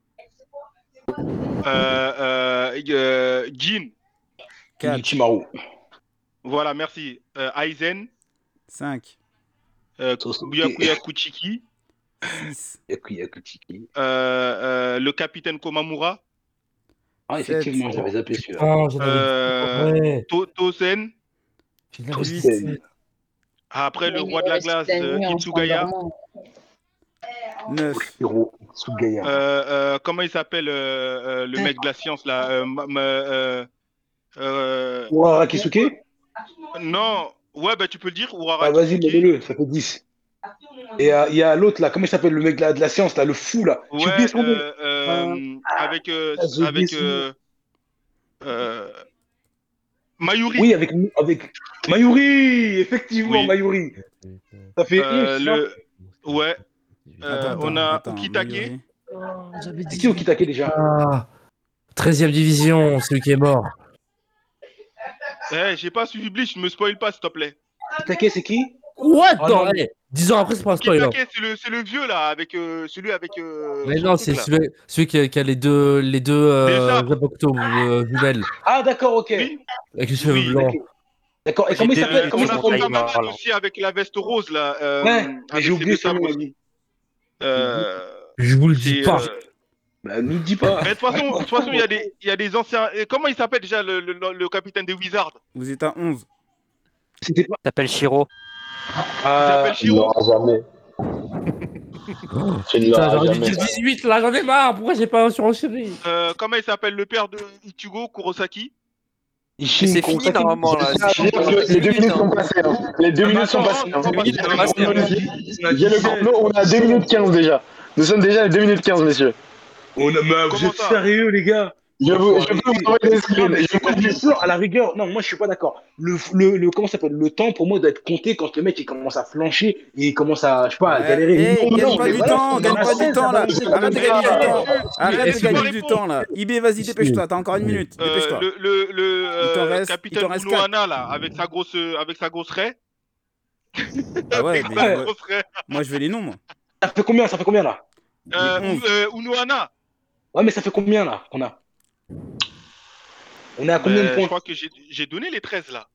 Speaker 7: Euh, euh, euh, Jin.
Speaker 1: 4,
Speaker 5: Ichimaru.
Speaker 7: Voilà, merci. Euh, Aizen.
Speaker 1: 5,
Speaker 7: Euh,
Speaker 5: Sosuke.
Speaker 7: Byakuya Kuchiki.
Speaker 1: 6,
Speaker 5: Yakuyakuchiki.
Speaker 7: Euh, euh, le capitaine Komamura.
Speaker 5: Ah, effectivement, j'avais zappé celui-là.
Speaker 3: Ah, j'en avais
Speaker 7: Euh,
Speaker 3: Ouais.
Speaker 7: To- Tosen.
Speaker 3: Putain,
Speaker 5: Toasted.
Speaker 3: c'est-
Speaker 7: Après le roi de la glace, euh, Kitsugaya.
Speaker 1: neuf,
Speaker 5: Hiro Tsugaya.
Speaker 7: Euh, euh, comment il s'appelle euh, euh, le mec de la science là euh, ma- ma- euh, euh,
Speaker 5: Urara Kisuke
Speaker 7: Non, ouais, bah tu peux le dire. Urara
Speaker 5: Ah, vas-y,
Speaker 7: Kisuke.
Speaker 5: mets-le, ça fait 10. Et euh, il y a l'autre là, comment il s'appelle le mec là, de la science là, le fou là J'ai oublié
Speaker 7: Ouais,
Speaker 5: son nom.
Speaker 7: euh, euh, avec euh,
Speaker 5: Ah, j'ai oublié
Speaker 7: avec
Speaker 5: son
Speaker 7: euh, euh, Mayuri.
Speaker 5: Oui, avec, avec Mayuri, effectivement,
Speaker 7: Oui.
Speaker 5: Mayuri. Ça fait
Speaker 7: Euh,
Speaker 5: 11.
Speaker 7: le... Ouais. Euh,
Speaker 1: Attends, attends,
Speaker 7: on a
Speaker 1: attends,
Speaker 7: Okitake.
Speaker 1: Mayuri.
Speaker 5: C'est qui au Kitake déjà
Speaker 3: Ah, 13ème division, celui qui est mort.
Speaker 7: Eh, j'ai pas suivi Bleach, ne me spoil pas, s'il te plaît.
Speaker 5: Kitake, c'est qui
Speaker 3: What Non,
Speaker 5: Oh, non.
Speaker 3: allez, 10 ans après, c'est pas un spoil. hein.
Speaker 7: Okitake, c'est le, c'est le vieux là, avec euh, celui avec. euh,
Speaker 3: Mais
Speaker 7: son
Speaker 3: non,
Speaker 7: truc,
Speaker 3: c'est
Speaker 7: là.
Speaker 3: celui, celui qui, a, qui a les deux, les deux euh,
Speaker 7: sabres.
Speaker 3: Zabocto, euh, jumelles,
Speaker 5: Ah, d'accord, ok.
Speaker 7: Oui,
Speaker 3: avec les cheveux
Speaker 7: Oui,
Speaker 3: blancs.
Speaker 5: D'accord, et
Speaker 4: J'ai
Speaker 5: comment il
Speaker 4: déjà
Speaker 5: s'appelle
Speaker 4: vu
Speaker 5: Comment
Speaker 7: euh, on
Speaker 5: il
Speaker 4: tout
Speaker 7: a
Speaker 4: le monde.
Speaker 5: s'appelle
Speaker 7: son
Speaker 4: Timer,
Speaker 7: camarade
Speaker 4: alors.
Speaker 7: aussi avec la veste rose là. euh,
Speaker 5: Ouais, mais
Speaker 7: avec
Speaker 5: j'ai
Speaker 7: ses
Speaker 5: oublié
Speaker 7: deux
Speaker 5: son nom,
Speaker 7: sabres.
Speaker 5: vas-y.
Speaker 7: Euh,
Speaker 3: Je vous le
Speaker 7: c'est,
Speaker 3: dis pas.
Speaker 7: euh,
Speaker 5: Bah, nous dis pas.
Speaker 7: Mais de toute façon, de toute façon, il y a des, il y a des anciens. et Comment il s'appelle déjà le, le- le capitaine des Wizards
Speaker 1: Vous êtes à 11.
Speaker 5: C'était pas.
Speaker 4: T'appelles Shiro.
Speaker 5: Ah,
Speaker 7: s'appelle Chiro.
Speaker 9: jamais. Tu ne
Speaker 3: Putain,
Speaker 9: l'auras
Speaker 3: j'aurais dû
Speaker 9: jamais.
Speaker 3: dire 18 là, j'en ai marre. Pourquoi j'ai pas un surenchéri
Speaker 7: Euh, Comment il s'appelle le père de Ichigo Kurosaki
Speaker 5: Ishin
Speaker 4: C'est fini,
Speaker 5: Kurosaki.
Speaker 4: normalement,
Speaker 2: Ah,
Speaker 4: là.
Speaker 5: C'est ça,
Speaker 4: C'est fini.
Speaker 5: donc,
Speaker 2: Les deux
Speaker 4: Putain.
Speaker 2: minutes sont passées. hein. Les deux minutes sont passées. hein.
Speaker 4: Deux minutes, on passe,
Speaker 5: on a
Speaker 4: hein.
Speaker 5: dit- on a
Speaker 2: Il y a le
Speaker 5: dit-
Speaker 2: complot, on est à 2 minutes 15 déjà. Nous sommes déjà à 2 minutes 15, messieurs. Oh,
Speaker 5: On a, mais vous
Speaker 7: Comment
Speaker 5: êtes
Speaker 7: ça
Speaker 5: sérieux, les gars
Speaker 2: Je, vous, je peux vous envoyer des
Speaker 5: Non,
Speaker 2: screens.
Speaker 5: mais
Speaker 2: Je vous
Speaker 5: le
Speaker 2: dis.
Speaker 5: fleur, à la rigueur, non, moi je suis pas d'accord. Le, le, le, comment ça s'appelle Le temps pour moi doit être compté quand le mec il commence à flancher et il commence à, je sais pas, à
Speaker 1: Eh,
Speaker 5: galérer.
Speaker 1: eh,
Speaker 5: Non,
Speaker 1: gagne
Speaker 5: non,
Speaker 1: pas
Speaker 5: mais
Speaker 1: du
Speaker 5: voilà,
Speaker 1: temps,
Speaker 5: on
Speaker 1: gagne
Speaker 5: en a
Speaker 1: pas du
Speaker 5: 16
Speaker 1: temps là.
Speaker 5: avant de-
Speaker 1: Arrête de gagner du
Speaker 7: Ah,
Speaker 1: temps.
Speaker 7: juste,
Speaker 1: Arrête de
Speaker 7: est-ce qu'on
Speaker 1: gagner du
Speaker 7: répond
Speaker 1: temps là. IB, vas-y, dépêche-toi, t'as encore une minute.
Speaker 7: Euh,
Speaker 1: Dépêche-toi.
Speaker 7: le le, le
Speaker 1: Il t'en
Speaker 7: euh,
Speaker 1: reste- il t'en
Speaker 7: capitaine
Speaker 1: reste
Speaker 7: Unohana, là, avec sa grosse euh, avec sa grosse raie.
Speaker 1: Ah ouais,
Speaker 7: Avec
Speaker 1: mais
Speaker 7: sa
Speaker 1: je-
Speaker 7: grosse raie.
Speaker 1: moi je veux les noms, moi.
Speaker 5: Ça fait combien Ça fait combien là
Speaker 7: Euh,
Speaker 1: Onze.
Speaker 7: euh, Unohana.
Speaker 5: Ouais, mais ça fait combien là qu'on a On est à combien
Speaker 7: Euh,
Speaker 5: de
Speaker 7: je
Speaker 5: points
Speaker 7: crois que j'ai j'ai donné les 13 là.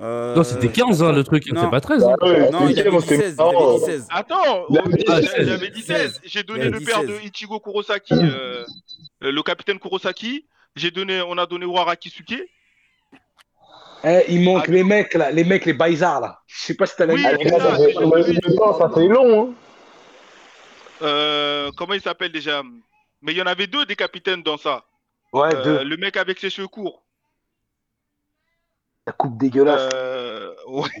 Speaker 1: Euh,
Speaker 3: Non, c'était 15 hein, le truc,
Speaker 1: non.
Speaker 3: c'est pas 13.
Speaker 9: Bah
Speaker 3: Hein.
Speaker 9: ouais,
Speaker 1: Non, il
Speaker 9: c'est
Speaker 1: avait
Speaker 9: bon,
Speaker 1: dit
Speaker 9: c'est
Speaker 1: 16. Il
Speaker 9: marrant.
Speaker 1: avait dit 16.
Speaker 7: Attends,
Speaker 9: Il a
Speaker 7: oh,
Speaker 9: dit
Speaker 7: euh,
Speaker 3: 16.
Speaker 7: j'avais dit 16. J'ai
Speaker 1: Il
Speaker 7: donné
Speaker 1: a
Speaker 7: le
Speaker 1: dit
Speaker 7: père
Speaker 1: 16.
Speaker 7: de Ichigo Kurosaki, euh, euh, le capitaine Kurosaki. J'ai donné, on a donné Wara Kisuke.
Speaker 5: Eh, il manque
Speaker 7: Ah.
Speaker 5: les mecs là, les mecs, les baïsards là. Je sais pas si t'as la
Speaker 7: Oui,
Speaker 9: Ah, les gars,
Speaker 7: c'est
Speaker 9: ça fait-
Speaker 7: ça,
Speaker 9: moi, je dis pas, ça fait long. hein.
Speaker 7: Euh, comment il s'appelle déjà Mais il y en avait deux des capitaines dans ça.
Speaker 5: Ouais,
Speaker 7: Euh,
Speaker 5: deux.
Speaker 7: le mec avec ses cheveux courts.
Speaker 5: La coupe dégueulasse.
Speaker 7: Euh,
Speaker 5: [LAUGHS]
Speaker 7: ouais.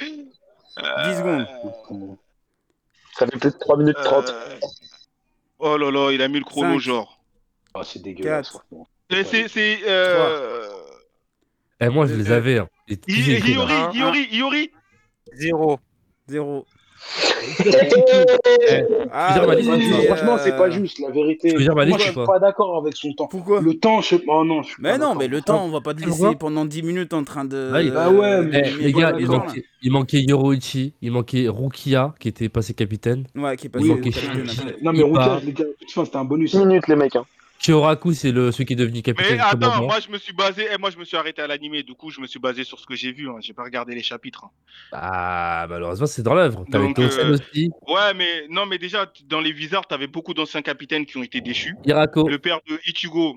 Speaker 7: euh,
Speaker 1: 10 secondes.
Speaker 9: Ça fait plus de 3 minutes 30.
Speaker 7: Euh, Oh là là, il a mis le chrono,
Speaker 1: Cinq.
Speaker 7: genre.
Speaker 5: Ah, c'est dégueulasse.
Speaker 1: Quatre.
Speaker 5: franchement.
Speaker 7: Et c'est. c'est euh...
Speaker 3: Eh, moi je les
Speaker 7: Euh,
Speaker 3: avais. Hein. Et qui j'ai
Speaker 7: Hi-
Speaker 3: écrit, là
Speaker 7: Hiyori, Hiyori, Hiyori.
Speaker 4: Zéro.
Speaker 1: 0. Ah,
Speaker 3: dire, Malice,
Speaker 1: ouais,
Speaker 3: c'est-
Speaker 1: mais,
Speaker 5: Franchement, c'est pas
Speaker 1: euh,
Speaker 5: juste, la vérité.
Speaker 3: Tu veux dire, Malice,
Speaker 5: Moi, je
Speaker 3: ou pas
Speaker 5: suis pas d'accord avec son temps.
Speaker 1: Pourquoi
Speaker 5: [LAUGHS] Le temps, je. Oh non, je suis
Speaker 1: Mais non,
Speaker 5: pas d'accord.
Speaker 1: mais le temps, on va pas te laisser
Speaker 3: Pourquoi
Speaker 1: pendant 10 minutes en train de.
Speaker 3: Ah, il-
Speaker 5: Bah ouais,
Speaker 1: de-
Speaker 5: mais-
Speaker 1: de-
Speaker 5: Eh,
Speaker 3: Les
Speaker 5: bon,
Speaker 3: gars,
Speaker 5: d'accord,
Speaker 3: il
Speaker 1: voilà.
Speaker 3: manquait, il manquait Yoroichi, il manquait Rukia qui était passé capitaine.
Speaker 1: Ouais, qui est
Speaker 3: Il
Speaker 1: passé
Speaker 3: manquait
Speaker 1: capitaine
Speaker 3: Shinji.
Speaker 1: après.
Speaker 5: Ah, Non, mais
Speaker 3: Il
Speaker 5: Routage,
Speaker 3: part.
Speaker 5: les gars, putain, c'était un bonus.
Speaker 9: minutes, les mecs. Hein.
Speaker 3: Kyoraku, c'est le celui qui est devenu capitaine.
Speaker 7: Mais attends,
Speaker 3: commandant.
Speaker 7: moi je me suis basé, eh, moi je me suis arrêté à l'animé, du coup je me suis basé sur ce que j'ai vu, hein. j'ai pas regardé les chapitres. hein.
Speaker 3: Ah, malheureusement, c'est dans l'œuvre. T'avais
Speaker 7: Donc,
Speaker 3: Tosen
Speaker 7: euh,
Speaker 3: aussi,
Speaker 7: Ouais, mais non, mais déjà t- dans les Wizards, t'avais beaucoup d'anciens capitaines qui ont été déchus.
Speaker 3: Hirako.
Speaker 7: Le père de Ichigo,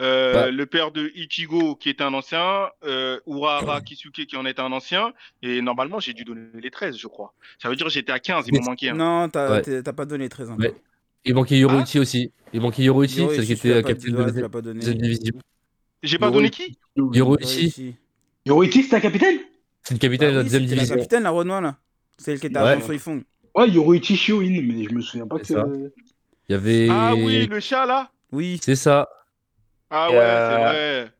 Speaker 7: euh,
Speaker 3: Oh. Bah.
Speaker 7: le père de Ichigo qui est un ancien, euh,
Speaker 3: Oh.
Speaker 7: Urahara Kisuke qui en est un ancien, et normalement j'ai dû donner les 13, je crois. Ça veut dire que j'étais à 15, il
Speaker 3: Mais-
Speaker 7: m'en manquait un.
Speaker 1: Non, t'as
Speaker 3: Ouais.
Speaker 1: t'es- t'as pas donné 13 ans.
Speaker 3: Ouais. Il manquait
Speaker 1: Ah.
Speaker 3: Yoroichi aussi. Il manquait Yoroichi,
Speaker 1: Yoroichi,
Speaker 3: celle qui
Speaker 1: tu l'as
Speaker 3: était euh,
Speaker 1: pas-
Speaker 3: capitaine
Speaker 1: ouais,
Speaker 3: de
Speaker 1: tu l'as
Speaker 3: la
Speaker 1: pas donné.
Speaker 3: deuxième division.
Speaker 7: J'ai pas donné qui
Speaker 3: Yoroichi,
Speaker 5: Yoriti, c'était un capitaine
Speaker 3: c'est le capitaine de la
Speaker 1: Ah oui,
Speaker 3: deuxième
Speaker 1: c'était la
Speaker 3: division.
Speaker 1: capitaine, la Renoir, là. Celle qui était
Speaker 3: Ouais.
Speaker 1: avant Soifong.
Speaker 5: Ouais, Yoriti Shioin, mais je me souviens pas
Speaker 3: C'est
Speaker 5: que.
Speaker 3: Il y avait.
Speaker 7: Ah oui, le chat là
Speaker 1: Oui.
Speaker 3: C'est ça.
Speaker 7: Ah
Speaker 4: Et,
Speaker 7: ouais,
Speaker 4: euh,
Speaker 7: c'est vrai.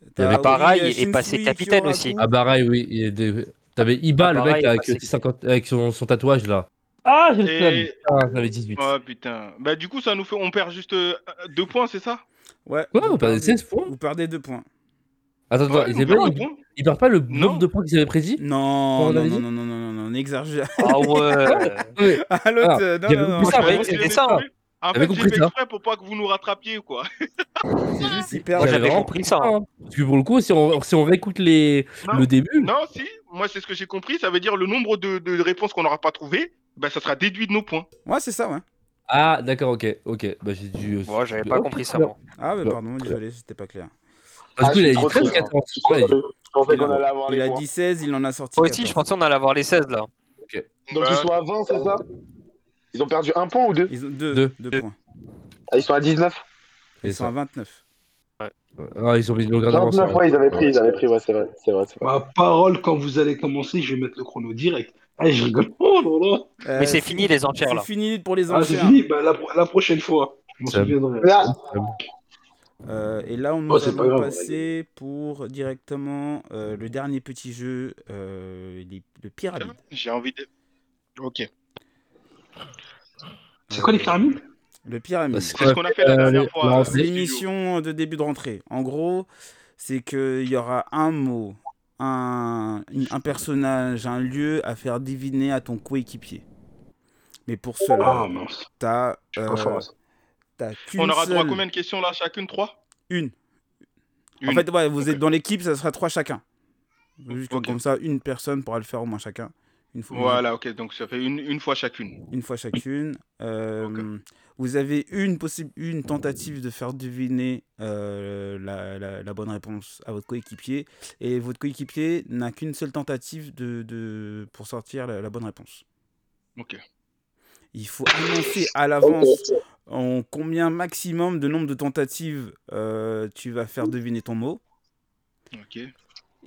Speaker 3: Il y avait
Speaker 1: T'as
Speaker 4: Pareil,
Speaker 1: Ori,
Speaker 4: il est passé
Speaker 1: Shinsui,
Speaker 4: capitaine
Speaker 1: Kyoraku.
Speaker 4: aussi.
Speaker 3: Ah, Barai, oui. il y a des- T'avais Iba,
Speaker 4: Ah,
Speaker 3: le
Speaker 4: Barai,
Speaker 3: mec là,
Speaker 4: il
Speaker 3: avec, euh,
Speaker 4: passait-
Speaker 3: 50 avec son, son tatouage là. Ah, j'ai le
Speaker 7: Et-
Speaker 3: seum. Ah, j'en avais 18.
Speaker 7: Oh putain. Bah du coup ça nous fait, on perd juste euh, deux points, c'est ça
Speaker 1: Ouais.
Speaker 3: Quoi,
Speaker 1: vous
Speaker 3: on perdait
Speaker 1: perdez-
Speaker 3: 16 points
Speaker 1: Vous perdez 2 points.
Speaker 3: bah, Attends, attends,
Speaker 7: Ouais,
Speaker 3: ils
Speaker 7: on
Speaker 3: avaient
Speaker 7: perd
Speaker 3: pas-
Speaker 7: deux
Speaker 3: ils-
Speaker 7: points.
Speaker 3: ils perdent pas le
Speaker 7: Non.
Speaker 3: nombre de points qu'ils avaient prédit
Speaker 1: Non,
Speaker 3: On
Speaker 1: non,
Speaker 3: avait
Speaker 1: non,
Speaker 3: dit
Speaker 1: non, non, non, non, non, [LAUGHS] n'exagère.
Speaker 4: Ah
Speaker 7: [LAUGHS]
Speaker 4: ouais.
Speaker 3: Ouais.
Speaker 1: Ah, l'autre,
Speaker 3: Ah,
Speaker 1: euh, non,
Speaker 3: j'avais
Speaker 1: non, non.
Speaker 3: compris ça,
Speaker 7: Moi,
Speaker 4: mais
Speaker 7: je
Speaker 4: c'était
Speaker 7: l'ai
Speaker 4: ça.
Speaker 7: trouvé. En
Speaker 3: J'avais
Speaker 7: fait, j'ai
Speaker 3: compris
Speaker 7: fait
Speaker 3: ça.
Speaker 7: exprès pour pas que vous nous rattrapiez, quoi. [LAUGHS]
Speaker 1: C'est juste, ils perdent.
Speaker 4: Moi, j'avais
Speaker 3: J'avais vraiment
Speaker 4: compris ça. hein.
Speaker 3: Ah, Parce que pour le coup, si on, si on réécoute les...
Speaker 7: Non.
Speaker 3: le début,
Speaker 7: Non, si, moi, c'est ce que j'ai compris. Ça veut dire le nombre de, de réponses qu'on n'aura pas trouvées, bah, ça sera déduit de nos points.
Speaker 1: Ouais, c'est ça, ouais.
Speaker 3: Ah, d'accord, ok, ok. Bah, j'ai dû.
Speaker 4: Moi, j'avais pas
Speaker 3: Ok,
Speaker 4: compris ça.
Speaker 3: très bien.
Speaker 4: moi.
Speaker 1: Ah, mais
Speaker 3: Bah,
Speaker 1: pardon, désolé, c'était pas clair.
Speaker 3: Parce
Speaker 9: Ah,
Speaker 3: que
Speaker 9: je
Speaker 3: il a
Speaker 9: suis
Speaker 3: dit
Speaker 9: trop
Speaker 3: 13
Speaker 9: sûr.
Speaker 3: 14.
Speaker 9: Je suis
Speaker 3: Ouais,
Speaker 9: trop sûr. Je pensais
Speaker 1: Il a-
Speaker 9: qu'on allait avoir
Speaker 1: Il
Speaker 9: les
Speaker 1: a
Speaker 9: points.
Speaker 1: dit 16, il en a sorti
Speaker 4: Moi aussi, je
Speaker 1: 14.
Speaker 4: pensais on allait avoir les 16 là.
Speaker 9: Donc
Speaker 2: Bah
Speaker 9: ils sont à 20, c'est ça Ils ont perdu un point ou deux
Speaker 1: Ils ont 2
Speaker 3: Deux.
Speaker 1: deux
Speaker 4: Deux.
Speaker 1: points.
Speaker 9: ah, Ils sont à 19.
Speaker 3: c'est
Speaker 1: Ils sont à
Speaker 3: ça.
Speaker 1: 29.
Speaker 3: Ah, ils ont mis le grade d'avance.
Speaker 9: 29, ouais, ils avaient pris, ils avaient pris, ouais, c'est vrai. C'est vrai, c'est vrai.
Speaker 5: Ma Bah, parole, quand vous allez commencer, je vais mettre le chrono direct. Ah, je rigole. Oh là là.
Speaker 1: Euh,
Speaker 4: Mais c'est fini les enchères
Speaker 1: C'est
Speaker 4: là.
Speaker 1: fini pour les
Speaker 5: Ah, c'est
Speaker 1: enchères.
Speaker 5: fini, bah, la, pro- la prochaine fois. Je m'en
Speaker 3: Ça-
Speaker 5: souviendrai.
Speaker 9: Là,
Speaker 1: Euh, et là, on nous
Speaker 5: Oh, c'est pas
Speaker 1: allons
Speaker 5: grave.
Speaker 1: passer pour directement euh, le dernier petit jeu, euh, les- le pyramide.
Speaker 7: Hein J'ai envie de. Ok.
Speaker 5: C'est quoi les
Speaker 1: Euh,
Speaker 5: pyramides
Speaker 1: Le pyramide.
Speaker 3: Parce
Speaker 7: C'est ce qu'on a fait la dernière fois.
Speaker 3: la
Speaker 5: Ah,
Speaker 7: euh,
Speaker 1: C'est
Speaker 3: rentrée.
Speaker 7: studio.
Speaker 1: l'émission de début de rentrée. En gros, c'est qu'il y aura un mot, un, une- un personnage, un lieu à faire deviner à ton coéquipier. Mais pour
Speaker 5: Ah,
Speaker 1: cela,
Speaker 5: mince.
Speaker 1: t'as
Speaker 5: Je suis pas fort hein.
Speaker 1: euh,
Speaker 5: à ça.
Speaker 1: t'as qu'une
Speaker 7: On aura droit à
Speaker 1: seule-
Speaker 7: combien de questions là Chacune trois
Speaker 1: Une. En
Speaker 7: Une.
Speaker 1: fait, ouais, vous
Speaker 7: Ok.
Speaker 1: êtes dans l'équipe, ça sera trois chacun. Juste que
Speaker 7: Ok.
Speaker 1: comme ça, une personne pourra le faire au moins chacun. Une fois,
Speaker 7: Voilà, ok. Donc ça fait une, une fois chacune.
Speaker 1: une fois chacune. Euh, Vous avez une, possi- une tentative de faire deviner euh, la, la- la bonne réponse à votre coéquipier. Et votre coéquipier n'a qu'une seule tentative de, de- pour sortir la, la bonne réponse.
Speaker 7: Ok.
Speaker 1: Il faut annoncer à l'avance en combien maximum de nombre de tentatives euh, tu vas faire deviner ton mot.
Speaker 7: Ok.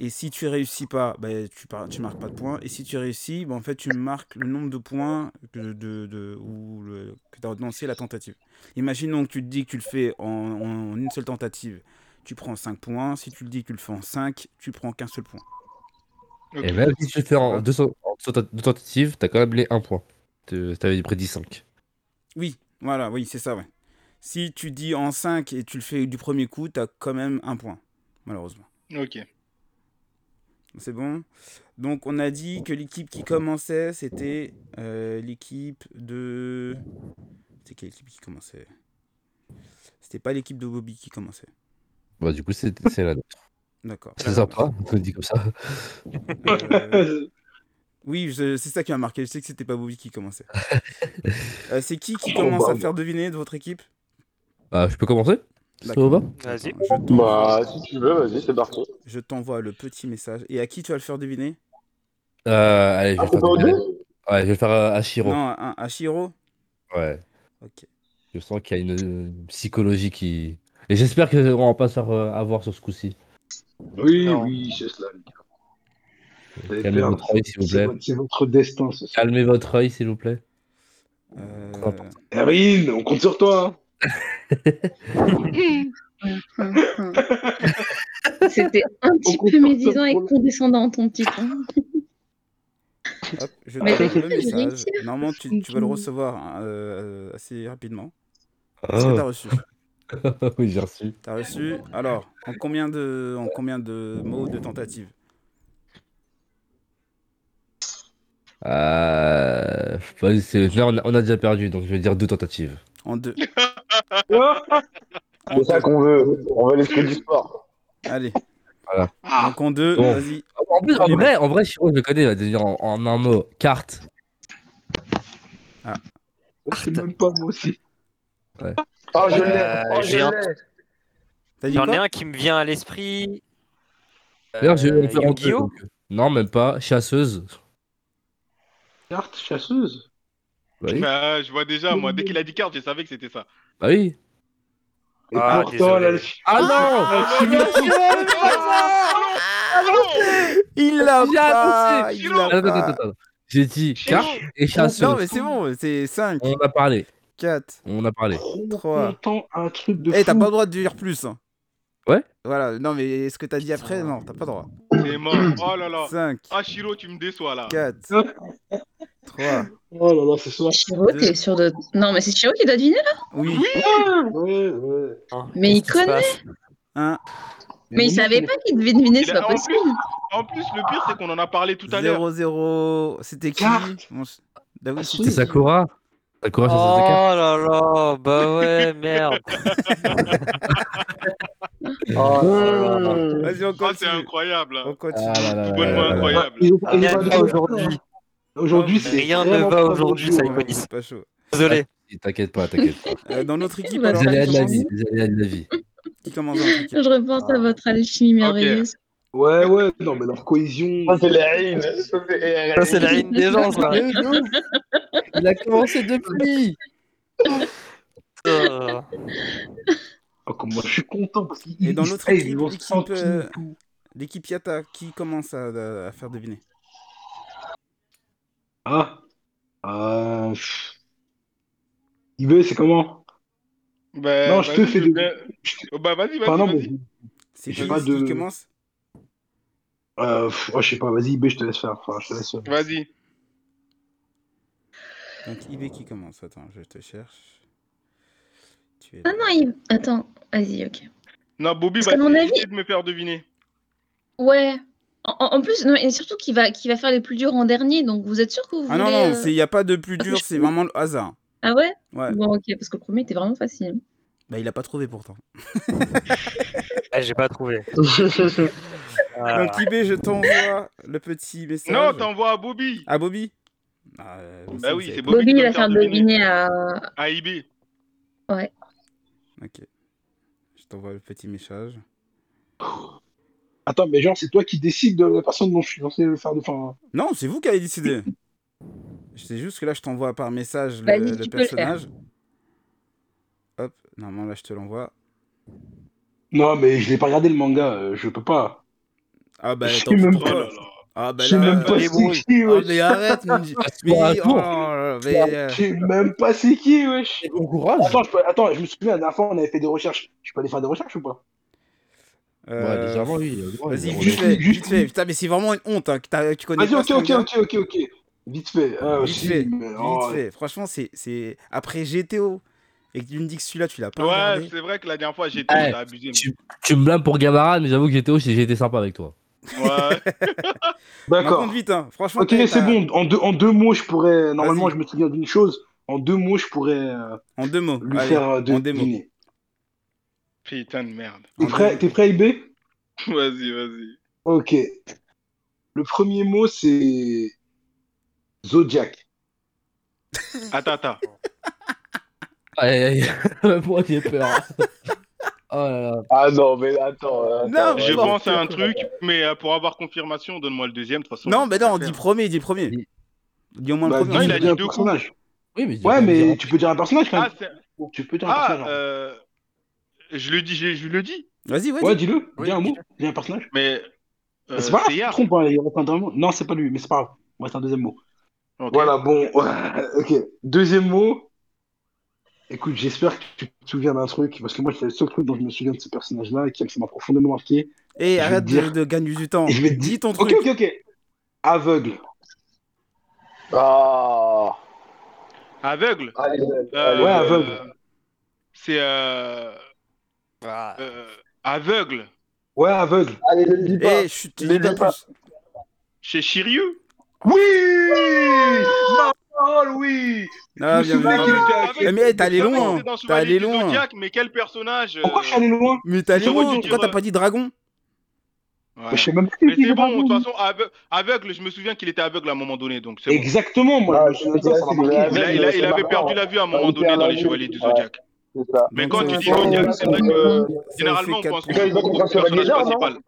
Speaker 1: Et si tu réussis pas, bah, tu, par- tu marques pas de points. Et si tu réussis, bah, en fait, tu marques le nombre de points que, de, de- ou le- que tu as renoncé à la tentative. Imaginons que tu te dis que tu le fais en, en une seule tentative, tu prends 5 points. Si tu le dis que tu le fais en 5, tu prends qu'un seul point.
Speaker 7: Ok.
Speaker 3: Et même si tu le fais en 200 en 200 deux tentatives, t'as quand même les 1 point. Tu- T'avais prédit 5.
Speaker 1: Oui, voilà, oui, c'est ça, ouais. Si tu dis en 5 et tu le fais du premier coup, tu as quand même un point, malheureusement.
Speaker 7: Ok.
Speaker 1: C'est bon Donc, on a dit que l'équipe qui commençait, c'était euh, l'équipe de. C'est quelle équipe qui commençait C'était pas l'équipe de Bobby qui commençait.
Speaker 3: Bah, du coup, c'est c'est la nôtre.
Speaker 1: D'accord.
Speaker 3: C'est sympa, on dit comme ça.
Speaker 1: Euh, oui, je- c'est ça qui m'a marqué. Je sais que c'était pas Bobby qui
Speaker 3: [LAUGHS]
Speaker 1: commençait. Euh, c'est qui
Speaker 3: Oh,
Speaker 1: qui commence
Speaker 3: bah,
Speaker 1: à faire deviner de votre équipe
Speaker 3: Ah, je peux commencer C'est
Speaker 1: D'accord.
Speaker 3: au bas
Speaker 4: Vas-y.
Speaker 1: Attends, je t'envoie-
Speaker 9: Bah, si tu veux, vas-y, c'est parti.
Speaker 1: Je t'envoie le petit message. Et à qui tu vas le faire deviner
Speaker 3: Euh, allez, je
Speaker 9: Ah,
Speaker 3: vais
Speaker 9: c'est
Speaker 3: faire
Speaker 9: pas au
Speaker 3: deviner.
Speaker 9: deux
Speaker 3: Ouais, je vais faire euh, Ashiro.
Speaker 1: Non, à, à Shiro
Speaker 3: Ouais.
Speaker 1: Ok.
Speaker 3: Je sens qu'il y a une euh, psychologie qui. Et j'espère qu'on va pas se faire euh, avoir sur ce coup-ci.
Speaker 5: Oui,
Speaker 7: Non.
Speaker 5: oui, c'est cela, les gars. Vous allez
Speaker 3: Calmez
Speaker 5: perdre.
Speaker 3: votre œil, s'il vous
Speaker 5: C'est
Speaker 3: plaît.
Speaker 5: votre, c'est votre destin, ce soir.
Speaker 3: Calmez votre œil, s'il vous plaît.
Speaker 1: Euh,
Speaker 3: N'importe.
Speaker 5: Erin, on compte sur toi. hein.
Speaker 6: C'était un petit
Speaker 5: Beaucoup
Speaker 6: peu
Speaker 5: de
Speaker 6: médisant et
Speaker 5: personnes pour
Speaker 6: condescendant, ton petit.
Speaker 1: Hop, je
Speaker 6: Mais
Speaker 1: te
Speaker 6: mais-
Speaker 1: donne le
Speaker 6: mais-
Speaker 1: message. Normalement, tu, tu vas le recevoir hein, euh, assez rapidement.
Speaker 3: Ah.
Speaker 1: Est-ce que t'as reçu
Speaker 3: [LAUGHS] oui, j'ai reçu.
Speaker 1: T'as reçu Alors, en combien de, en combien de mots de tentative
Speaker 3: Euh, vas-y, c'est- là, on a, on a déjà perdu, donc je vais dire deux tentatives.
Speaker 1: En
Speaker 3: [LAUGHS]
Speaker 1: deux. En
Speaker 9: C'est ça
Speaker 1: deux.
Speaker 9: qu'on veut. On veut l'esprit du sport.
Speaker 1: Allez.
Speaker 3: Voilà.
Speaker 7: Ah,
Speaker 1: Donc en deux,
Speaker 3: Bon.
Speaker 1: vas-y.
Speaker 3: En, plus, en
Speaker 1: Premier
Speaker 3: vrai, en vrai, Chiro, je le connais, il va te dire en, en un mot carte.
Speaker 5: C'est même pas moi aussi.
Speaker 9: Oh, je
Speaker 4: Euh,
Speaker 9: l'ai. Oh, je
Speaker 4: j'ai un-
Speaker 9: l'ai.
Speaker 1: T'as dit
Speaker 4: J'en ai
Speaker 1: quoi
Speaker 4: un qui me vient à l'esprit.
Speaker 3: D'ailleurs, je
Speaker 1: Euh,
Speaker 3: vais le faire en deux.
Speaker 4: Yu-Gi-Oh
Speaker 3: donc. Non, même pas. Chasseuse.
Speaker 5: Carte chasseuse.
Speaker 3: Bah oui.
Speaker 7: Bah, je vois déjà, moi, dès qu'il a dit carte, je savais que c'était ça.
Speaker 1: [LAUGHS]
Speaker 3: Bah oui.
Speaker 4: Ah, désolé.
Speaker 3: Ah non
Speaker 1: Ah, Il l'a
Speaker 3: J'ai
Speaker 1: pas
Speaker 3: annoncé.
Speaker 1: il l'a
Speaker 3: Attends, attends,
Speaker 1: pas.
Speaker 3: attends, attends. J'ai dit carte et chasseuse.
Speaker 1: Non, mais c'est bon, c'est 5,
Speaker 3: On en a parlé.
Speaker 1: 4.
Speaker 3: On en a parlé.
Speaker 1: Trois.
Speaker 5: Content un truc de
Speaker 1: Eh, t'as
Speaker 5: fou.
Speaker 1: pas le droit de dire plus. hein.
Speaker 3: Ouais.
Speaker 1: Voilà, non, mais ce que t'as dit après, non, t'as pas le droit.
Speaker 7: C'est mort. Oh là là.
Speaker 1: 5,
Speaker 7: Ah, Shiro, tu me déçois là.
Speaker 1: 4, 3.
Speaker 5: Oh là là, ce soir.
Speaker 6: Ah, Chiro, t'es sûr de. Non, mais c'est Chiro qui doit deviner là
Speaker 1: Oui,
Speaker 5: Ouais, ouais.
Speaker 6: Mais il connaît,
Speaker 1: 1.
Speaker 6: mais il savait pas qu'il devait deviner, c'est
Speaker 7: Il a-
Speaker 6: pas
Speaker 7: en
Speaker 6: possible.
Speaker 7: En plus, le pire, c'est qu'on en a parlé tout à l'heure.
Speaker 1: 0, 0. C'était qui
Speaker 5: Carte.
Speaker 1: Mon ch- David, c'était-
Speaker 3: Ah, C'est Sakura. Sakura,
Speaker 4: Oh
Speaker 3: chasseuse de cartes.
Speaker 4: là là, bah ouais, [LAUGHS] merde. oh là là.
Speaker 1: Vas-y, on
Speaker 7: Ah, c'est
Speaker 1: continue.
Speaker 7: incroyable. hein.
Speaker 1: On continue.
Speaker 3: Ah là là là
Speaker 7: Bonne
Speaker 3: là
Speaker 7: main
Speaker 3: là là.
Speaker 7: incroyable.
Speaker 5: Il est- il est
Speaker 4: Rien
Speaker 5: pas
Speaker 4: ne
Speaker 5: bien.
Speaker 4: va aujourd'hui.
Speaker 5: Aujourd'hui, c'est.
Speaker 4: Rien ne
Speaker 5: vraiment
Speaker 4: va
Speaker 5: pas
Speaker 4: aujourd'hui,
Speaker 5: bon jour.
Speaker 4: Saïkonis.
Speaker 1: Pas chaud.
Speaker 4: Désolé.
Speaker 3: T'inquiète pas, t'inquiette pas.
Speaker 1: Euh, dans notre équipe,
Speaker 6: Vous
Speaker 1: alors,
Speaker 3: Les
Speaker 6: allez
Speaker 1: qui
Speaker 3: aléas
Speaker 1: commence,
Speaker 3: de la vie. Les aléas de la vie.
Speaker 1: qui commence dans notre équipe
Speaker 6: Je reporte à votre alchimie merveilleuse.
Speaker 5: Ouais, ouais, non, mais leur cohésion.
Speaker 9: Ça, Ah, c'est la haine. Ça,
Speaker 5: eh,
Speaker 9: c'est
Speaker 4: Ça, c'est la ligne des gens, [LAUGHS] ça.
Speaker 3: Il a commencé depuis.
Speaker 4: Euh,
Speaker 5: Ah, comme moi, je suis content parce qu'ils
Speaker 1: Et dans
Speaker 5: ils-
Speaker 1: l'autre
Speaker 5: ils
Speaker 1: équipe,
Speaker 5: vont
Speaker 1: l'équipe,
Speaker 5: sentir
Speaker 1: euh,
Speaker 5: tout.
Speaker 1: L'équipe Yata, qui commence à, à faire deviner
Speaker 5: Ah. Ah. pff. Yves, c'est comment
Speaker 7: Bah,
Speaker 5: eh, Non, je te
Speaker 7: vas-y,
Speaker 5: fais
Speaker 7: je
Speaker 5: des-
Speaker 7: viens- Oh, Bah, vas-y, vas-y.
Speaker 5: Enfin, non,
Speaker 7: vas-y.
Speaker 5: mais.
Speaker 1: C'est
Speaker 5: J'ai
Speaker 1: qui
Speaker 5: pas
Speaker 1: qui
Speaker 5: de-
Speaker 1: commence
Speaker 5: Euh, pff, oh, je sais pas, vas-y, Yves, je te laisse faire. Enfin, je te laisse. euh,
Speaker 7: Vas-y.
Speaker 1: Donc Ibe qui commence. Attends, je te cherche. Tu es
Speaker 6: Ah
Speaker 1: là.
Speaker 6: non, il... attends, vas-y, ok.
Speaker 7: Non, Bobby
Speaker 6: Parce
Speaker 7: va
Speaker 6: qu'à mon
Speaker 7: essayer de me faire deviner.
Speaker 6: Ouais. En, en- en plus, non, et surtout qu'il va, qu'il va faire les plus durs en dernier, donc vous êtes sûr que vous
Speaker 1: Ah non,
Speaker 6: voulez,
Speaker 1: non,
Speaker 6: euh,
Speaker 1: il n'y a pas de plus
Speaker 6: parce que
Speaker 1: dur,
Speaker 6: je
Speaker 1: c'est
Speaker 6: trouve-
Speaker 1: vraiment le hasard.
Speaker 6: Ah ouais
Speaker 1: Ouais,
Speaker 6: Bon, ok, parce que le premier était vraiment facile. hein.
Speaker 1: bah il a pas trouvé pourtant.
Speaker 4: eh, J'ai pas trouvé. Ah,
Speaker 1: Donc Ibe, je t'envoie le petit message.
Speaker 7: Non, t'envoies à Bobby.
Speaker 1: À Bobby Ah euh, vous
Speaker 7: Bah
Speaker 1: savez,
Speaker 7: oui,
Speaker 1: vous
Speaker 7: c'est
Speaker 1: savez
Speaker 7: Bobby
Speaker 6: Bobby,
Speaker 7: qui
Speaker 6: il
Speaker 7: va
Speaker 6: va
Speaker 7: me
Speaker 6: faire deviner à.
Speaker 1: Ah.
Speaker 7: À IB.
Speaker 1: pas. Ok. Je t'envoie le petit message.
Speaker 5: Attends, mais genre, c'est toi qui décides de la personne dont je suis censé le faire. de- Enfin,
Speaker 1: Non, c'est vous qui avez décidé. Je sais juste que là, je t'envoie par message le,
Speaker 6: Vas-y,
Speaker 1: le
Speaker 6: tu peux le faire.
Speaker 1: personnage. Hop, normalement là, je te l'envoie.
Speaker 5: Non, mais je l'ai pas regardé le manga, euh, je peux pas.
Speaker 1: Ah bah
Speaker 5: Je sais
Speaker 1: tant pis
Speaker 5: même
Speaker 1: pour
Speaker 7: Oh là
Speaker 1: toi.
Speaker 7: là.
Speaker 1: Ah bah
Speaker 5: Je sais même pas
Speaker 1: là.
Speaker 5: c'est qui,
Speaker 1: Ah,
Speaker 5: wesh.
Speaker 1: mais arrête, mais, mais-
Speaker 3: Sois à
Speaker 1: oh,
Speaker 3: jour.
Speaker 1: mais, euh,
Speaker 5: Je sais même pas c'est qui, wesh.
Speaker 3: Bon courage.
Speaker 5: Attends, je peux- Attends, je me souviens, la dernière fois, on avait fait des recherches. Je peux aller faire des recherches ou pas
Speaker 1: euh,
Speaker 3: Ouais, légèrement, oui. il a le droit, il
Speaker 1: Vas-y,
Speaker 3: a le
Speaker 1: vite
Speaker 3: droit.
Speaker 1: fait, vite fait. Putain, mais c'est vraiment une honte, hein, que t'as- tu connais
Speaker 5: Vas-y,
Speaker 1: pas
Speaker 5: ok,
Speaker 1: ce
Speaker 5: ok,
Speaker 1: manga.
Speaker 5: ok, ok, ok. Vite fait. Ah,
Speaker 1: Vite
Speaker 5: si,
Speaker 1: fait,
Speaker 5: mais-
Speaker 1: Vite
Speaker 5: oh,
Speaker 1: fait. Franchement, c'est- c'est... Après GTO, et que tu me dis que celui-là, tu l'as pas
Speaker 7: Ouais,
Speaker 1: regardé.
Speaker 7: c'est vrai que la dernière fois, j'étais
Speaker 3: Ouais.
Speaker 1: Eh,
Speaker 7: t'as abusé.
Speaker 3: Tu, tu me blâmes pour Gamara, mais j'avoue que j'étais au, j'ai j'ai été sympa avec toi.
Speaker 7: mais- Ouais.
Speaker 1: [LAUGHS] Raconte
Speaker 5: D'accord.
Speaker 1: vite, hein. Franchement,
Speaker 5: Ok,
Speaker 1: t'as-
Speaker 5: c'est bon. En deux, en deux mots, je pourrais. Normalement,
Speaker 1: Vas-y.
Speaker 5: je me souviens d'une chose. En deux mots, je pourrais euh,
Speaker 1: En deux mots.
Speaker 5: lui
Speaker 1: Allez,
Speaker 5: faire euh,
Speaker 1: en deux mots.
Speaker 5: deviner.
Speaker 7: Putain de merde. [LAUGHS]
Speaker 1: En
Speaker 5: T'es
Speaker 1: deux
Speaker 5: prêt, t'es prêt, IB
Speaker 7: Vas-y, vas-y.
Speaker 5: Ok. Le premier mot, c'est. Zodiac.
Speaker 7: Attends, attends.
Speaker 3: Aïe, aïe, [LAUGHS] aïe. Moi, j'ai peur. oh là là.
Speaker 9: Ah non, mais attends. euh,
Speaker 1: Non,
Speaker 9: attends,
Speaker 7: Je
Speaker 9: euh,
Speaker 1: bon.
Speaker 7: pense à un truc, mais euh, pour avoir confirmation, donne-moi le deuxième. De toute façon,
Speaker 1: Non, mais non,
Speaker 7: je
Speaker 1: dis
Speaker 7: vais
Speaker 1: premier, dis premier.
Speaker 3: Oui.
Speaker 1: Dis au moins
Speaker 5: Bah,
Speaker 1: le
Speaker 5: dis-
Speaker 7: non,
Speaker 1: premier.
Speaker 7: il a
Speaker 5: dis
Speaker 7: dit
Speaker 5: un
Speaker 7: deux coups.
Speaker 5: personnage.
Speaker 3: Oui, mais je
Speaker 5: Ouais,
Speaker 3: vais pas
Speaker 5: mais
Speaker 3: dire-
Speaker 5: tu peux dire un personnage quand
Speaker 7: faire.
Speaker 5: même.
Speaker 7: Ah, c'est-
Speaker 5: Tu peux dire un
Speaker 7: ah,
Speaker 5: personnage. hein.
Speaker 7: euh, je le dis, je, je le dis,
Speaker 1: Vas-y, vas-y.
Speaker 5: Ouais, dis-le.
Speaker 4: Oui,
Speaker 5: Dis un
Speaker 4: dis-le.
Speaker 5: mot. Dis un personnage.
Speaker 7: mais euh,
Speaker 5: c'est pas grave,
Speaker 7: c'est
Speaker 5: tu te
Speaker 7: Yar.
Speaker 5: trompes, hein, il reste un deuxième mot. Non, c'est pas lui, mais c'est pas grave. Il reste un deuxième mot.
Speaker 7: Ok.
Speaker 5: Voilà, bon, [LAUGHS] ok. Deuxième mot. Écoute, j'espère que tu te souviens d'un truc, parce que moi, c'est le seul truc dont je me souviens de ce personnage-là et qui ça m'a profondément marqué.
Speaker 1: Et
Speaker 5: vais
Speaker 1: arrête
Speaker 5: te
Speaker 1: de,
Speaker 5: dire.
Speaker 1: de gagner du temps.
Speaker 5: Et je vais te
Speaker 1: Dis
Speaker 5: dire.
Speaker 1: ton
Speaker 5: Ok,
Speaker 1: truc.
Speaker 5: ok, ok. Aveugle.
Speaker 9: Ah
Speaker 7: Aveugle.
Speaker 9: Allez,
Speaker 7: Euh,
Speaker 5: Ouais, aveugle.
Speaker 7: C'est euh,
Speaker 4: Ah,
Speaker 7: euh, aveugle.
Speaker 5: Ouais, aveugle.
Speaker 9: allez, ne le dis
Speaker 1: Eh,
Speaker 9: pas.
Speaker 1: chut, tu
Speaker 9: Mais
Speaker 1: dis pas
Speaker 9: dis pas.
Speaker 1: plus.
Speaker 7: Chez Shiryu.
Speaker 9: Oui Parole, oui
Speaker 1: Ah, bien
Speaker 5: Je me
Speaker 1: vu.
Speaker 5: souviens qu'il était avec-
Speaker 1: Eh, mais t'es allé loin,
Speaker 7: Dans
Speaker 1: t'es allé
Speaker 7: Chevalier du
Speaker 1: loin.
Speaker 7: Zodiac, mais quel personnage euh,
Speaker 5: Pourquoi je suis allé loin
Speaker 1: Mais t'es allé
Speaker 7: J'aurais
Speaker 1: loin,
Speaker 7: dû
Speaker 1: pourquoi
Speaker 7: dire-
Speaker 1: t'as pas dit dragon
Speaker 7: ouais.
Speaker 5: Je sais même plus
Speaker 7: Mais
Speaker 5: qui
Speaker 7: c'est
Speaker 5: est
Speaker 7: bon, de
Speaker 5: Dragon.
Speaker 7: toute façon, aveu- aveugle, je me souviens qu'il était aveugle à un moment donné, donc c'est bon.
Speaker 5: Exactement, moi,
Speaker 9: Ah,
Speaker 5: je me souviens de ça, ça m'a
Speaker 9: c'est vrai,
Speaker 5: marqué.
Speaker 7: Il a, il a- il avait
Speaker 9: marrant.
Speaker 7: perdu la vue à un moment
Speaker 9: il
Speaker 7: donné
Speaker 9: perd
Speaker 7: dans
Speaker 9: la
Speaker 7: les
Speaker 9: vue.
Speaker 7: Chevaliers du
Speaker 9: Ouais.
Speaker 7: Zodiac.
Speaker 9: C'est ça.
Speaker 7: Mais
Speaker 1: Donc,
Speaker 7: quand
Speaker 1: ça
Speaker 7: tu
Speaker 1: va
Speaker 7: dis
Speaker 1: faire-
Speaker 7: Zodiac, c'est vrai que
Speaker 1: ça fait
Speaker 7: généralement on
Speaker 1: quatre
Speaker 7: pense
Speaker 1: points.
Speaker 9: Quand il va
Speaker 7: au
Speaker 9: contre un chevalier
Speaker 7: personnage
Speaker 9: d'or, non
Speaker 7: principal.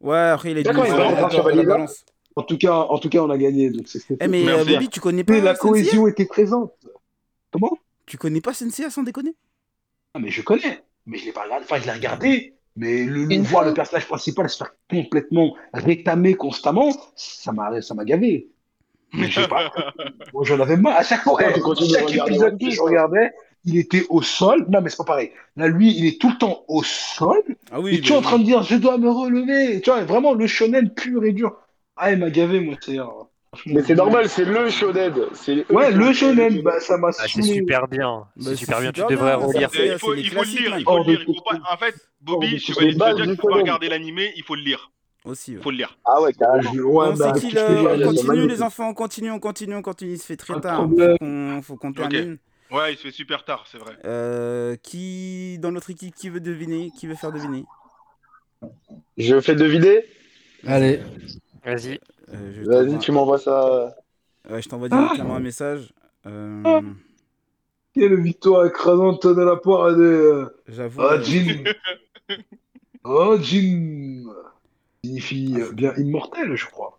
Speaker 1: Ouais, après il est
Speaker 9: D'accord,
Speaker 1: devenu
Speaker 9: il
Speaker 1: le
Speaker 9: va
Speaker 1: roi
Speaker 9: faire
Speaker 1: de la
Speaker 9: chevalier d'or.
Speaker 1: balance.
Speaker 5: En tout cas, en tout cas, on a gagné. Donc c'est- c'est-
Speaker 1: Eh mais euh,
Speaker 7: Merci.
Speaker 1: Bobby, tu connais pas
Speaker 5: la
Speaker 1: Senseiya
Speaker 5: cohésion était présente. Comment
Speaker 1: Tu connais pas Senseiya sans déconner
Speaker 5: Ah, mais je connais, mais je l'ai pas regardé. Enfin, je l'ai regardé, mais le, le
Speaker 6: Une
Speaker 5: voir
Speaker 6: fois.
Speaker 5: le personnage principal se faire complètement rétamer constamment, ça m'a, ça m'a gavé. Mais je sais
Speaker 7: [LAUGHS]
Speaker 5: pas. Moi, j'en avais marre. À chaque fois,
Speaker 9: Pourquoi tu continues de
Speaker 5: chaque
Speaker 9: regarder
Speaker 5: épisode
Speaker 9: One
Speaker 5: que
Speaker 9: Piece,
Speaker 5: je
Speaker 9: toi
Speaker 5: regardais, il était au sol. Non, mais c'est pas pareil. Là, lui, il est tout le temps au sol.
Speaker 1: Ah
Speaker 5: Et
Speaker 1: oui,
Speaker 5: tu es en train de dire, je dois me relever. Et Tu vois, vraiment le shonen pur et dur. Ah, il m'a gavé, moi, c'est.
Speaker 9: Mais c'est normal, c'est le shonen. C'est
Speaker 5: Ouais, le shonen, bah, ça m'a
Speaker 4: ah, c'est
Speaker 5: saoulé.
Speaker 4: super bien.
Speaker 1: Bah,
Speaker 4: C'est
Speaker 1: c'est
Speaker 4: super bien. Tu
Speaker 1: super
Speaker 4: devrais
Speaker 1: bien, ça
Speaker 4: relire.
Speaker 1: fait-
Speaker 7: Il faut,
Speaker 1: c'est des
Speaker 7: il faut le lire, il
Speaker 1: classiques,
Speaker 7: faut le
Speaker 5: mec.
Speaker 7: lire. il faut pas- En fait,
Speaker 5: Oh,
Speaker 7: Bobby,
Speaker 5: mais
Speaker 7: Chevalier
Speaker 9: c'est
Speaker 7: du
Speaker 9: base
Speaker 7: Zodiac,
Speaker 9: du
Speaker 7: il faut pas
Speaker 9: shonen.
Speaker 7: regarder l'animé, il faut le lire.
Speaker 1: aussi. ouais.
Speaker 7: Il faut le lire.
Speaker 9: Ah ouais, carrément.
Speaker 5: Je- ouais,
Speaker 1: Bon,
Speaker 5: bah,
Speaker 1: c'est
Speaker 5: qu'est-ce
Speaker 1: qu'il
Speaker 5: que je
Speaker 1: euh,
Speaker 5: veux
Speaker 1: on
Speaker 5: dire,
Speaker 1: continue
Speaker 5: magnifique.
Speaker 1: les enfants, on continue, on continue, on continue, il se fait
Speaker 5: Pas
Speaker 1: très
Speaker 5: de
Speaker 1: tard. Faut
Speaker 5: problème.
Speaker 1: qu'on faut qu'on
Speaker 7: Ok.
Speaker 1: termine.
Speaker 7: Ouais, il se fait super tard, c'est vrai.
Speaker 1: Euh, qui dans notre équipe qui veut deviner, qui veut faire deviner
Speaker 9: Je fais deviner.
Speaker 3: Allez,
Speaker 4: Vas-y.
Speaker 1: Euh, je
Speaker 9: Vas-y,
Speaker 1: t'envoie-
Speaker 9: tu Ah m'envoies ça.
Speaker 1: ouais, je t'envoie directement un message. Euh,
Speaker 9: Ah
Speaker 5: Quelle victoire écrasante de la part de.
Speaker 1: J'avoue.
Speaker 9: Ah,
Speaker 5: Oh,
Speaker 1: euh,
Speaker 5: Jin [LAUGHS] Oh, Jin Signifie
Speaker 1: Ah,
Speaker 5: euh,
Speaker 1: c'est-
Speaker 5: bien immortel, je crois.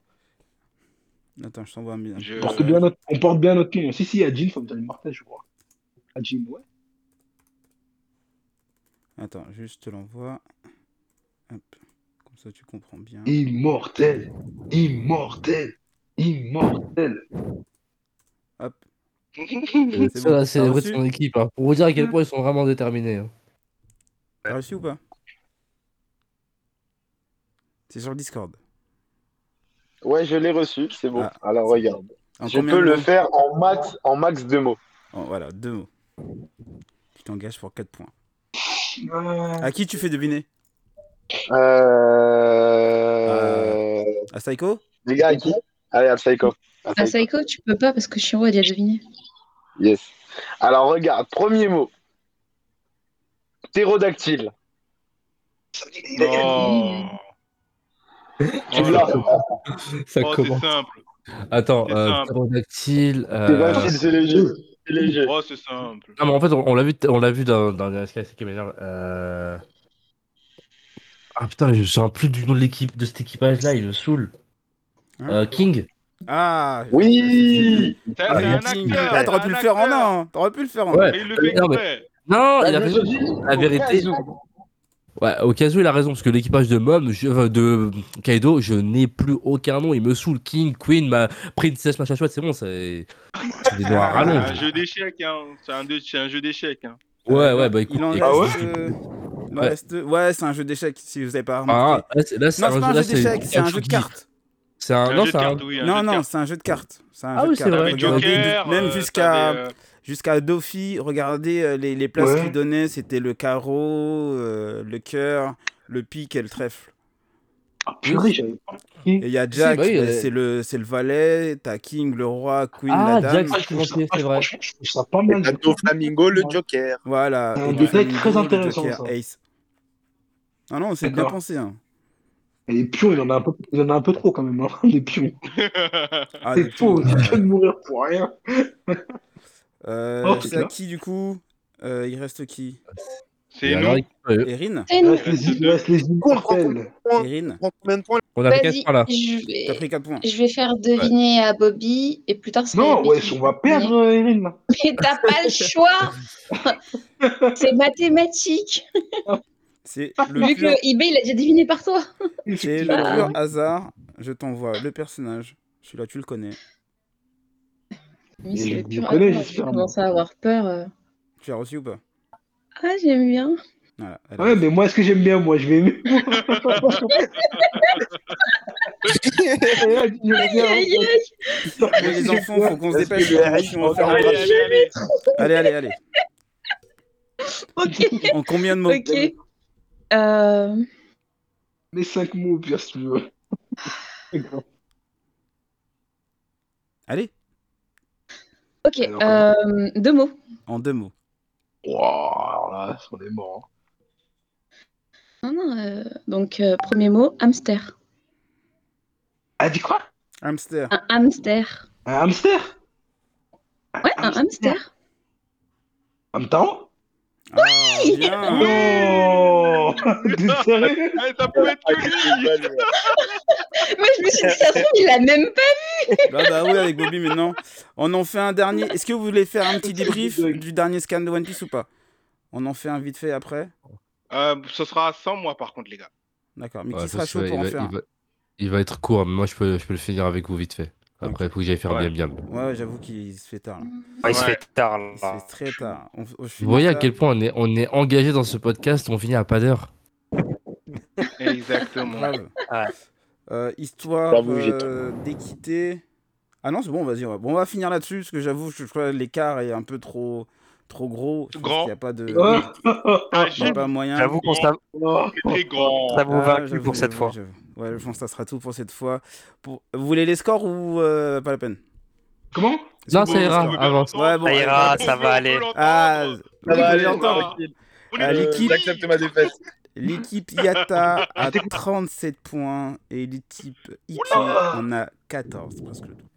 Speaker 1: euh, Attends, je t'envoie un. un-
Speaker 7: Je-
Speaker 5: On porte bien notre, on porte bien notre nom. Si, si, à Jin, faut me donner immortel, je crois. À Jin, ouais.
Speaker 1: Attends, juste je te l'envoie. Hop. Comme ça, tu comprends bien.
Speaker 5: Immortel Immortel Immortel
Speaker 9: [LAUGHS]
Speaker 1: Hop. Euh,
Speaker 3: c'est
Speaker 1: C'est
Speaker 3: ça,
Speaker 1: bon.
Speaker 3: la célébrité
Speaker 1: T'as
Speaker 3: de
Speaker 1: reçu
Speaker 3: son équipe. hein, Pour vous dire à quel point ils sont vraiment déterminés. hein.
Speaker 1: T'as reçu ou pas C'est sur le Discord.
Speaker 9: Ouais, je l'ai reçu, c'est bon.
Speaker 1: Ah.
Speaker 9: Alors regarde.
Speaker 1: En
Speaker 9: je
Speaker 1: combien
Speaker 9: peux
Speaker 1: de
Speaker 9: le
Speaker 1: mots
Speaker 9: faire en max, en max deux mots.
Speaker 1: En- Voilà, deux mots. Tu t'engages pour 4 points.
Speaker 5: Ah,
Speaker 1: À qui tu fais deviner
Speaker 9: Euh...
Speaker 1: À Psycho
Speaker 9: Les gars, à qui Allez, à Psycho. À
Speaker 6: Un
Speaker 9: Psycho.
Speaker 6: Psycho, tu peux pas parce que Shiro a déjà deviné.
Speaker 9: Yes. Alors regarde, premier mot. Ptérodactyle.
Speaker 5: il a gagné.
Speaker 7: Non.
Speaker 9: Tu
Speaker 7: Oh
Speaker 9: l'as.
Speaker 7: là là.
Speaker 3: Ça
Speaker 7: Oh, c'est
Speaker 3: commence.
Speaker 7: simple.
Speaker 3: Attends,
Speaker 7: c'est
Speaker 3: euh,
Speaker 7: simple.
Speaker 3: ptérodactyle. euh,
Speaker 9: Ptérodactyle, c'est léger. C'est léger.
Speaker 7: Oh, c'est simple.
Speaker 3: Non, mais en fait, on, on l'a vu, on l'a vu dans, dans les SKS qui m'énerve. Euh... Ah putain, je sens plus du nom de l'équipe, de cet équipage-là, il me saoule.
Speaker 1: Hein
Speaker 3: Euh, King.
Speaker 1: Ah
Speaker 9: Oui
Speaker 7: C'est
Speaker 3: Ah,
Speaker 7: c'est
Speaker 3: il y a
Speaker 7: un
Speaker 1: King.
Speaker 7: acteur.
Speaker 1: Ah, T'aurais
Speaker 7: un
Speaker 1: pu le faire en
Speaker 7: acteur.
Speaker 1: un hein. T'aurais pu le faire en un
Speaker 3: Ouais.
Speaker 7: Mais il le fait
Speaker 3: Non, mais-
Speaker 7: exprès.
Speaker 3: Non,
Speaker 5: Ah,
Speaker 3: il
Speaker 9: Bah, je
Speaker 3: a raison.
Speaker 9: te dis,
Speaker 3: La vérité.
Speaker 9: au cas
Speaker 3: Ouais, au cas où il a raison, parce que l'équipage de Mom, je- enfin, de Kaido, je n'ai plus aucun nom. Il me saoule. King, Queen, ma princesse, machin chouette, c'est bon, c'est. C'est des noms à
Speaker 1: Ah
Speaker 7: C'est
Speaker 3: rallonge.
Speaker 7: un jeu d'échecs, hein. C'est un, de- c'est un jeu d'échecs. Hein.
Speaker 3: Ouais, ouais, bah écoute.
Speaker 1: Il en
Speaker 3: écoute,
Speaker 1: reste.
Speaker 3: écoute.
Speaker 1: euh, il en
Speaker 3: Ouais.
Speaker 1: reste deux. Ouais, c'est un jeu d'échecs si vous avez pas remarqué.
Speaker 3: Ah, là, c'est là, c'est
Speaker 1: non, c'est pas un
Speaker 3: là,
Speaker 1: jeu d'échecs, c'est un jeu de
Speaker 3: shogi.
Speaker 1: cartes.
Speaker 3: C'est un.
Speaker 7: C'est un
Speaker 3: Ah Non,
Speaker 7: jeu
Speaker 3: c'est
Speaker 7: de
Speaker 3: un.
Speaker 7: cartes, oui. un
Speaker 1: Non,
Speaker 7: jeu de
Speaker 1: non,
Speaker 7: cartes.
Speaker 1: c'est un jeu de cartes. C'est un
Speaker 3: Ah
Speaker 1: jeu
Speaker 3: oui,
Speaker 1: de
Speaker 3: c'est
Speaker 1: cartes.
Speaker 3: vrai.
Speaker 7: T'avais
Speaker 1: Regardez,
Speaker 7: Joker.
Speaker 1: Même
Speaker 7: euh,
Speaker 1: jusqu'à
Speaker 7: t'avais, euh,
Speaker 1: jusqu'à Dofi, regardez euh, les, les places
Speaker 5: Ouais.
Speaker 1: qu'il donnait, c'était le carreau, euh, le cœur, le pique et le trèfle.
Speaker 5: Ah, purée, j'avais pas. compris.
Speaker 1: Et il y a
Speaker 3: Si,
Speaker 1: Jack,
Speaker 3: bah oui,
Speaker 1: bah,
Speaker 3: euh.
Speaker 1: c'est le c'est le valet, t'as King, le roi, Queen,
Speaker 3: Ah,
Speaker 1: la dame.
Speaker 5: Ah,
Speaker 3: Jack.
Speaker 5: je trouve ça,
Speaker 3: Ok,
Speaker 5: ah,
Speaker 3: c'est vrai.
Speaker 5: franchement, je trouve ça pas mal. je trouve.
Speaker 9: Flamingo,
Speaker 5: le
Speaker 9: Joker.
Speaker 1: Voilà.
Speaker 5: C'est un
Speaker 1: Et
Speaker 5: détail
Speaker 1: Flamingo,
Speaker 5: très
Speaker 1: le
Speaker 5: intéressant,
Speaker 1: Joker,
Speaker 5: ça.
Speaker 1: Ace. Ah non, c'est bien
Speaker 5: D'accord.
Speaker 1: pensé. hein.
Speaker 5: Et les pions, il en a un peu, il en a un peu trop quand même, hein, [LAUGHS] les pions.
Speaker 1: Ah,
Speaker 5: C'est
Speaker 1: du coup,
Speaker 5: [LAUGHS] faux, tu viens de mourir pour rien.
Speaker 1: euh,
Speaker 5: Oh, c'est
Speaker 1: c'est à
Speaker 5: clair.
Speaker 1: qui du coup Euh, Il reste qui
Speaker 7: [LAUGHS] C'est
Speaker 3: Et
Speaker 7: nous.
Speaker 3: alors, euh,
Speaker 1: Erin
Speaker 6: C'est
Speaker 5: Il
Speaker 6: nous.
Speaker 5: reste les, il reste les immortels.
Speaker 1: Erin
Speaker 9: Combien de points
Speaker 3: On a fait
Speaker 6: Vas-y,
Speaker 3: quatre points là.
Speaker 6: je
Speaker 1: T'as
Speaker 6: vais...
Speaker 1: pris 4 points.
Speaker 6: je vais faire deviner à Bobby et plus tard c'est
Speaker 5: Non,
Speaker 6: Bobby
Speaker 5: ouais,
Speaker 6: qui
Speaker 5: on va perdre, euh, Erin. là.
Speaker 6: Mais t'as pas
Speaker 5: [LAUGHS]
Speaker 6: le choix C'est mathématique
Speaker 1: C'est
Speaker 6: Ah, Vu
Speaker 1: le pur,
Speaker 6: que eBay il a déjà deviné par toi
Speaker 1: c'est le
Speaker 5: Effectivement.
Speaker 1: pur hasard. Je t'envoie le personnage. Celui-là, tu le connais.
Speaker 6: Mais
Speaker 5: je-
Speaker 6: c'est le
Speaker 5: je
Speaker 6: pur
Speaker 5: connais,
Speaker 6: hasard, je
Speaker 5: j'espère, moi.
Speaker 6: commence à avoir peur. euh.
Speaker 1: Tu l'as reçu ou pas
Speaker 6: Ah j'aime
Speaker 5: [LAUGHS]
Speaker 6: bien
Speaker 1: Voilà. elle a
Speaker 5: Ouais,
Speaker 1: reçu.
Speaker 5: mais moi, ce que j'aime bien, moi, je vais aimer.
Speaker 6: Aïe, aïe, aïe.
Speaker 1: Mais les enfants, faut qu'on se
Speaker 9: Est-ce que
Speaker 1: dépêche.
Speaker 9: le
Speaker 1: sinon
Speaker 9: Harry
Speaker 1: je suis en
Speaker 9: Potter-
Speaker 1: retard.
Speaker 7: Allez, allez, allez.
Speaker 1: Allez, allez, allez.
Speaker 6: Ok,
Speaker 1: En combien de mots
Speaker 6: ok. Euh,
Speaker 5: Mets 5 mots au pire si tu
Speaker 6: [LAUGHS]
Speaker 5: veux.
Speaker 1: Allez,
Speaker 6: ok,
Speaker 5: Alors,
Speaker 6: euh, deux mots.
Speaker 1: en deux mots.
Speaker 5: Wouah, alors là, on est mort. hein.
Speaker 6: Non, non, euh, donc, euh, premier mot, hamster.
Speaker 5: Ah, dis quoi
Speaker 1: Hamster.
Speaker 6: Un hamster.
Speaker 5: Un hamster
Speaker 6: Ouais, un hamster. [LAUGHS]
Speaker 5: Un temps
Speaker 1: Ah, bien.
Speaker 5: Non [LAUGHS] T'es
Speaker 7: [LAUGHS]
Speaker 5: sérieux
Speaker 7: Eh, Ça pouvait être que lui.
Speaker 6: Moi, je me suis dit, ça se trouve, il a même pas.
Speaker 1: Bah, bah oui, avec Bobby maintenant. On en fait un dernier. Est-ce que vous voulez faire un petit débrief du dernier scan de One Piece ou pas On en fait un vite fait après
Speaker 7: [LAUGHS] Euh, Ce sera sans moi, par contre, les gars.
Speaker 1: D'accord, mais
Speaker 3: Ouais,
Speaker 1: qui
Speaker 3: ça,
Speaker 1: sera
Speaker 3: ça
Speaker 1: chaud
Speaker 3: va-
Speaker 1: pour en
Speaker 3: il,
Speaker 1: faire
Speaker 3: va,
Speaker 1: un
Speaker 3: il va- il va être court, mais moi je peux, je peux le finir avec vous vite fait. Après, il faut que j'aille faire
Speaker 4: Ouais.
Speaker 3: bien bien.
Speaker 1: Ouais, j'avoue qu'il se fait tard. là.
Speaker 4: Ah, il se
Speaker 7: Ouais.
Speaker 4: fait tard
Speaker 1: Il se
Speaker 4: là.
Speaker 1: fait très tard. On- on finit
Speaker 3: Vous voyez à
Speaker 1: ça.
Speaker 3: quel point on est, on est engagé dans ce podcast, on finit à pas d'heure.
Speaker 7: Exactement.
Speaker 1: Grave.
Speaker 4: Ouais.
Speaker 1: Euh, histoire
Speaker 9: J'avoue, j'ai
Speaker 1: euh, d'équité. Ah non, c'est bon, vas-y. On va, bon, on va finir là-dessus parce que j'avoue, je, je crois que l'écart est un peu trop, trop gros. Je pense
Speaker 7: Grand.
Speaker 1: qu'il y a pas de.
Speaker 5: Oh,
Speaker 7: Ah,
Speaker 1: il y a
Speaker 7: J'ai
Speaker 1: pas moyen.
Speaker 4: J'avoue qu'on s'av-
Speaker 7: très grand.
Speaker 4: ça vous
Speaker 1: Ah,
Speaker 4: vaincu
Speaker 1: j'avoue,
Speaker 4: pour cette
Speaker 1: j'avoue,
Speaker 4: fois.
Speaker 1: j'avoue. Ouais, je pense que ça sera tout pour cette fois. Pour- Vous voulez les scores ou euh, pas la peine
Speaker 5: Comment
Speaker 1: Est-ce
Speaker 3: Non,
Speaker 1: que
Speaker 3: ça
Speaker 1: vous-
Speaker 3: ira,
Speaker 7: on peut bien
Speaker 3: avance.
Speaker 1: Ouais, bon,
Speaker 7: On
Speaker 4: Ça
Speaker 1: ouais,
Speaker 4: ira,
Speaker 1: bon.
Speaker 7: peut-
Speaker 4: ça
Speaker 7: on
Speaker 4: va
Speaker 7: peut
Speaker 4: aller.
Speaker 7: l'entendre.
Speaker 1: Ah,
Speaker 9: Ça va
Speaker 1: oui,
Speaker 9: aller,
Speaker 1: vous l'entendez.
Speaker 9: ça
Speaker 7: l'entendre.
Speaker 9: va.
Speaker 7: On
Speaker 1: Ah,
Speaker 7: est-
Speaker 1: l'équipe.
Speaker 9: J'accepte ma défaite.
Speaker 1: L'équipe
Speaker 9: [LAUGHS]
Speaker 1: Yata a 37 points et l'équipe Iki en a 14, presque le double.